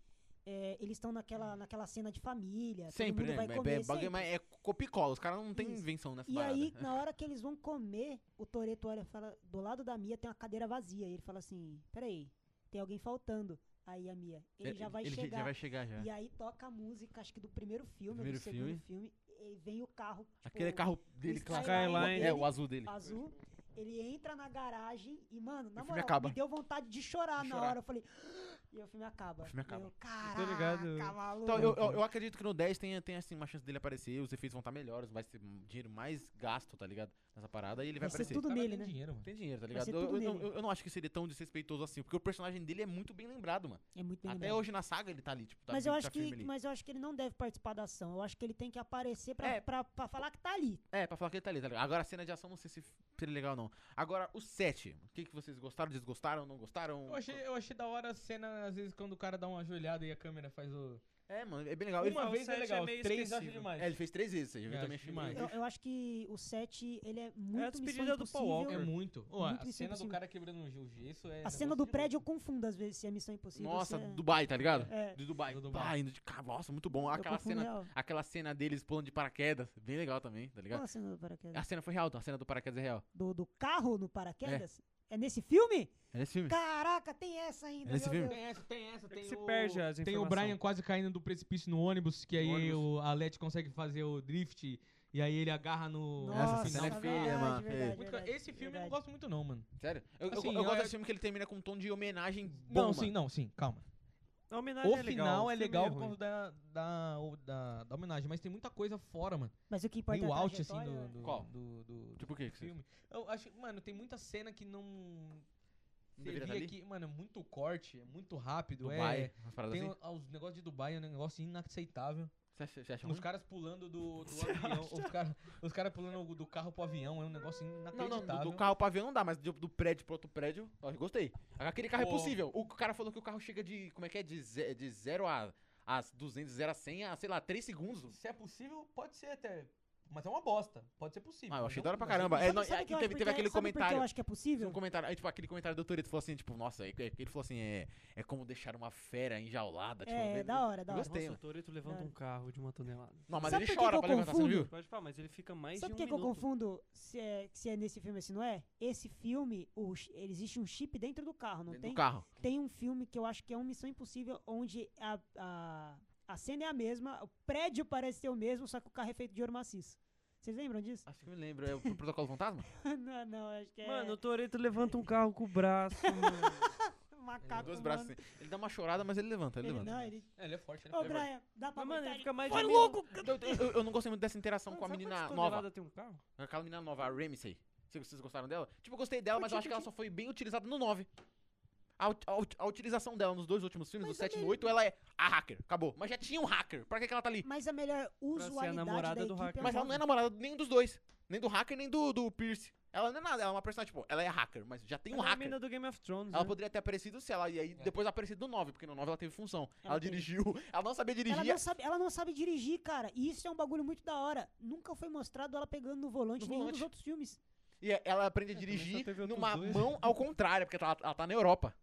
D: é, eles estão naquela, naquela cena de família.
B: Sempre,
D: todo mundo
B: né?
D: vai
B: É-
D: comer,
B: é, bagulho,
D: sempre.
B: mas é copicola. Os caras não têm
D: Isso.
B: invenção nessa
D: E
B: parada.
D: aí, na hora que eles vão comer, o Toreto olha e fala: do lado da Mia tem uma cadeira vazia. E ele fala assim: peraí, tem alguém faltando. Aí a Mia, ele, já vai
B: É, ele
D: chegar.
B: já vai chegar já.
D: E aí toca a música, acho que do primeiro filme, ou
B: É. Primeiro
D: do segundo filme. e vem o carro. tipo,
B: Aquele carro dele
D: o
B: clássico.
C: Skyline.
B: É, o azul dele.
D: Azul. Ele entra na garagem e, mano, na
B: o filme
D: moral,
B: acaba.
D: me deu vontade de chorar,
B: De
D: na
B: chorar.
D: hora. Eu falei. "Ah!" E o filme acaba.
B: O filme acaba.
D: Eu, Caraca,
C: ligado.
D: maluco.
B: Então, eu, eu, eu acredito que no 10 tem, tem assim, uma chance dele aparecer, os efeitos vão estar melhores, vai ser um dinheiro mais gasto, tá ligado? Nessa parada, e ele vai,
D: Vai ser
B: aparecer.
D: tudo
A: O cara
D: nele,
A: tem
D: né?
A: dinheiro, mano.
B: Tem dinheiro, tá
D: Vai ser
B: ligado? Eu, eu,
D: tudo
B: não-
D: nele.
B: eu- eu não acho que seria tão desrespeitoso assim, porque o personagem dele é muito bem lembrado, mano.
D: É muito bem
B: Até
D: lembrado.
B: hoje na saga ele tá ali, tipo, tá,
D: mas eu
B: tá
D: acho
B: firme
D: que
B: ali.
D: mas eu acho que ele não deve participar da ação eu acho que ele tem que aparecer pra,
B: É.
D: pra, pra falar que tá ali
B: É, pra falar que ele tá ali, tá ligado? Agora a cena de ação, não sei se seria legal ou não. Agora, o 7. O que, que vocês gostaram, desgostaram, não gostaram?
A: Eu achei, eu achei da hora a cena, às vezes, quando o cara dá uma ajoelhada e a câmera faz o.
B: É, mano, é bem legal. Ele-
A: Uma
C: o
A: vez é
C: set é
A: legal,
C: meio
A: três eu acho
C: esquecível.
A: demais.
B: É, ele fez três vezes, isso aí, eu
A: É, acho
B: também achei
A: demais.
B: demais.
D: eu, eu acho que o 7 ele é muito
C: a
D: Missão
C: despedida do Paul
D: Impossível.
A: É
C: Walker.
A: muito. Ó, a
D: Muito isso é
A: cena do
D: impossível.
A: cara quebrando o gesso é.
D: a cena
A: negócio
D: do
A: de
D: prédio eu
A: louco.
D: confundo às vezes se é Missão Impossível
B: Nossa,
D: se é...
B: Dubai, tá ligado?
D: É.
B: De Dubai.
A: Do Dubai.
B: Dubai. indo de carro. Nossa, muito bom.
D: eu
B: Aquela
D: confundo
B: cena, Tá
D: real.
B: aquela cena deles pulando de paraquedas. Bem legal também, tá ligado?
D: Qual a cena do
B: A
D: paraquedas?
B: cena foi real, a cena do paraquedas é real.
D: Do, do carro no paraquedas? É nesse filme?
B: É esse filme.
D: Caraca, tem essa ainda.
B: É nesse filme?
D: meu Deus.
A: Tem essa, tem essa, tem
C: se
A: o...
C: É perde as
F: Tem o
C: informações.
F: Brian quase caindo do precipício no ônibus, que aí
B: No ônibus.
F: o Alete consegue fazer o drift e aí ele agarra no.
D: Nossa,
B: Essa cena é
D: verdade,
B: feia, mano.
D: verdade,
B: Feia.
F: Muito ca-
D: verdade,
F: Esse filme eu não
D: verdade.
F: gosto muito, não, mano.
B: Sério? Eu, eu-
F: Assim,
B: eu
F: eu-
B: gosto
F: eu-
B: desse filme que ele termina com um tom de homenagem bom,
F: não,
B: mano.
F: sim, não, sim, calma.
C: A homenagem
F: O
C: é legal,
F: final
C: o
F: é
C: filme
F: legal por
C: ruim.
F: causa da, da, o- da, da homenagem, mas tem muita coisa fora, mano.
D: Mas o que importa
F: Meio
D: é a
F: out, assim,
D: trajetória,
F: do,
D: né?
F: do,
B: Qual?
F: do, do-
B: Tipo o que
F: do
B: que você-
F: filme. Eu acho, mano, tem muita cena que não.
B: Não deveria tá
F: Você via
B: ali?
F: que, mano, é muito corte, é muito rápido,
B: Dubai,
F: é.
B: umas paradas
F: Tem
B: assim.
F: o- ah, os negócios de Dubai, é um negócio inaceitável.
B: Você acha, você acha
F: Os
B: ruim?
F: caras pulando do, do avião, os caras os cara pulando do carro pro avião, é um negócio
B: Não, não,
F: inacreditável.
B: do, do carro pro avião não dá, mas do, do prédio pro outro prédio, ó, eu gostei. Aquele carro é
A: Pô.
B: possível. O cara falou que o carro chega de, como é que é, de 0 de zero a, a 200, 0 a 100 a, sei lá, 3 segundos.
A: Se é possível, pode ser até. Mas é uma bosta. Pode ser possível.
B: Ah, eu
A: mas
B: achei
A: é
B: da hora
A: um-
B: pra
A: mas é um-
B: caramba. É,
D: Sabe-
B: não,
D: sabe
B: aqui
D: que
B: teve,
D: eu
B: teve
D: acho porque-
B: aquele
D: sabe por que
B: comentário.
D: eu acho que é possível?
B: Um comentário, aí, tipo, aquele comentário do Toreto falou assim, tipo, nossa, é- é- ele falou assim, é, é como deixar uma fera enjaulada. Tipo,
D: É,
B: ele-
D: da hora, da hora.
B: Gostei,
C: Nossa, o
B: mano.
C: Toreto levanta um carro de uma tonelada.
B: Não, mas
D: Sabe
B: ele
D: por que que
B: chora
D: eu
B: pra levantar, você
D: confundo?
B: viu?
C: Pode falar, mas ele fica mais
D: Sabe por
C: de um
D: que, que eu
C: minuto.
D: confundo se é, se é nesse filme e se não é? Esse filme, o, chi- existe um chip dentro do carro, não
B: Dentro
D: tem?
B: do carro.
D: Tem um filme que eu acho que é um Missão Impossível, onde a, a, a cena é a mesma, o prédio parece ser o mesmo, só que o carro é feito de ouro maciço. Vocês lembram disso?
B: Acho que eu me lembro, é o pro- protocolo fantasma?
D: não, não, acho que é
C: Mano, o Toreto levanta um carro com o braço, mano.
D: macaco.
B: Dois
D: humano.
B: braços assim. Ele dá uma chorada, mas ele levanta, ele,
D: Tá Ele,
B: levanta.
D: não, ele...
A: É, ele é forte, ele é
D: Ô,
A: forte.
D: Brian, dá pra
C: Mas, mano,
D: aumentar
C: ele
D: aí?
C: fica mais
D: Foi
C: de meia-
D: louco!
B: Eu, eu- eu não gostei muito dessa interação
C: Mano,
B: com a
C: sabe
B: menina
C: quantas
B: nova.
C: toneladas tem um carro?
B: Aquela menina nova, a Ramsey. Vocês vocês gostaram dela? Tipo, eu gostei dela, mas eu
D: Curti,
B: acho que ela só foi bem utilizada no 9. A, ut- a ut- a utilização dela nos dois últimos filmes,
D: Mas
B: do 7 e
D: também-
B: no 8, ela é a hacker. Acabou. Mas já tinha um hacker. Pra que, que ela tá ali?
D: Mas a melhor usualidade
C: namorada do
D: da equipe
C: hacker.
D: é o
B: Mas ela não é
D: nome.
B: namorada de nenhum dos dois. Nem do hacker, nem do, do Pierce. Ela não é nada. Ela é uma personagem, tipo, ela é hacker, mas já tem um
C: Ela é a
B: hacker.
C: mina do Game of Thrones,
B: Ela
C: né?
B: poderia ter aparecido se ela. E aí depois aparecido no 9, porque no 9 ela teve função. Ela,
D: Ela teve.
B: dirigiu. Ela não sabia dirigir.
D: Ela não, sabe, ela não sabe dirigir, cara. E isso é um bagulho muito da hora. Nunca foi mostrado ela pegando no volante
B: No
D: em nenhum
B: volante.
D: dos outros filmes.
B: E a- ela aprende a
C: também só
B: dirigir
C: teve outros
B: numa
C: dois.
B: mão ao contrário, porque ela, ela tá na Europa.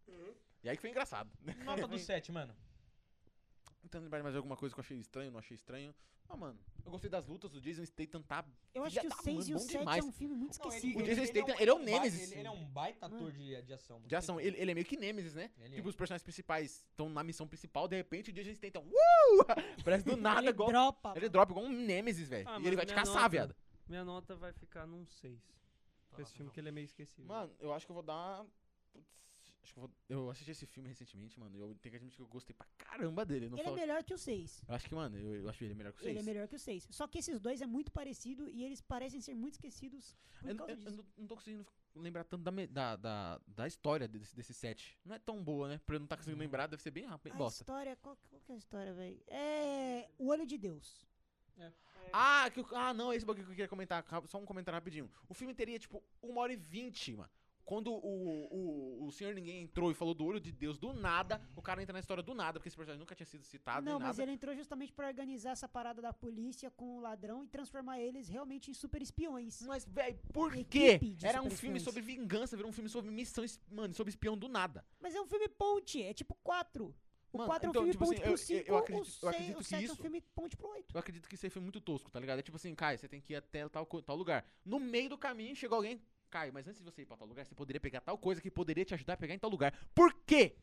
B: E aí que foi engraçado.
A: Nota do 7, mano.
B: Tentando lembrar de mais alguma coisa que eu achei estranho, não achei estranho. Ah, mano, eu gostei das lutas, o Jason Statham tá...
D: Eu acho
B: Filha
D: que
B: da
D: o 6
B: mãe,
D: e o
B: bom
D: 7
B: demais.
D: é um filme muito
A: Não, ele-
D: esquecido.
B: O Jason
A: ele é um-
B: Statham, ele é um
A: ele é um
B: Nemesis.
A: baita-
B: Ah.
A: Ele, ele é um baita ator de, de ação. mano.
B: De ação, ele, ele é meio que Nemesis, né?
A: Ele é.
B: tipo, os personagens principais estão na missão principal, de repente o Jason Statham... Uh! Parece do nada,
D: ele
B: igual...
D: dropa.
B: Ele dropa igual um Nemesis, velho.
C: Ah,
B: e
C: mas
B: ele vai te
C: minha
B: caçar,
C: nota-
B: viado. Tá.
C: Minha nota vai ficar num 6. Pra esse filme que ele é meio esquecido.
B: Mano, eu acho que eu vou dar... Putz, acho que eu vou... Eu assisti esse filme recentemente, mano, e eu tenho que admitir que eu gostei pra caramba dele. Não
D: Ele é
B: falo-
D: melhor que o 6.
B: Eu acho que, mano, eu, eu acho ele melhor que vocês.
D: Ele é melhor que o 6. Só que esses dois é muito parecido e eles parecem ser muito esquecidos por
B: Eu,
D: causa
B: eu- eu
D: disso.
B: não- não tô conseguindo f- lembrar tanto da, me- da, da, da história desse, desse set. Não é tão boa, né? Pra eu não tá conseguindo lembrar, deve ser bem rápido, bem
D: a
B: bosta.
D: história, qual, qual que é a história, velho? É. O Olho de Deus.
B: Ah, que, o- ah, não, esse bagulho que eu queria comentar. rap- Só um comentário rapidinho. O filme teria, tipo, uma hora e vinte, mano. Quando o, o, o Senhor Ninguém entrou e falou do olho de Deus do nada, o cara entra na história do nada, porque esse personagem nunca tinha sido citado
D: não,
B: nem
D: mas
B: Ah, nada.
D: ele entrou justamente pra organizar essa parada da polícia com o ladrão e transformar eles realmente em super espiões.
B: Mas, velho, por quê?
D: é Equipe de
B: Era um filme
D: super-espiões.
B: sobre vingança, virou um filme sobre missão, es- mano, sobre espião do nada.
D: Mas é um filme ponte, é tipo 4. O
B: Mano,
D: 4
B: então,
D: é um filme
B: tipo assim, eu-
D: ponte pro
B: eu-
D: 5,
B: eu
D: o,
B: acredito- eu
D: 6,
B: acredito
D: o
B: que
D: 7 é um
B: isso-
D: filme ponte pro 8.
B: Eu acredito que isso aí foi muito tosco, tá ligado? É tipo assim, Kai, você tem que ir até tal, co- tal lugar. No meio do caminho chegou alguém. Kai, mas antes de você ir pra tal lugar, você poderia pegar tal coisa que poderia te ajudar a pegar em tal lugar. Por quê?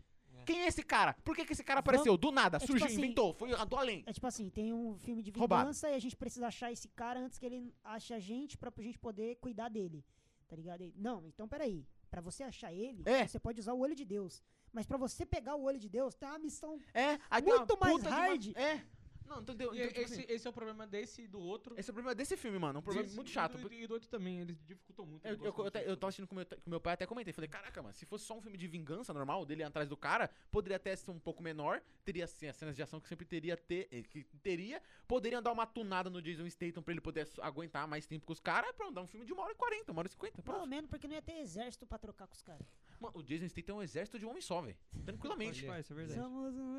B: Quem é esse cara? Por que, que esse cara
D: Vam-
B: apareceu? Do nada,
D: É tipo
B: surgiu,
D: assim-
B: inventou, foi do além.
D: É tipo assim, tem um filme de vingança
B: Roubado.
D: e a gente precisa achar esse cara antes que ele ache a gente pra gente poder cuidar dele. Tá ligado? E- Não, então peraí. Pra você achar ele,
B: É.
D: você pode usar o olho de Deus. Mas pra você pegar o olho de Deus, tem uma missão.
B: É, aí tem uma
D: Muito mais
B: puta de uma-
D: hard.
B: É. Não, então, deu-
F: E
B: então, tipo
F: esse,
B: assim,
F: esse é o problema desse e do
A: assim,
F: outro.
B: esse é o problema desse filme, mano. É um problema
F: Desse-
B: muito chato.
F: E do, e do outro também, eles dificultam muito. o
B: Eu, eu,
F: negócio
B: eu, até-
F: muito.
B: eu tava assistindo com meu, ta- com meu pai, até comentei. Falei, caraca, mano, se fosse só um filme de vingança normal, dele atrás do cara, poderia até ser um pouco menor. Teria assim, as cenas de ação que sempre teria. Ter, eh, que teria. Poderiam dar uma tunada no Jason Statham pra ele poder ass- aguentar mais tempo com os caras. Pronto, dá um filme de uma hora e quarenta, uma hora e cinquenta.
D: Pelo
B: Pronto.
D: menos porque não ia ter exército pra trocar com os caras.
B: Mano, o Jason Statham é um exército de um homem só, velho. Tranquilamente.
F: Olha.
C: Ah, isso é verdade.
D: Somos um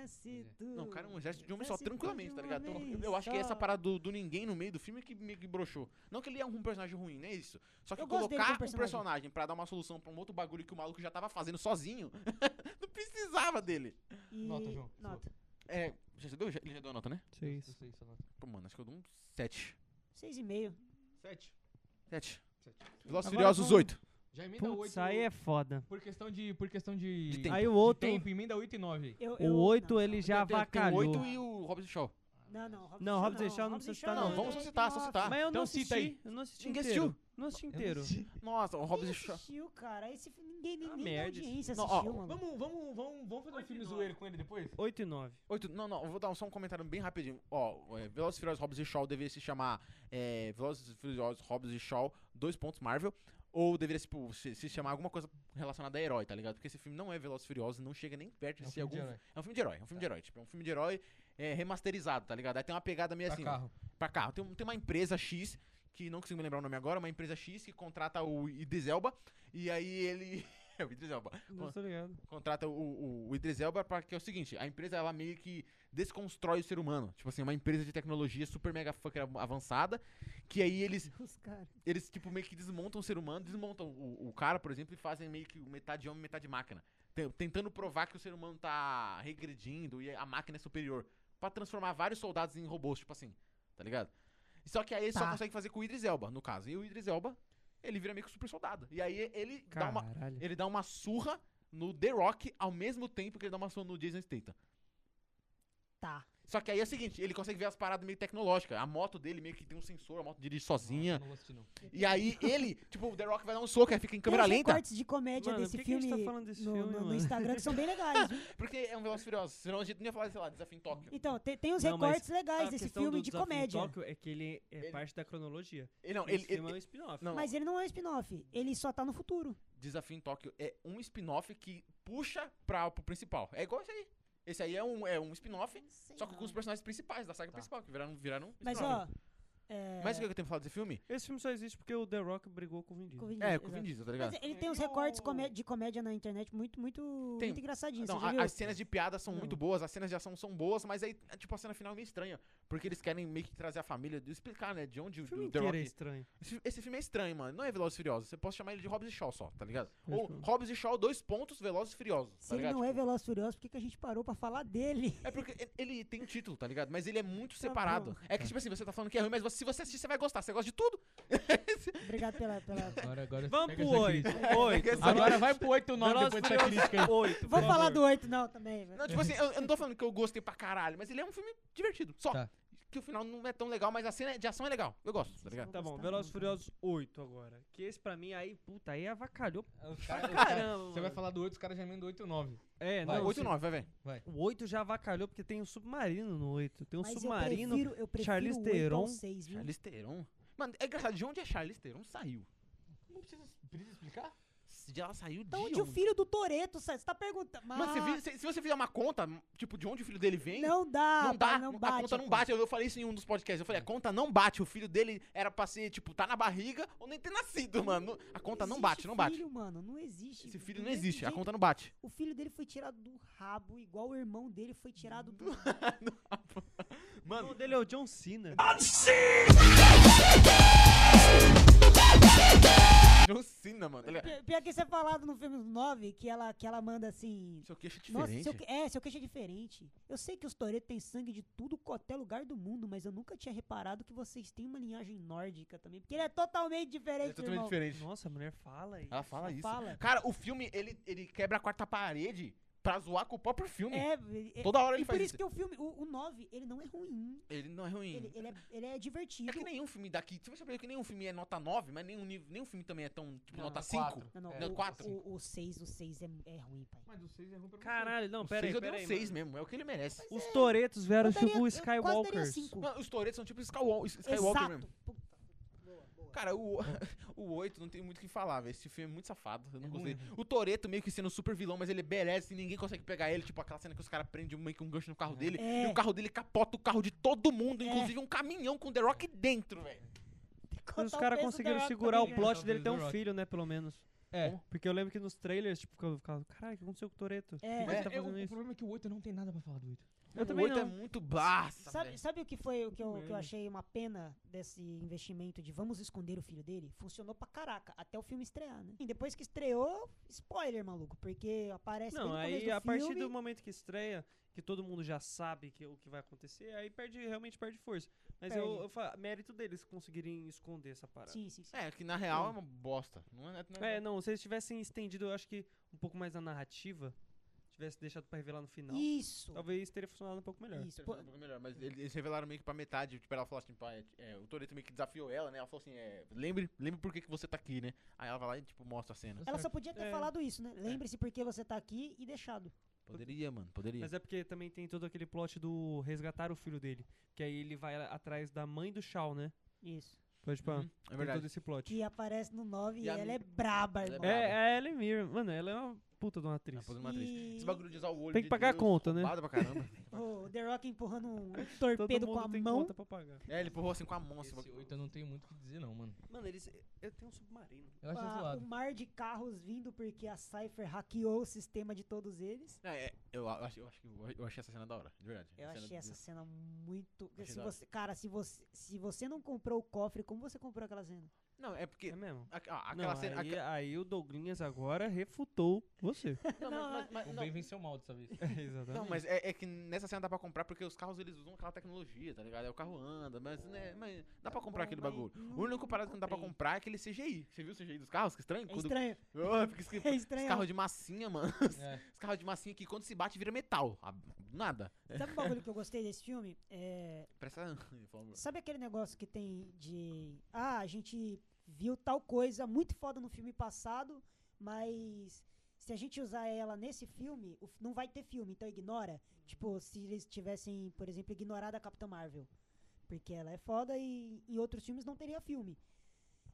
D: exército.
B: Não, cara, é um exército de um homem só,
D: Exército
B: tranquilamente,
D: de
B: tá
D: um
B: ligado?
D: homem
B: Eu, eu acho que essa
D: só.
B: parada do, do ninguém no meio do filme é que meio que broxou. Não que ele é um personagem ruim, não é isso. Só que
D: Eu gosto dele
B: colocar
D: como
B: um personagem.
D: personagem.
B: pra dar uma solução pra um outro bagulho que o maluco já tava fazendo sozinho, não precisava dele.
D: E...
A: Nota, João.
D: Nota.
B: É, já deu, já- ele já deu a nota, né?
A: Eu
C: 6.
A: sei, sei lá.
B: Pô, mano, acho que eu dou um 7.
D: 6,5.
A: Sete. Sete.
B: 7. Velozes e
C: Agora
B: Furiosos
C: vamos-
B: 8.
F: Já emenda
C: Putz,
F: 8
C: aí é foda.
F: por questão de. Por questão de.
B: De tempo.
C: Aí o outro,
F: tempo, emenda 8 e 9 aí.
D: Eu- eu-
C: o 8
D: não,
C: ele
D: não,
C: já avacalhou.
B: Tem oito e o Robson Shaw.
D: Não, não. Hobbs
C: Não,
D: e Shaw
C: Hobbs e Shaw não
D: Hobbs e
C: precisa
D: Shaw
C: citar, não.
D: é
B: Vamos só citar, só
D: 89.
B: citar.
C: Mas eu
F: Então
C: não
F: cita
C: assisti,
F: aí.
C: eu não assisti
B: Ninguém
C: inteiro.
B: assistiu?
C: Não assisti inteiro.
B: Nossa, o Robson
D: Quem
B: Shaw.
D: assistiu, cara? Esse, fi- ninguém nem,
C: Ah,
D: nem
C: merda.
D: merda. audiência
B: Não, ó,
D: assistiu, mano.
A: Vamos, vamos, vamos, vamos fazer um filme zoeiro com ele depois?
C: 8 e 9.
B: Oito, não, não, eu vou dar só um comentário bem rapidinho. Ó, é, Velozes e Furiosos, Hobbs e Shaw deveria se chamar é, Velozes e Furiosos, Hobbs e Shaw, dois pontos Marvel, ou deveria tipo, se, se chamar alguma coisa relacionada a herói, tá ligado? Porque esse filme não é Velozes e Furiosos, não chega nem perto de
F: É um
B: ser
F: filme de
B: algum...
F: herói.
B: é um filme de herói, é um filme de herói, tipo, é um filme de herói é, remasterizado, tá ligado? Aí tem uma pegada meio
F: Pra
B: assim,
F: carro.
B: pra carro. Tem, um- tem uma empresa X, que não consigo me lembrar o nome agora, uma empresa X que contrata o Idris Elba, e aí ele... é o Idris Elba
C: Não tô ligado.
B: contrata o, o, o Idris Elba pra que é o seguinte, a empresa ela meio que desconstrói o ser humano. Tipo assim, uma empresa de tecnologia super mega fucker av- avançada, que aí eles
D: Os caras.
B: eles tipo meio que desmontam o ser humano, desmontam o, o cara, por exemplo, e fazem meio que metade homem, metade máquina. Te- Tentando provar que o ser humano tá regredindo e a máquina é superior. Pra transformar vários soldados em robôs, tipo assim, tá ligado? Só que aí ele só
D: Tá.
B: consegue fazer com o Idris Elba, no caso. E o Idris Elba, ele vira meio que super soldado. E aí ele dá uma
C: Caralho.
B: ele dá uma surra no The Rock ao mesmo tempo que ele dá uma surra no Jason Statham.
D: Tá.
B: Só que aí é o seguinte, ele consegue ver as paradas meio tecnológicas. A moto dele meio que tem um sensor, a moto dirige sozinha.
F: Não vou assistir, não.
B: E aí ele, tipo, o The Rock vai dar um soco, aí fica em câmera
D: Tem uns
B: lenta.
D: recortes de comédia
C: Mano,
D: desse
C: por que que a
D: filme,
C: gente tá falando desse
D: no,
C: filme,
D: no- no
C: mano?
D: Instagram que são bem legais, viu?
B: Porque é um Veloz Furioso, senão a gente não ia falar, sei lá, Desafio em Tóquio.
D: Então, tem, tem uns
C: Não, mas
D: recortes legais
C: Ah, A
D: desse
C: questão
D: filme
C: do
D: de
C: Desafio em
D: comédia.
C: Tóquio é que ele é
B: Ele-
C: parte da cronologia.
B: Ele, não,
C: Esse
B: ele,
C: filme
B: ele-
C: é um spin-off.
B: não,
D: Mas ele não é um spin-off, ele só tá no futuro.
B: Desafio em Tóquio é um spin-off que puxa pra, pro principal. É igual esse aí. Esse aí é um, é um spin-off, só que com os personagens principais, da saga principal, que viraram, viraram
D: Tá.
B: um
D: Mas
B: spin-off.
D: ó. É...
B: Mas o que eu tenho falado desse filme?
C: Esse filme só existe porque o The Rock brigou com o Vin Diesel.
D: com o Vin
B: É,
D: Diesel,
B: com o Vin
D: exato.
B: Diesel, tá
D: Mas
B: ligado?
D: ele tem uns recortes comé- de comédia na internet muito, muito,
B: Tem.
D: muito engraçadinhos.
B: Não,
D: você já
B: a-
D: viu?
B: as cenas de piada são
D: Não.
B: muito boas, as cenas de ação são boas, mas aí, é, tipo, a cena final é meio estranha. Porque eles querem meio que trazer a família, de explicar, né, de onde
C: O
B: o,
C: filme
B: o The
C: inteiro
B: Rock...
C: é estranho.
B: Esse, esse filme é estranho, mano. Não é Velozes e Furiosos. Você pode chamar ele de Hobbs e Shaw só, tá ligado?
C: Eu
B: Ou
C: acho-
B: Hobbs e Shaw, dois pontos, Velozes e Furiosos,
D: Se
B: tá
D: ele
B: ligado?
D: não é
B: Tipo,
D: Veloz e Furioso, por que, que a gente parou pra falar dele?
B: é porque ele- ele tem um título, tá ligado? Mas ele é muito
D: Tá bom.
B: separado. É que, tipo assim, você tá falando que é ruim, mas você- se você assistir, você vai gostar. Você gosta de tudo.
D: Obrigado pela. pela...
F: Agora, agora
C: Vamos
F: pega
C: pro
F: essa
C: 8.
F: crítica.
C: 8.
F: Agora vai pro 8 e 9
C: Velozes
F: depois dessa crítica aí.
C: 8.
D: Vou falar do 8, não, também. velho.
B: Não, tipo assim, eu, eu não tô falando que eu gostei pra caralho, mas ele é um filme divertido. Só
F: Tá.
B: que o final não é tão legal, mas a cena de ação é legal. Eu gosto, tá ligado?
C: Tá bom,
D: Tá
C: Velozes
D: bom,
C: e
D: tá
C: Furiosos 8 agora. Que esse pra mim aí, puta, aí avacalhou.
F: Os cara- os cara-
C: Caramba.
F: Você vai
C: mano.
F: falar do 8, os caras já emendam 8 e 9.
C: É,
F: Vai,
C: não.
B: 8 e
C: se-
B: 9, vai, velho.
C: O 8 já avacalhou porque tem um submarino no 8. Tem um
D: Mas
C: submarino.
D: eu prefiro, eu prefiro
C: Charlize
D: o oito ao
C: Theron.
D: seis, viu?
B: Charlize Theron? Mano, é engraçado, de onde a Charlize Theron saiu?
A: Não precisa, precisa explicar?
B: Se ela saiu de
D: Então, onde o filho do Toreto sai? Você tá perguntando. Mas...
B: Mano, você vi- se, se você fizer uma conta, tipo, de onde o filho dele vem...
D: Não dá,
B: não dá,
D: pá, não
B: a
D: bate.
B: conta não bate. Eu, eu falei isso em um dos podcasts. Eu falei, a conta não bate. O filho dele era pra ser, tipo, tá na barriga ou nem ter nascido, mano. A conta não
D: existe
B: bate, não bate.
D: filho, mano, não existe.
B: Esse filho
D: Do
B: não
D: mesmo
B: existe, a
D: jeito-
B: conta não bate.
D: O filho dele foi tirado do rabo, igual o irmão dele foi tirado do.
C: O nome dele é o John Cena.
B: Ah! John Cena, mano. tá Ele,
D: Pi- Pior que isso é falado no filme 9, que ela, que ela manda assim.
B: seu queixo é diferente.
D: Nossa, seu, que- é, seu queixo é diferente. Eu sei que os Toreto têm sangue de tudo, qualquer lugar do mundo, mas eu nunca tinha reparado que vocês têm uma linhagem nórdica também. Porque ele é totalmente diferente,
B: Ele é totalmente
D: irmão.
B: diferente.
C: Nossa, a mulher fala aí.
B: Ela fala
D: Ela
B: isso.
D: fala.
B: Cara, o filme, ele, ele quebra a quarta parede pra zoar com o próprio filme.
D: É, é-
B: Toda hora ele
D: e por
B: faz isso.
D: isso que o filme, o, o 9, ele não é ruim.
B: Ele não é ruim.
D: Ele, ele é, ele é divertido.
B: É que nenhum filme daqui. Você percebeu que nenhum filme é nota 9, mas nenhum, nível- nenhum filme também é tão, tipo,
A: Não,
B: nota
A: não,
B: 5.
A: quatro.
D: Não, não,
B: É,
D: o,
B: quatro,
D: o, o 6, o 6 é, é ruim, pai.
A: Mas o 6 é ruim pra você.
C: Caralho, não,
B: O
C: pera
B: seis
C: aí.
B: eu
C: Pera
B: dei um
C: aí
B: 6
C: mano.
B: mesmo, é o que ele merece.
C: Os Toretos vieram
D: Eu daria-
C: tipo
D: eu quase daria
C: Skywalkers.
D: cinco.
B: Mano, os Toretos são tipo Skywalker, Skywalker mesmo.
D: Exato. Puta. Boa, boa.
B: Cara, o, o 8 não tem muito o que falar, velho. Esse filme é muito safado, eu não
F: É
B: gostei.
F: ruim,
B: O Toreto meio que sendo super vilão, mas ele é badass e ninguém consegue pegar ele. Tipo aquela cena que os caras prendem meio que um gancho no carro dele.
D: É.
B: E o carro dele capota o carro de todo mundo,
D: É.
B: inclusive um caminhão com The Rock dentro, velho.
C: Mas os caras conseguiram segurar o
F: também, né?
C: plot dele
F: Talvez
C: ter
F: do
C: um
F: Rock.
C: filho, né, pelo menos.
F: É.
C: Porque eu lembro que nos trailers, tipo, eu ficava, caralho, o que aconteceu com o Toreto?
D: É.
C: Por que
B: É,
C: ele tá
F: É, o,
C: fazendo
F: o
C: isso?
F: problema é que o 8 não tem nada pra falar do 8.
C: Eu
B: O
C: também
B: 8 é
C: não.
B: muito baça,
D: Sabe,
B: velho.
D: sabe o que foi o que eu, que eu
C: merda.
D: achei uma pena desse investimento de vamos esconder o filho dele? Funcionou pra caraca, até o filme estrear, né? E depois que estreou, spoiler, maluco, porque aparece bem
C: Não,
D: no começo
C: aí
D: do
C: a partir
D: filme,
C: do momento que estreia, que todo mundo já sabe que, o que vai acontecer, aí perde, realmente perde força. Mas
D: Perde.
C: eu, eu fa- mérito deles conseguirem esconder essa parada.
D: Sim, sim, sim.
B: É, que na real é uma bosta. Não é, não
D: Uhum.
C: É, não, se eles tivessem estendido, eu acho que um pouco mais a narrativa, tivesse deixado pra revelar no final,
D: Isso.
C: talvez teria funcionado um pouco melhor.
D: Isso.
B: Pô, um pouco melhor, mas ele- eles revelaram meio que pra metade, tipo, ela falou assim, pá, é, é, o Toreto meio que desafiou ela, né? Ela falou assim, é, lembre, lembre por que, que você tá aqui, né? Aí ela vai lá e, tipo, mostra a cena.
D: Ela só podia ter
C: É.
D: falado isso, né? Lembre-se porque você tá aqui e deixado.
B: Poderia, mano, poderia.
C: Mas é porque também tem todo aquele plot do resgatar o filho dele. Que aí ele vai a- atrás da mãe do Shao, né?
D: Isso.
C: Então, tipo, ah,
B: Uhum, é
C: tem
B: verdade.
C: todo esse plot.
D: Que aparece no 9 e,
B: E a
D: ela
B: mi-
D: é braba,
B: ela é
D: irmão.
B: braba.
C: É, é ela e Miriam. Mano, ela é uma puta de uma
B: É,
C: atriz.
B: pôs uma atriz.
D: E-
B: Esse bagulho de usar o olho
C: Tem que
B: de
C: pagar a
B: Deus,
C: conta, né?
B: roubado pra caramba.
D: O The Rock empurrando um
C: Todo
D: torpedo
C: mundo
D: com a
C: tem
D: mão.
C: conta pra pagar.
B: é, ele empurrou assim com a mão, assim, o
F: Esse
B: bagulho.
F: 8 eu não tenho muito o que dizer, não, mano.
C: Mano, eles. Eu tenho um submarino.
F: Eu acho
D: Ah, o
F: zoado.
D: mar de carros vindo porque a Cypher hackeou o sistema de todos eles.
B: É, é, eu, a- eu acho, eu acho que eu achei essa cena da hora, de verdade.
D: Eu
B: A É cena
D: achei
B: do-
D: essa cena muito.
B: Achei
D: se
B: da hora.
D: você- cara, se você, se você não comprou o cofre, como você comprou aquela cena?
B: Não, é
C: É
B: porque.
C: mesmo?
B: a- ah,
C: Não,
B: aquela cena.
C: aí, é
B: aca-
C: aí o Douglinhas agora refutou você.
B: Não, mas- mas- mas-
F: O
B: não.
F: bem venceu mal dessa vez.
C: Exatamente.
B: Não, mas é, é que nessa cena dá pra comprar porque os carros eles usam aquela tecnologia, tá ligado? Aí o carro anda, mas, né, mas dá pra comprar
D: bom,
B: aquele
D: mas
B: bagulho.
D: não
B: O único parado que não dá pra
D: comprei.
B: comprar é aquele CGI. Você viu o CGI dos carros? Que estranho.
D: É
B: Quando-
D: estranho.
B: Oh, fica esqui-
D: É
B: Os
D: estranho.
B: carros de massinha, mano.
F: É.
B: Os carros de massinha que quando se bate vira metal. Ah, Nada.
D: Sabe um bagulho que eu gostei desse filme? É,
B: Presta. por favor.
D: sabe aquele negócio que tem de. Ah, a gente viu tal coisa muito foda no filme passado, mas se a gente usar ela nesse filme, o fi- não vai ter filme, então ignora. Tipo, se eles tivessem, por exemplo, ignorado a Capitã Marvel. Porque ela é foda e em outros filmes não teria filme.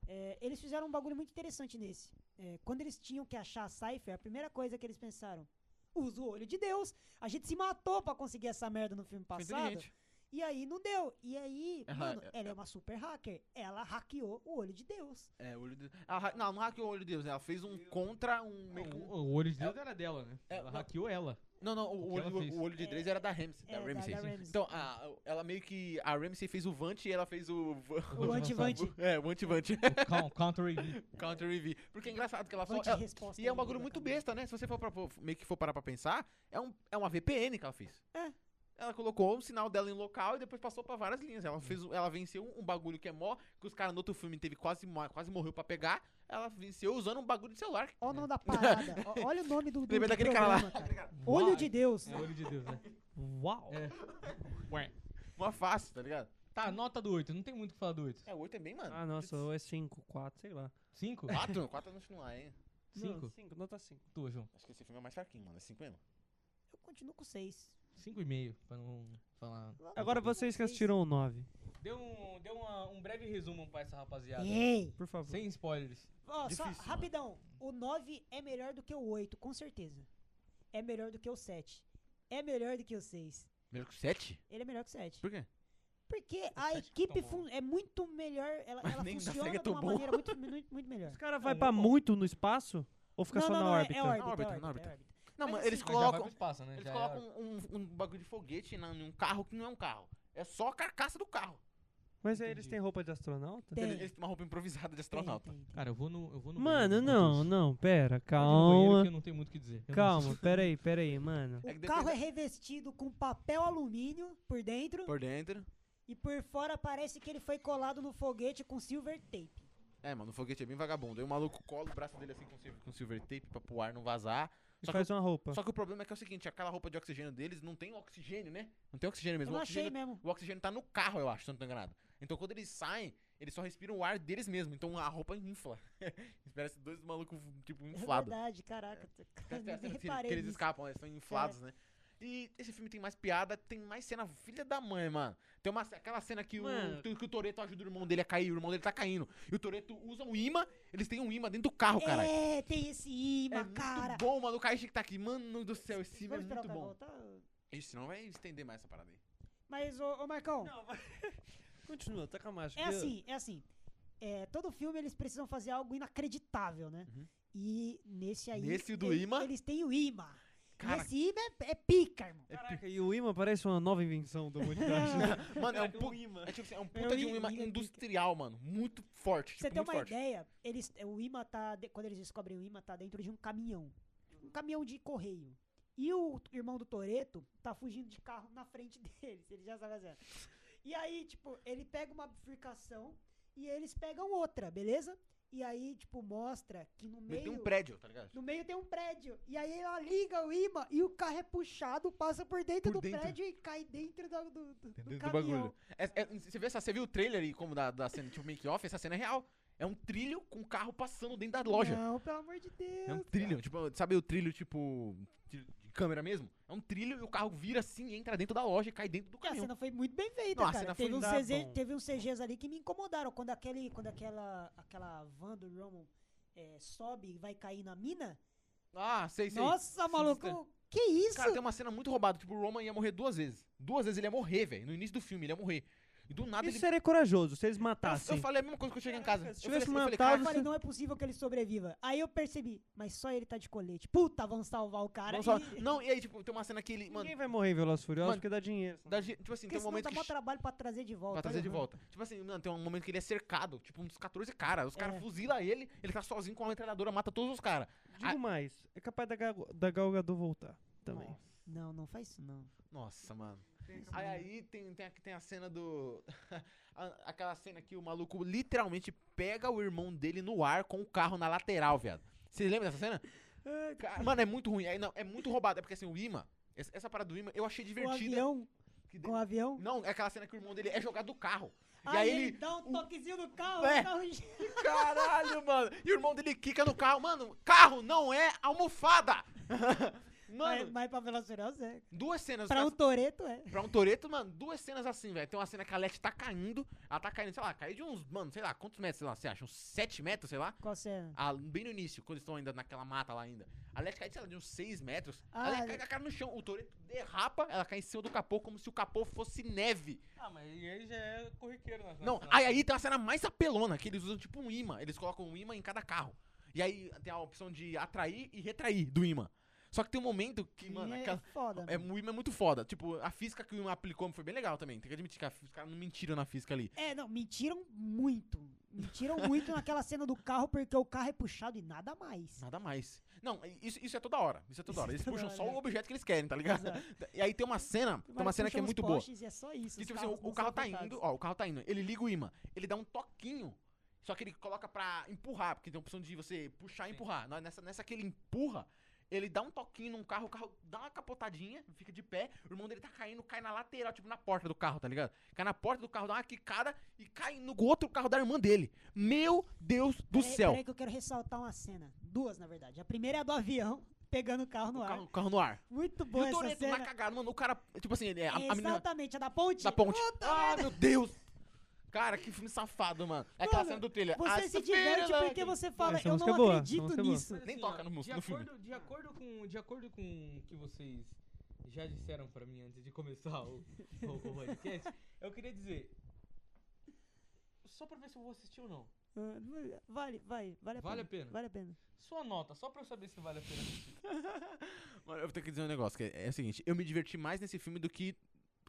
D: É, eles fizeram um bagulho muito interessante nesse. É, quando eles tinham que achar a Cypher, a primeira coisa que eles pensaram. Usa o olho de Deus. A gente se matou pra conseguir essa merda no filme
B: Foi
D: passado.
B: inteligente.
D: E aí não deu. E aí,
B: Ela-
D: mano, ela é uma super hacker. Ela hackeou o ololho de Deus.
B: É, o olho de... ela ha- Não, não hackeou o olho de Deus, né? Ela fez um contra um. meio que um-
F: O, é? o olho de Deus era dela, né?
B: É,
F: Ela
B: não.
F: hackeou ela.
B: Não, não, o,
F: O que ela
B: olho, o
F: fez?
B: olho de Dreis era da Ramsey.
D: é,
B: da
D: da-
B: Ramsey.
D: da Ramsey.
B: Então, a- ela meio que. A Ramsey fez o Vant e ela fez o.
D: O antivante.
B: É, o antivante.
F: O coun- Counter Review.
B: Counter review. Porque é engraçado que ela só.
D: Vante
B: ela-
D: resposta.
B: E é um
D: no
B: bagulho
D: Google
B: muito
D: acabou.
B: besta, né? Se você for pra, for- meio que for parar pra pensar, é, um, é uma VPN que ela fez.
D: É.
B: Ela colocou o sinal dela em local e depois passou pra várias linhas. Ela, fez, o- ela venceu um bagulho que é mó, que os caras no outro filme teve quase, mo- quase morreu pra pegar. Ela venceu usando um bagulho de celular.
D: Olha o nome da parada. Ó, Olha o nome do. do
B: Lembrei
D: do
B: daquele cara lá.
D: programa, cara. Olho de Deus.
F: É o olho de Deus, né?
C: Uau!
F: É. Ué.
B: Uma face, tá ligado?
F: Tá, nota do 8. Não tem muito o que falar do 8.
B: É, oito é bem, mano.
C: Ah, nossa, ou é 5, 4, sei lá.
F: 5?
A: Ah,
B: Quatro? Quatro anos não é, hein?
C: Não,
F: 5?
C: cinco, nota 5.
F: Tu, João.
B: Acho que esse filme é mais fraquinho, mano. É cinco mesmo.
D: Eu continuo com seis.
F: 5,5, pra não falar.
C: Agora vocês que assistiram o 9,
F: Deu um, deu uma- um breve resumo pra essa rapaziada.
B: É.
D: Ei!
C: por favor.
F: Sem spoilers.
D: Ó, só
B: Difícil, mano.
D: rapidão. O 9 é melhor do que o 8, com certeza. É melhor do que o 7. É melhor do que o 6.
B: Melhor que o sete?
D: Ele é melhor que o 7.
B: Por quê?
D: Porque a
F: sete tá
D: equipe
F: tão
D: fun- é muito melhor. Ela, ela
B: nem da
D: funciona
B: Sega é
D: de
B: tão
D: uma
B: bom.
D: maneira muito, muito, muito melhor.
C: Os caras vão pra muito no espaço ou fica só na órbita?
D: É, é órbita,
B: Na órbita,
D: é
B: na
D: órbita,
B: órbita.
D: é órbita.
B: Não,
D: Mas
B: mano,
D: assim,
B: eles
F: Mas
D: mas
F: já vai
B: colocam.
F: pro espaço, né?
B: Eles
F: Já é-
B: colocam um, um bagulho de foguete na- num carro que não é um carro. É só a carcaça do carro.
C: Mas aí eles
F: Entendi.
C: têm roupa de astronauta?
D: Tem.
B: Eles, eles têm uma roupa improvisada de astronauta.
D: Tem, tem, tem.
F: Cara, eu vou no. Eu vou no
C: Mano,
F: banheiro,
C: não,
F: enquanto isso.
C: não, pera,
F: Pode ir no banheiro
C: calma.
F: que eu não tenho muito o que dizer. Eu não
C: Calma, pera aí, pera aí, mano.
D: O
B: É que
D: carro
B: depende-
D: é revestido com papel alumínio por dentro
B: Por dentro.
D: e por fora parece que ele foi colado no foguete com silver tape.
B: É, mano, o foguete é bem vagabundo. Aí o maluco cola o braço dele assim com, silver- com silver tape pra pro ar não vazar.
C: E
B: Só
C: faz
B: que,
C: uma roupa.
B: o- só que o problema é que é o seguinte, aquela roupa de oxigênio deles não tem oxigênio, né? Não tem oxigênio
D: Eu
B: mesmo.
D: não
B: o,
D: achei né?
B: oxigênio,
D: mesmo.
B: o oxigênio tá no carro, eu acho, se eu não tô enganado. Então quando eles saem, eles só respiram o ar deles mesmo. Então a roupa infla. Parece dois malucos, tipo,
D: É
B: inflados.
D: verdade, caraca.
B: Tem
D: Cara,
B: as
D: nem
B: cenas que-
D: reparei
B: que eles
D: nisso. É.
B: escapam, eles são inflados, né? E esse filme tem mais piada, tem mais cena filha da mãe, mano. Tem uma, ce- aquela cena que
C: Mano.
B: o, que, o Toreto ajuda o irmão dele a cair, o irmão dele tá caindo. E o Toreto usa um imã, eles têm um imã dentro do carro, caralho.
D: É, tem esse imã,
B: É
D: cara.
B: muito bom, mano. O Kaique que tá aqui. Mano do céu, esse imã é
D: Vamos esperar tá o
B: muito
D: cara
B: bom.
D: voltar.
B: Isso, senão vai estender mais essa parada aí.
D: Mas, ô, ô Marcão,
C: Continua, tá com a mágica.
D: é assim, é assim. É, todo filme eles precisam fazer algo inacreditável, né?
B: Uhum.
D: E nesse aí.
B: Nesse do
D: ele-
B: imã?
D: Eles têm o imã.
B: Cara,
D: Esse imã é, é pica, irmão.
C: Caraca, e o imã parece uma nova invenção da humanidade. né?
B: mano, é um,
C: Caraca,
B: pu-
C: imã.
B: é, tipo assim, é um puta de um
D: imã,
B: imã
D: imã pica.
B: industrial, mano. Muito forte.
D: Pra você
B: tipo,
D: ter
B: muito
D: uma
B: forte.
D: ideia, eles, o imã tá. de- quando eles descobrem o imã, tá dentro de um caminhão. Um caminhão de correio. E o irmão do Toreto tá fugindo de carro na frente deles. Ele já sabe assim. ó. E aí, tipo, ele pega uma bifurcação e eles pegam outra, beleza? E aí, tipo, mostra que no meio.
B: Tem um prédio, tá ligado?
D: No meio tem um prédio. E aí ela liga o imã e o carro é puxado, passa por dentro
B: Por
D: do
B: dentro.
D: prédio e cai dentro do, do, do, do
B: Dentro do
D: caminhão.
B: bagulho. É- é- você, vê, essa- você viu o trailer aí, como da, da cena, tipo, make-off? Essa cena é real. É um trilho com um carro passando dentro da loja.
D: Não, pelo amor de Deus.
B: É um trilho, tipo, sabe o trilho, tipo, de de câmera mesmo? É um trilho e o carro vira assim, entra dentro da loja e cai dentro do
D: A
B: caminhão.
D: cena foi muito bem feita,
B: Não, a
D: cara.
B: cena
D: Teve
C: foi
D: uns,
C: da
D: CG,
C: bom.
D: teve uns CGs ali que me incomodaram. Quando, aquele, quando aquela, aquela van do Roman é, sobe e vai cair na mina.
B: Ah, sei, sei.
D: Nossa, maluco. Que isso?
B: Cara, tem uma cena muito roubada, tipo, o Roman ia morrer duas vezes. Duas vezes ele ia morrer, velho, no início do filme, ele ia morrer. E do nada
C: Isso
B: ele...
C: seria corajoso, se eles
B: Eu- eu,
C: matassem.
B: falei a mesma coisa que eu cheguei em casa.
C: Caraca, se
B: eu falei,
C: tivesse
B: assim, eu falei,
C: matado,
D: eu
B: "Caralho,
D: falei, não é possível que ele sobreviva. Aí eu percebi, mas só ele tá de colete. Puta, vão salvar o cara.
B: vamos
D: e-
B: falar- Não, e aí, tipo, tem uma cena que ele, mano...
C: Ninguém vai morrer em Velozes e Furiosos
B: Mano,
C: porque dá dinheiro.
B: dá ge- tipo assim,
D: Porque
B: tem um
D: senão
B: momento
D: dá
B: que
D: mó trabalho pra trazer de volta.
B: Pra trazer de
D: Uhum.
B: volta. Tipo assim, mano, tem um momento que ele é cercado, tipo, uns 14 caras. Os caras
D: É.
B: fuzilam ele, ele tá sozinho com uma metralhadora, mata todos os caras.
C: Digo mais, é capaz da, Gago- da Gal Gadot voltar também.
D: Não, não faz isso não.
B: Nossa, mano. Aí, aí tem, tem, a, tem a cena do. a- aquela cena que o maluco literalmente pega o irmão dele no ar com o carro na lateral, viado. Vocês lembram dessa cena? Cara, mano, é muito ruim. Aí, não, é muito roubado. É porque assim, o imã. Essa, essa parada do imã eu achei
D: Com o
B: divertida.
D: avião,
B: que
D: com o
B: de-
D: avião.
B: Não, é aquela cena que o irmão dele é jogado do carro. E
D: Aí
B: aí ele
D: dá um toquezinho no carro, um
B: É.
D: o carro
B: Caralho, mano. E o irmão dele quica no carro. Mano, carro não é almofada.
D: vai,
B: mano,
D: vai pra Velociraptor, é.
B: duas cenas. os
D: Pra um
B: caras-
D: Toreto, é.
B: pra um Toreto, mano, duas cenas assim, velho. Tem uma cena que a Leti tá caindo. Ela tá caindo, sei lá, caiu de uns, mano, sei lá, quantos metros, sei lá, você acha? Uns 7 metros, sei lá.
D: Qual cena?
B: Ah, bem no início, quando eles estão ainda naquela mata lá ainda. A Leti cai, sei lá, de uns 6 metros.
D: Ah,
B: a Leti cai com a cara no chão. O Toreto derrapa, ela cai em cima do capô como se o capô fosse neve.
A: Ah, mas aí já é corriqueiro. Nas
B: Não,
A: nas-
B: aí, aí tem uma cena mais apelona, que eles usam tipo um imã. Eles colocam um imã em cada carro. E aí tem a opção de atrair e retrair do imã. Só que tem um momento que, mano,
D: é
B: aquela-
D: foda.
B: é,
D: mano.
B: o imã é muito foda. Tipo, a física que o imã aplicou foi bem legal também. Tem que admitir que a- os caras não mentiram na física ali.
D: É, não, mentiram muito. Mentiram muito naquela cena do carro, porque o carro é puxado e nada mais.
B: Nada mais. Não, isso, isso é toda hora. Isso é toda
D: Isso
B: hora.
D: é
B: Eles
D: toda
B: puxam
D: hora,
B: só
D: né?
B: o objeto que eles querem, tá ligado?
D: Exato.
B: E aí tem uma cena, tem uma
D: Mas
B: cena que é
D: puxam
B: muito
D: os
B: boa.
D: postes e é só isso.
B: Que,
D: os
B: tipo assim,
D: carros
B: o,
D: não
B: o carro
D: são
B: tá
D: tocados.
B: indo, ó, o carro tá indo, ele liga o imã, ele dá um toquinho, só que ele coloca pra empurrar, porque tem a opção de você puxar e empurrar. Na- Nessa, nessa que ele empurra, ele dá um toquinho num carro, o carro dá uma capotadinha, fica de pé, o irmão dele tá caindo, cai na lateral, tipo na porta do carro, tá ligado? Cai na porta do carro, dá uma quicada e cai no outro carro da irmã dele. Meu Deus do
D: Peraí-
B: céu!
D: Peraí que eu quero ressaltar uma cena. Duas, na verdade. A primeira é a do avião, pegando o carro no
B: o
D: ar.
B: carro, o carro no ar.
D: Muito
B: E
D: boa
B: o
D: essa
B: Toreto na
D: cena.
B: cagada, mano, o cara, tipo assim, ele é, a, a menina
D: Exatamente, a da ponte.
B: da ponte. Ah, meu Deus! Cara, que filme safado, mano. É aquela
D: Mano,
B: cena do trilha.
D: Você se tipo, diverte porque você fala,
C: Essa
D: eu
C: música é
D: não
C: boa, essa
D: acredito
C: música é boa.
D: nisso.
B: Nem
A: Assim,
B: toca
A: ó,
B: no mu-
A: de
B: no filme.
A: acordo, De acordo, com, de acordo com o que vocês já disseram pra mim antes de começar o, o, o podcast, eu queria dizer. Só pra ver se eu vou assistir ou não.
D: Ah, Vale, vai, vale a
A: Vale a
D: pena.
A: pena.
D: Vale a pena.
A: Sua nota, só pra eu saber se vale a pena assistir.
D: então-
B: Mano, eu vou ter que dizer um negócio, que é, é o seguinte, eu me diverti mais nesse filme do que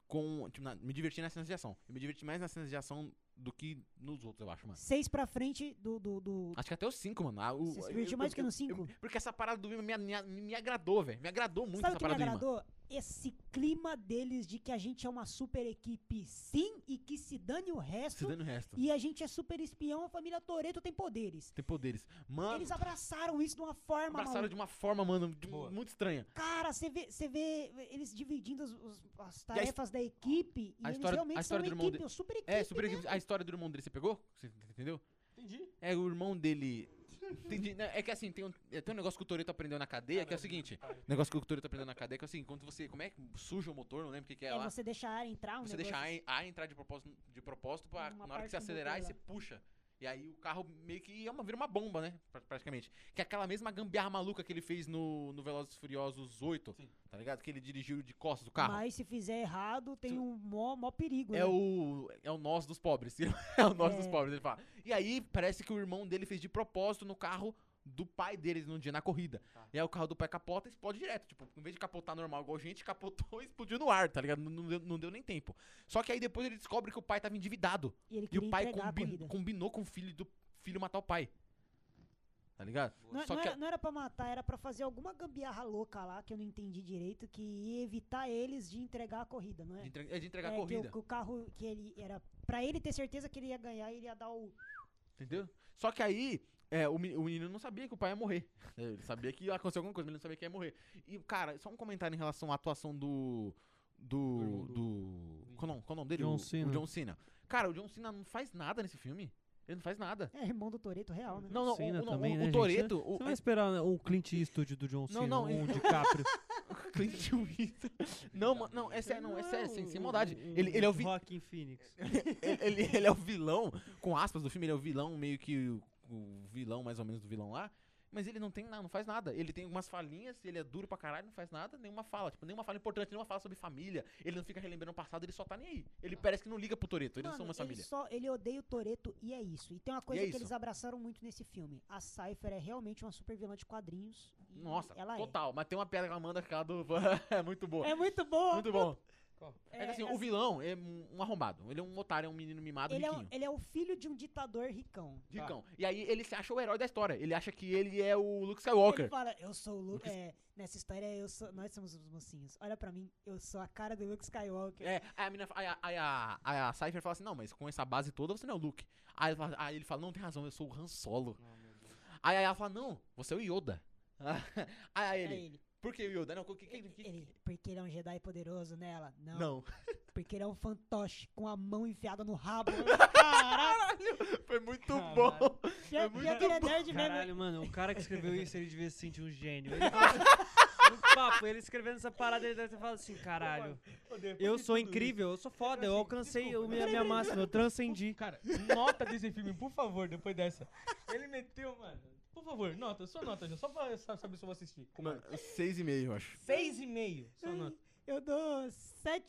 B: com. Tipo, na- me diverti nas cenas de ação. Eu me diverti mais nas cenas de ação do que nos outros, eu acho, mano.
D: Seis pra frente do. do, do-
B: Acho que até os 5, mano. Ah, o-
D: Você se
B: eu-
D: divertiu
B: eu-
D: mais do que
B: eu-
D: no
B: eu-
D: cinco?
B: Porque essa parada do Ima me, me, me agradou, velho. Me agradou muito
D: Sabe
B: essa
D: o que me
B: parada do Ima.
D: agradou? Esse clima deles de que a gente é uma super equipe, sim, e que se dane o resto.
B: Se dando o resto.
D: E a gente é super espião, a família Toreto tem poderes.
B: Tem poderes. Mano,
D: Eles abraçaram isso de uma forma.
B: abraçaram
D: maluco.
B: de uma forma, mano, de-
A: Boa.
B: muito estranha.
D: Cara, você vê, você vê eles dividindo os- os- as
B: a
D: tarefas da equipe e
B: a
D: eles
B: história-
D: realmente
B: a história do
D: são uma
B: irmão
D: equipe,
B: de-
D: uma super equipe.
B: É, super
D: né?
B: a história do irmão dele, você pegou? Você entendeu?
A: Entendi.
B: É, o irmão dele. Entendi. né? É que assim, tem um, é, tem um negócio que o Toreto aprendeu na cadeia, que é o seguinte. negócio que o Toreto aprendeu na cadeia, que é assim, quando você. Como é que suja o motor, não lembro o que, que é,
D: É,
B: lá. Você,
D: você deixa a área entrar, um
B: deixa a,
D: negócio-
B: a entrar de propósito, de propósito pra,
D: Uma
B: na hora que
D: parte
B: você
D: do motor
B: acelerar, aí
D: lá.
B: você puxa. E aí o carro meio que é uma, vira uma bomba, né? pra- Praticamente. Que é aquela mesma gambiarra maluca que ele fez no, no Velozes e Furiosos 8,
A: Sim.
B: tá ligado? Que ele dirigiu de costas o carro.
D: Mas se fizer errado, tem
B: Tu-
D: um mó, mó perigo.
B: É
D: né?
B: o, é o nós dos pobres. é o nós dos
D: É.
B: pobres, ele fala. E aí, parece que o irmão dele fez de propósito no carro do pai deles num dia na corrida.
D: Tá.
B: E aí o carro do pai capota e explode direto. Tipo, em vez de capotar normal igual a gente, capotou e explodiu no ar, tá ligado? Não, não deu, não deu nem tempo. Só que aí depois ele descobre que o pai tava endividado.
D: E ele
B: E
D: queria
B: o pai
D: entregar a
B: combi-
D: corrida.
B: combinou com o filho do filho matar o pai. Tá ligado?
D: Não, é,
B: Só
D: não
B: que
D: era, não era pra matar, era pra fazer alguma gambiarra louca lá, que eu não entendi direito, que ia evitar eles de entregar a corrida, não é?
B: de entre- é de entregar
D: é,
B: a
D: que o-
B: corrida.
D: Que o, carro que ele era. Pra ele ter certeza que ele ia ganhar, ele ia dar o.
B: Entendeu? Só que aí, é, o, meni- o menino não sabia que o pai ia morrer. Ele sabia que ia acontecer alguma coisa, mas ele não sabia que ia morrer. E, cara, só um comentário em relação à atuação do. Do. do qual, é o nome, qual o nome dele?
C: John
B: o,
C: Cena.
B: o John Cena. Cara, o John Cena não faz nada nesse filme. Ele não faz nada.
D: É, irmão do Toreto real, né?
B: Não, não,
C: Cena
B: o, não,
C: também,
B: o,
C: né,
B: o
C: gente?
B: Toreto.
C: Você
B: o, é
C: vai esperar né, o Clint Eastwood do John Cena, um
B: não,
C: ou o DiCaprio.
B: é- Clint Eastwood. Não, ma- não, é sério, não, é sério, sem, sem maldade. Ele, ele é o vi-
C: Joaquin Um Phoenix.
B: ele, ele- ele é o vilão, com aspas do filme, ele é o vilão, meio que o, o vilão, mais ou menos, do vilão lá. Mas ele não tem nada, não faz nada. Ele tem algumas falinhas, ele é duro pra caralho, não faz nada, nenhuma fala. Tipo, nenhuma fala importante, nenhuma fala sobre família. Ele não fica relembrando o passado, ele só tá nem aí. Ele parece que não liga pro Toreto, eles
D: Mano,
B: são uma
D: ele
B: família.
D: só ele odeia o Toreto e é isso. E tem uma coisa que
B: isso.
D: eles abraçaram muito nesse filme. A Cypher é realmente uma super vilã de quadrinhos. e
B: Nossa,
D: ela
B: total. Mas tem uma pedra que ela manda aquela do. é muito boa.
D: É. é muito boa.
B: muito bom.
A: Qual?
B: É, que assim,
D: é
B: o vilão é um um arrombado. Ele é um otário, é um menino mimado,
D: Ele é, tá.
B: riquinho.
D: o- ele é o filho de um ditador ricão.
B: Ricão. E aí ele se acha o herói da história. Ele acha que ele é o Luke
D: Ele
B: Skywalker.
D: fala, eu sou o Luke. É, nessa história, eu sou, nós somos os mocinhos. Olha pra mim, eu sou a cara do Luke Skywalker.
B: É, aí a, mina, aí a, aí a, aí a Cypher fala assim, não, mas com essa base toda você não é o Luke. Aí, ela fala- aí ele fala, não, tem razão, eu sou o Han Solo.
A: Ah,
B: Aí, aí ela fala, não, você é o Yoda. aí, aí
D: É
B: ele,
D: ele.
B: por que o Yoda? Não, que, que, que, que-
D: Ele, porque ele é um Jedi poderoso nela. Não.
B: não.
D: Porque ele é um fantoche com a mão enfiada no rabo. Caraca,
B: Foi muito
A: Caralho.
B: bom.
D: pior,
B: muito
D: pior que ele é nerd mesmo.
C: Caralho, mano, o cara que escreveu isso, ele devia se sentir um gênio. Ele fala- assim, No papo, ele escrevendo essa parada, ele deve ter falado assim, caralho, eu sou incrível, eu sou foda, eu alcancei o minha, minha máxima, eu transcendi.
A: Cara, nota desse filme, por favor, depois dessa. Ele meteu, mano. Por favor, nota, só nota, já, só pra eu sa- saber se eu vou assistir.
B: Mano, seis e meio, eu acho.
A: Seis e meio, só nota.
D: Eu dou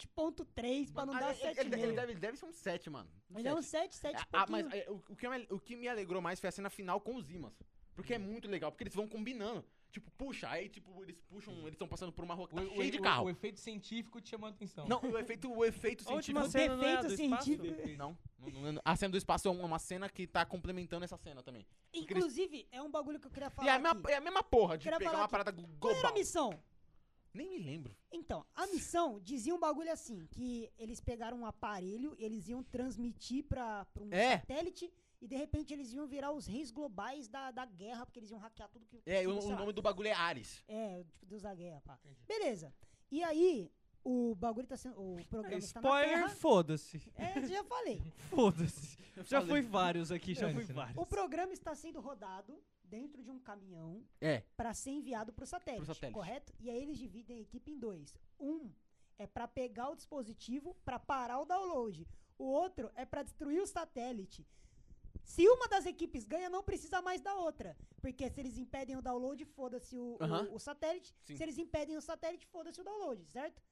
D: 7.3 pra não dar
B: Ah, ele- ele, ele
D: 7,5.
B: deve, ele deve ser um sete, mano. Um
D: Ele é um
B: sete.
D: 7, 7
B: Ah, ah, mas ah, o, o que me, o que me alegrou mais foi a cena final com os imãs. Porque é
A: Uhum.
B: muito legal, porque eles vão combinando. Tipo, puxa, aí tipo, eles puxam, eles estão passando por uma rua que tá cheia de carro.
A: O, efeito científico te chamou a atenção.
B: Não, o efeito, o efeito
C: A última
B: científico.
C: cena não é a do
D: defeito
C: espaço?
D: científico.
B: Não, não, não, não. a cena do espaço é uma uma cena que tá complementando essa cena também. eles-
D: Inclusive, é um bagulho que eu queria
B: E é
D: falar
B: a, mesma,
D: aqui.
B: é a mesma porra de
D: Queria
B: pegar
D: falar
B: uma
D: aqui.
B: parada
D: Qual era a
B: global.
D: missão?
B: Nem me lembro.
D: Então, a missão dizia um bagulho assim, que eles pegaram um aparelho, eles iam transmitir pra, pra um
B: É.
D: satélite e de repente eles iam virar os reis globais da, da guerra, porque eles iam hackear tudo que...
B: É, o,
D: sei
B: o
D: lá.
B: nome do bagulho é Ares.
D: É, tipo, Deus da guerra, pá. Beleza. E aí, o bagulho tá sendo... O programa está na
C: Spoiler,
D: Terra.
C: foda-se,
D: É, já falei.
C: foda-se. Já foi
B: falei.
C: vários aqui, já
A: É,
C: foi
A: isso, né?
C: vários.
D: O programa está sendo rodado dentro de um caminhão
B: É.
D: para ser enviado para o satélite,
B: Pro satélite.
D: correto? E aí eles dividem a equipe em dois. Um é para pegar o dispositivo para parar o download. O outro é para destruir o satélite. Se uma das equipes ganha, não precisa mais da outra. Porque se eles impedem o download, foda-se o, o-
B: Aham.
D: o satélite.
B: Sim.
D: Se eles impedem o satélite, foda-se o download, certo?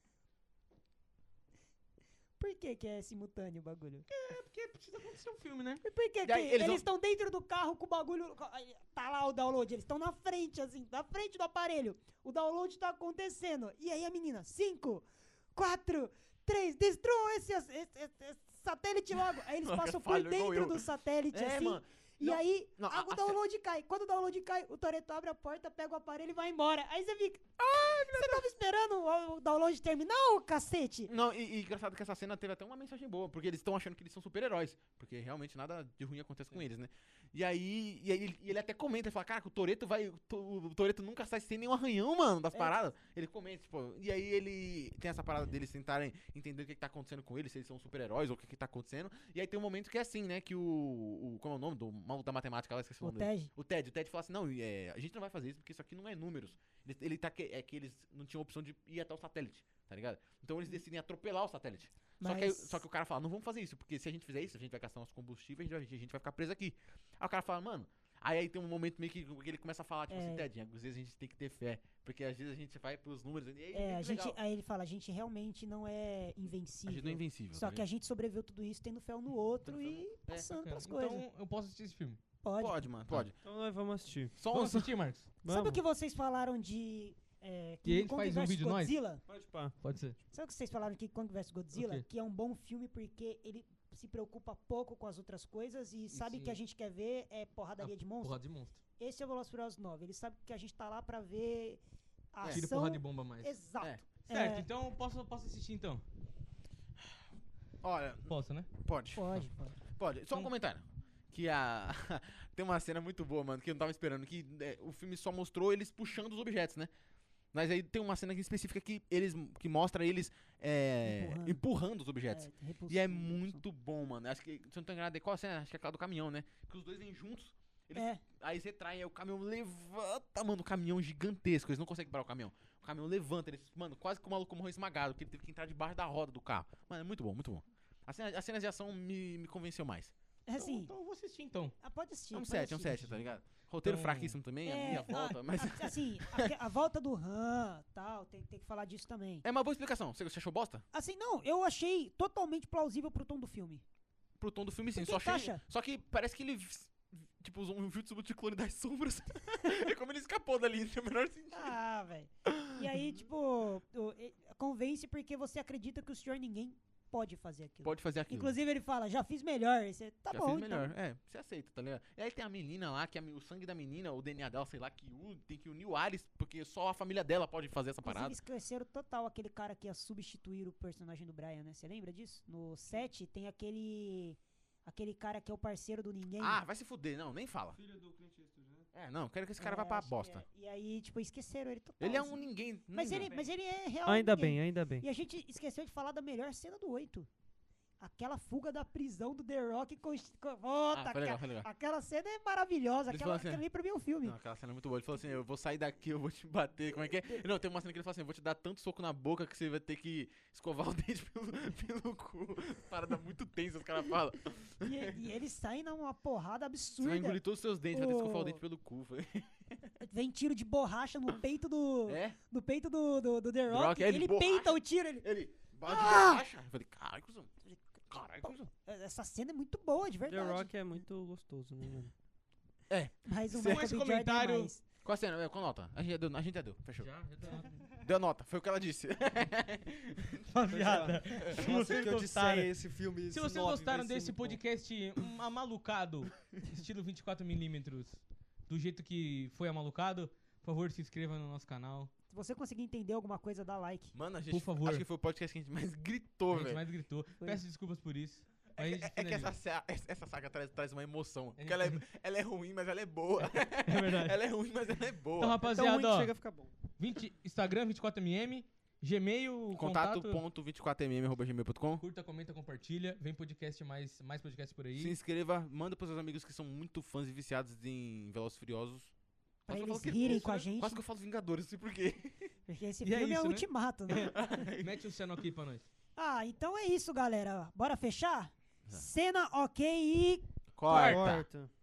D: Por que, que é simultâneo o bagulho?
A: Porque precisa acontecer um filme, né?
D: E Por que,
B: E
D: que
B: aí eles
D: eles
B: vão-
D: estão dentro do carro com o bagulho. com- aí, Tá lá o download, eles estão na frente, assim, na frente do aparelho. O download tá acontecendo. E aí a menina, 5, 4, 3, destruam esse, esse- esse- esse satélite logo. Aí eles
B: Olha,
D: passam por
B: falhou igual
D: dentro
B: eu.
D: do satélite,
B: É,
D: assim.
B: mano.
D: E
B: Não,
D: aí
B: não,
D: a-
B: a-
D: o
B: a-
D: download cai. Quando o download cai, o Toreto abre a porta, pega o aparelho e vai embora. Aí você fica. "Ah, Você tava esperando o- o download terminar, ô cacete?
B: Não, e, e engraçado que essa cena teve até uma mensagem boa, porque eles estão achando que eles são super-heróis, porque realmente nada de ruim acontece com eles, né? E aí, e aí ele- e ele até comenta, ele fala, cara, que o Toreto vai, o To- o Toreto nunca sai sem nenhum arranhão, mano, das paradas. Ele comenta, tipo, e aí ele tem essa parada deles tentarem entender o que, que tá acontecendo com eles, se eles são super-heróis ou o que, que tá acontecendo. E aí tem um momento que é assim, né, que o, o como é o nome do maluco da matemática, lá, esqueci o,
D: O
B: nome dele.
D: Tej.
B: O Ted, o Ted fala assim, não, é, a gente não vai fazer isso porque isso aqui não é números. Ele, ele tá que, é que eles não tinham opção de ir até o satélite, tá ligado? Então eles decidem atropelar o satélite. Só, que, aí-
D: Mas-
B: só que o cara fala, não vamos fazer isso, porque se a gente fizer isso, a gente vai gastar nosso combustível, a gente vai, a gente vai ficar preso aqui. Aí o cara fala, mano, aí, aí tem um momento meio que, que ele começa a falar, tipo
D: É.
B: assim, Ted, às vezes a gente tem que ter fé, porque às vezes a gente vai pros números, e aí,
D: É, a gente,
B: legal.
D: aí ele fala, a gente realmente não é
B: a
D: invencível.
B: gente não é invencível. tá
D: Só que a
B: ligado?
D: gente sobreviveu tudo isso tendo fé um no outro e passando pras coisas.
A: Então eu posso assistir esse filme.
D: Pode.
B: Pode, mano, tá. pode.
C: Então nós vamos assistir.
B: Só um...
A: Vamos assistir, Marcos?
D: Sabe o
C: Vamos.
D: que vocês falaram de é,
A: Que ele
D: Kong
A: faz um
D: vs
A: vídeo nós?
D: Godzilla?
C: Pode pá.
A: Pode ser.
D: Sabe o que vocês falaram de King Kong vs Godzilla?
A: O quê?
D: Que é um bom filme porque ele se preocupa pouco com as outras coisas e sabe que a gente quer ver é porradaria de monstro.
F: Porra de monstro.
D: Esse é o Velozes e Furiosos 9. Ele sabe que a gente tá lá pra ver a
B: É.
D: ação.
F: Tira porra de bomba mais.
D: Exato.
B: É.
F: Certo,
D: É,
F: então eu posso, posso assistir então.
B: Olha,
F: Posso, né?
B: pode.
D: Pode, pode.
B: Pode. Só um
F: Hum.
B: comentário. Que a. tem uma cena muito boa, mano, que eu não tava esperando. Que é, o filme só mostrou eles puxando os objetos, né? Mas aí tem uma cena aqui específica que eles que mostra eles é, empurrando.
D: Empurrando.
B: os objetos.
D: É, repulsão,
B: E é
D: repulsão.
B: muito bom, mano. Acho que, se eu não tô enganado, é qual a cena? Acho que é aquela do caminhão, né? Que os dois vêm juntos, eles-
D: É,
B: aí você trai, aí o caminhão levanta, mano, o caminhão gigantesco. Eles não conseguem parar o caminhão. O caminhão levanta, eles, mano, quase que o maluco morreu esmagado, porque ele teve que entrar debaixo da roda do carro. Mano, é muito bom, muito bom. A cena, as cenas de ação me, me convenceu mais.
D: é assim.
F: Então, então eu vou assistir então.
D: ah, pode assistir.
B: É um
D: pode
B: 7, é um
D: assistir.
B: 7, tá ligado? Roteiro
F: Então-
B: fraquíssimo também, a
D: É,
B: minha
D: ah,
B: volta, mas.
D: a- Assim, a, a volta do Han tal, tem, tem que falar disso também.
B: É uma boa explicação. Você você achou bosta?
D: Assim, não, eu achei totalmente plausível pro tom do filme.
B: Pro tom do filme, sim.
D: Porque
B: Só, achei,
D: encaixa.
B: só que parece que ele. vis- Tipo, usou um jutsu de clone das sombras. é como ele escapou dali, não tem o menor sentido.
D: Ah, velho. E aí, tipo, o- e- convence porque você acredita que o senhor ninguém pode fazer aquilo.
B: Pode fazer aquilo.
D: Inclusive, ele fala, já fiz melhor. E Você, tá
B: Já
D: bom,
B: fez
D: então.
B: melhor. É, você aceita, tá ligado? E aí tem a menina lá, que é a me- o sangue da menina, o DNA dela, sei lá, que u- tem que unir o Ares, porque só a família dela pode fazer essa
D: Inclusive,
B: parada.
D: esqueceram total aquele cara que ia substituir o personagem do Brian, né? Você lembra disso? No 7 tem aquele. Aquele cara que é o parceiro do ninguém.
B: Ah, vai se fuder, não, nem fala.
G: Filho do Clint Eastwood, né?
B: É, não, quero que esse cara
D: É,
B: vá pra
D: acho que
B: bosta.
D: é. E aí, tipo, esqueceram ele total.
B: Ele é
D: assim.
B: um ninguém.
D: Mas
B: ninguém.
D: ele, mas ele é real.
C: Ainda
D: ninguém.
C: bem, ainda bem.
D: E a gente esqueceu de falar da melhor cena do 8. Aquela fuga da prisão do The Rock com. com volta,
B: Ah, foi legal,
D: aquela,
B: foi legal.
D: aquela cena é maravilhosa.
B: Ele
D: Aquela,
B: falou assim,
D: aquela ali pra mim é um filme.
B: Não, aquela cena é muito boa. Ele falou assim: Eu vou sair daqui, eu vou te bater. Como é que é? Não, tem uma cena que ele fala assim: Eu vou te dar tanto soco na boca que você vai ter que escovar o dente pelo, pelo cu. Parada muito tensa, os caras falam.
D: E, e eles saem numa porrada
B: Você
D: absurda.
B: vai engolir todos os seus dentes, vai ter que escovar o
D: O-
B: dente pelo cu. Falei,
D: Vem tiro de borracha no peito do.
B: É?
D: No peito do, do, do The Rock.
B: Rock, é, ele
D: ele
B: borracha.
D: peita o tiro. Ele...
B: Ele bate
D: Ah!
B: baixa. Eu falei: Caralho, cuzão. Caralho, cuzão.
D: Essa cena é muito boa, de
C: The
D: verdade.
C: Rock é muito gostoso, né, mano?
D: Mas o
B: Certo.
D: Michael B. Jordan é
F: comentário-
D: mais.
B: Qual a cena? É, Qual nota? A gente já deu, a gente já deu. fechou.
F: Já? Já tá.
B: Deu nota, foi o que ela disse.
C: Piada.
G: Se vocês que eu disse
F: gostaram-
G: é esse filme.
F: Se vocês gostaram desse podcast hum, amalucado, estilo 24mm, do jeito que foi amalucado, por favor, se inscreva no nosso canal.
D: Se você conseguir entender alguma coisa, dá like.
B: Mano, a gente.
F: Por favor.
B: Acho que foi o podcast que a gente mais
F: A
B: gritou,
F: gente
B: velho.
F: mais né, gritou. Peço desculpas por isso. Mas a gente
B: É que essa,
F: finaliza.
B: sa- essa saga traz, traz uma emoção.
F: gente
B: Porque ela é, ela é ruim, mas ela é boa.
F: É verdade.
B: Ela é ruim, mas ela é boa.
F: Então, rapaziada, ó,
G: chega a ficar bom.
F: 20 Instagram 24mm, Gmail, um contato,
B: contato.24mm.gmail.com
F: curta, comenta, compartilha. Vem podcast mais, mais podcast por aí.
B: Se inscreva, manda pros seus amigos que são muito fãs e viciados em Velozes e Furiosos.
D: Pra
B: Quase que eu
D: eles
B: falo que-
D: rirem com a gente.
B: Quase que eu falo Vingadores, não sei por quê.
D: Porque esse
F: E é
D: filme é,
F: isso, né?
D: ultimato, né?
F: Mete o seno aqui pra nós.
D: Ah, então é isso, galera. Bora fechar? Cena ok e.
C: Corta.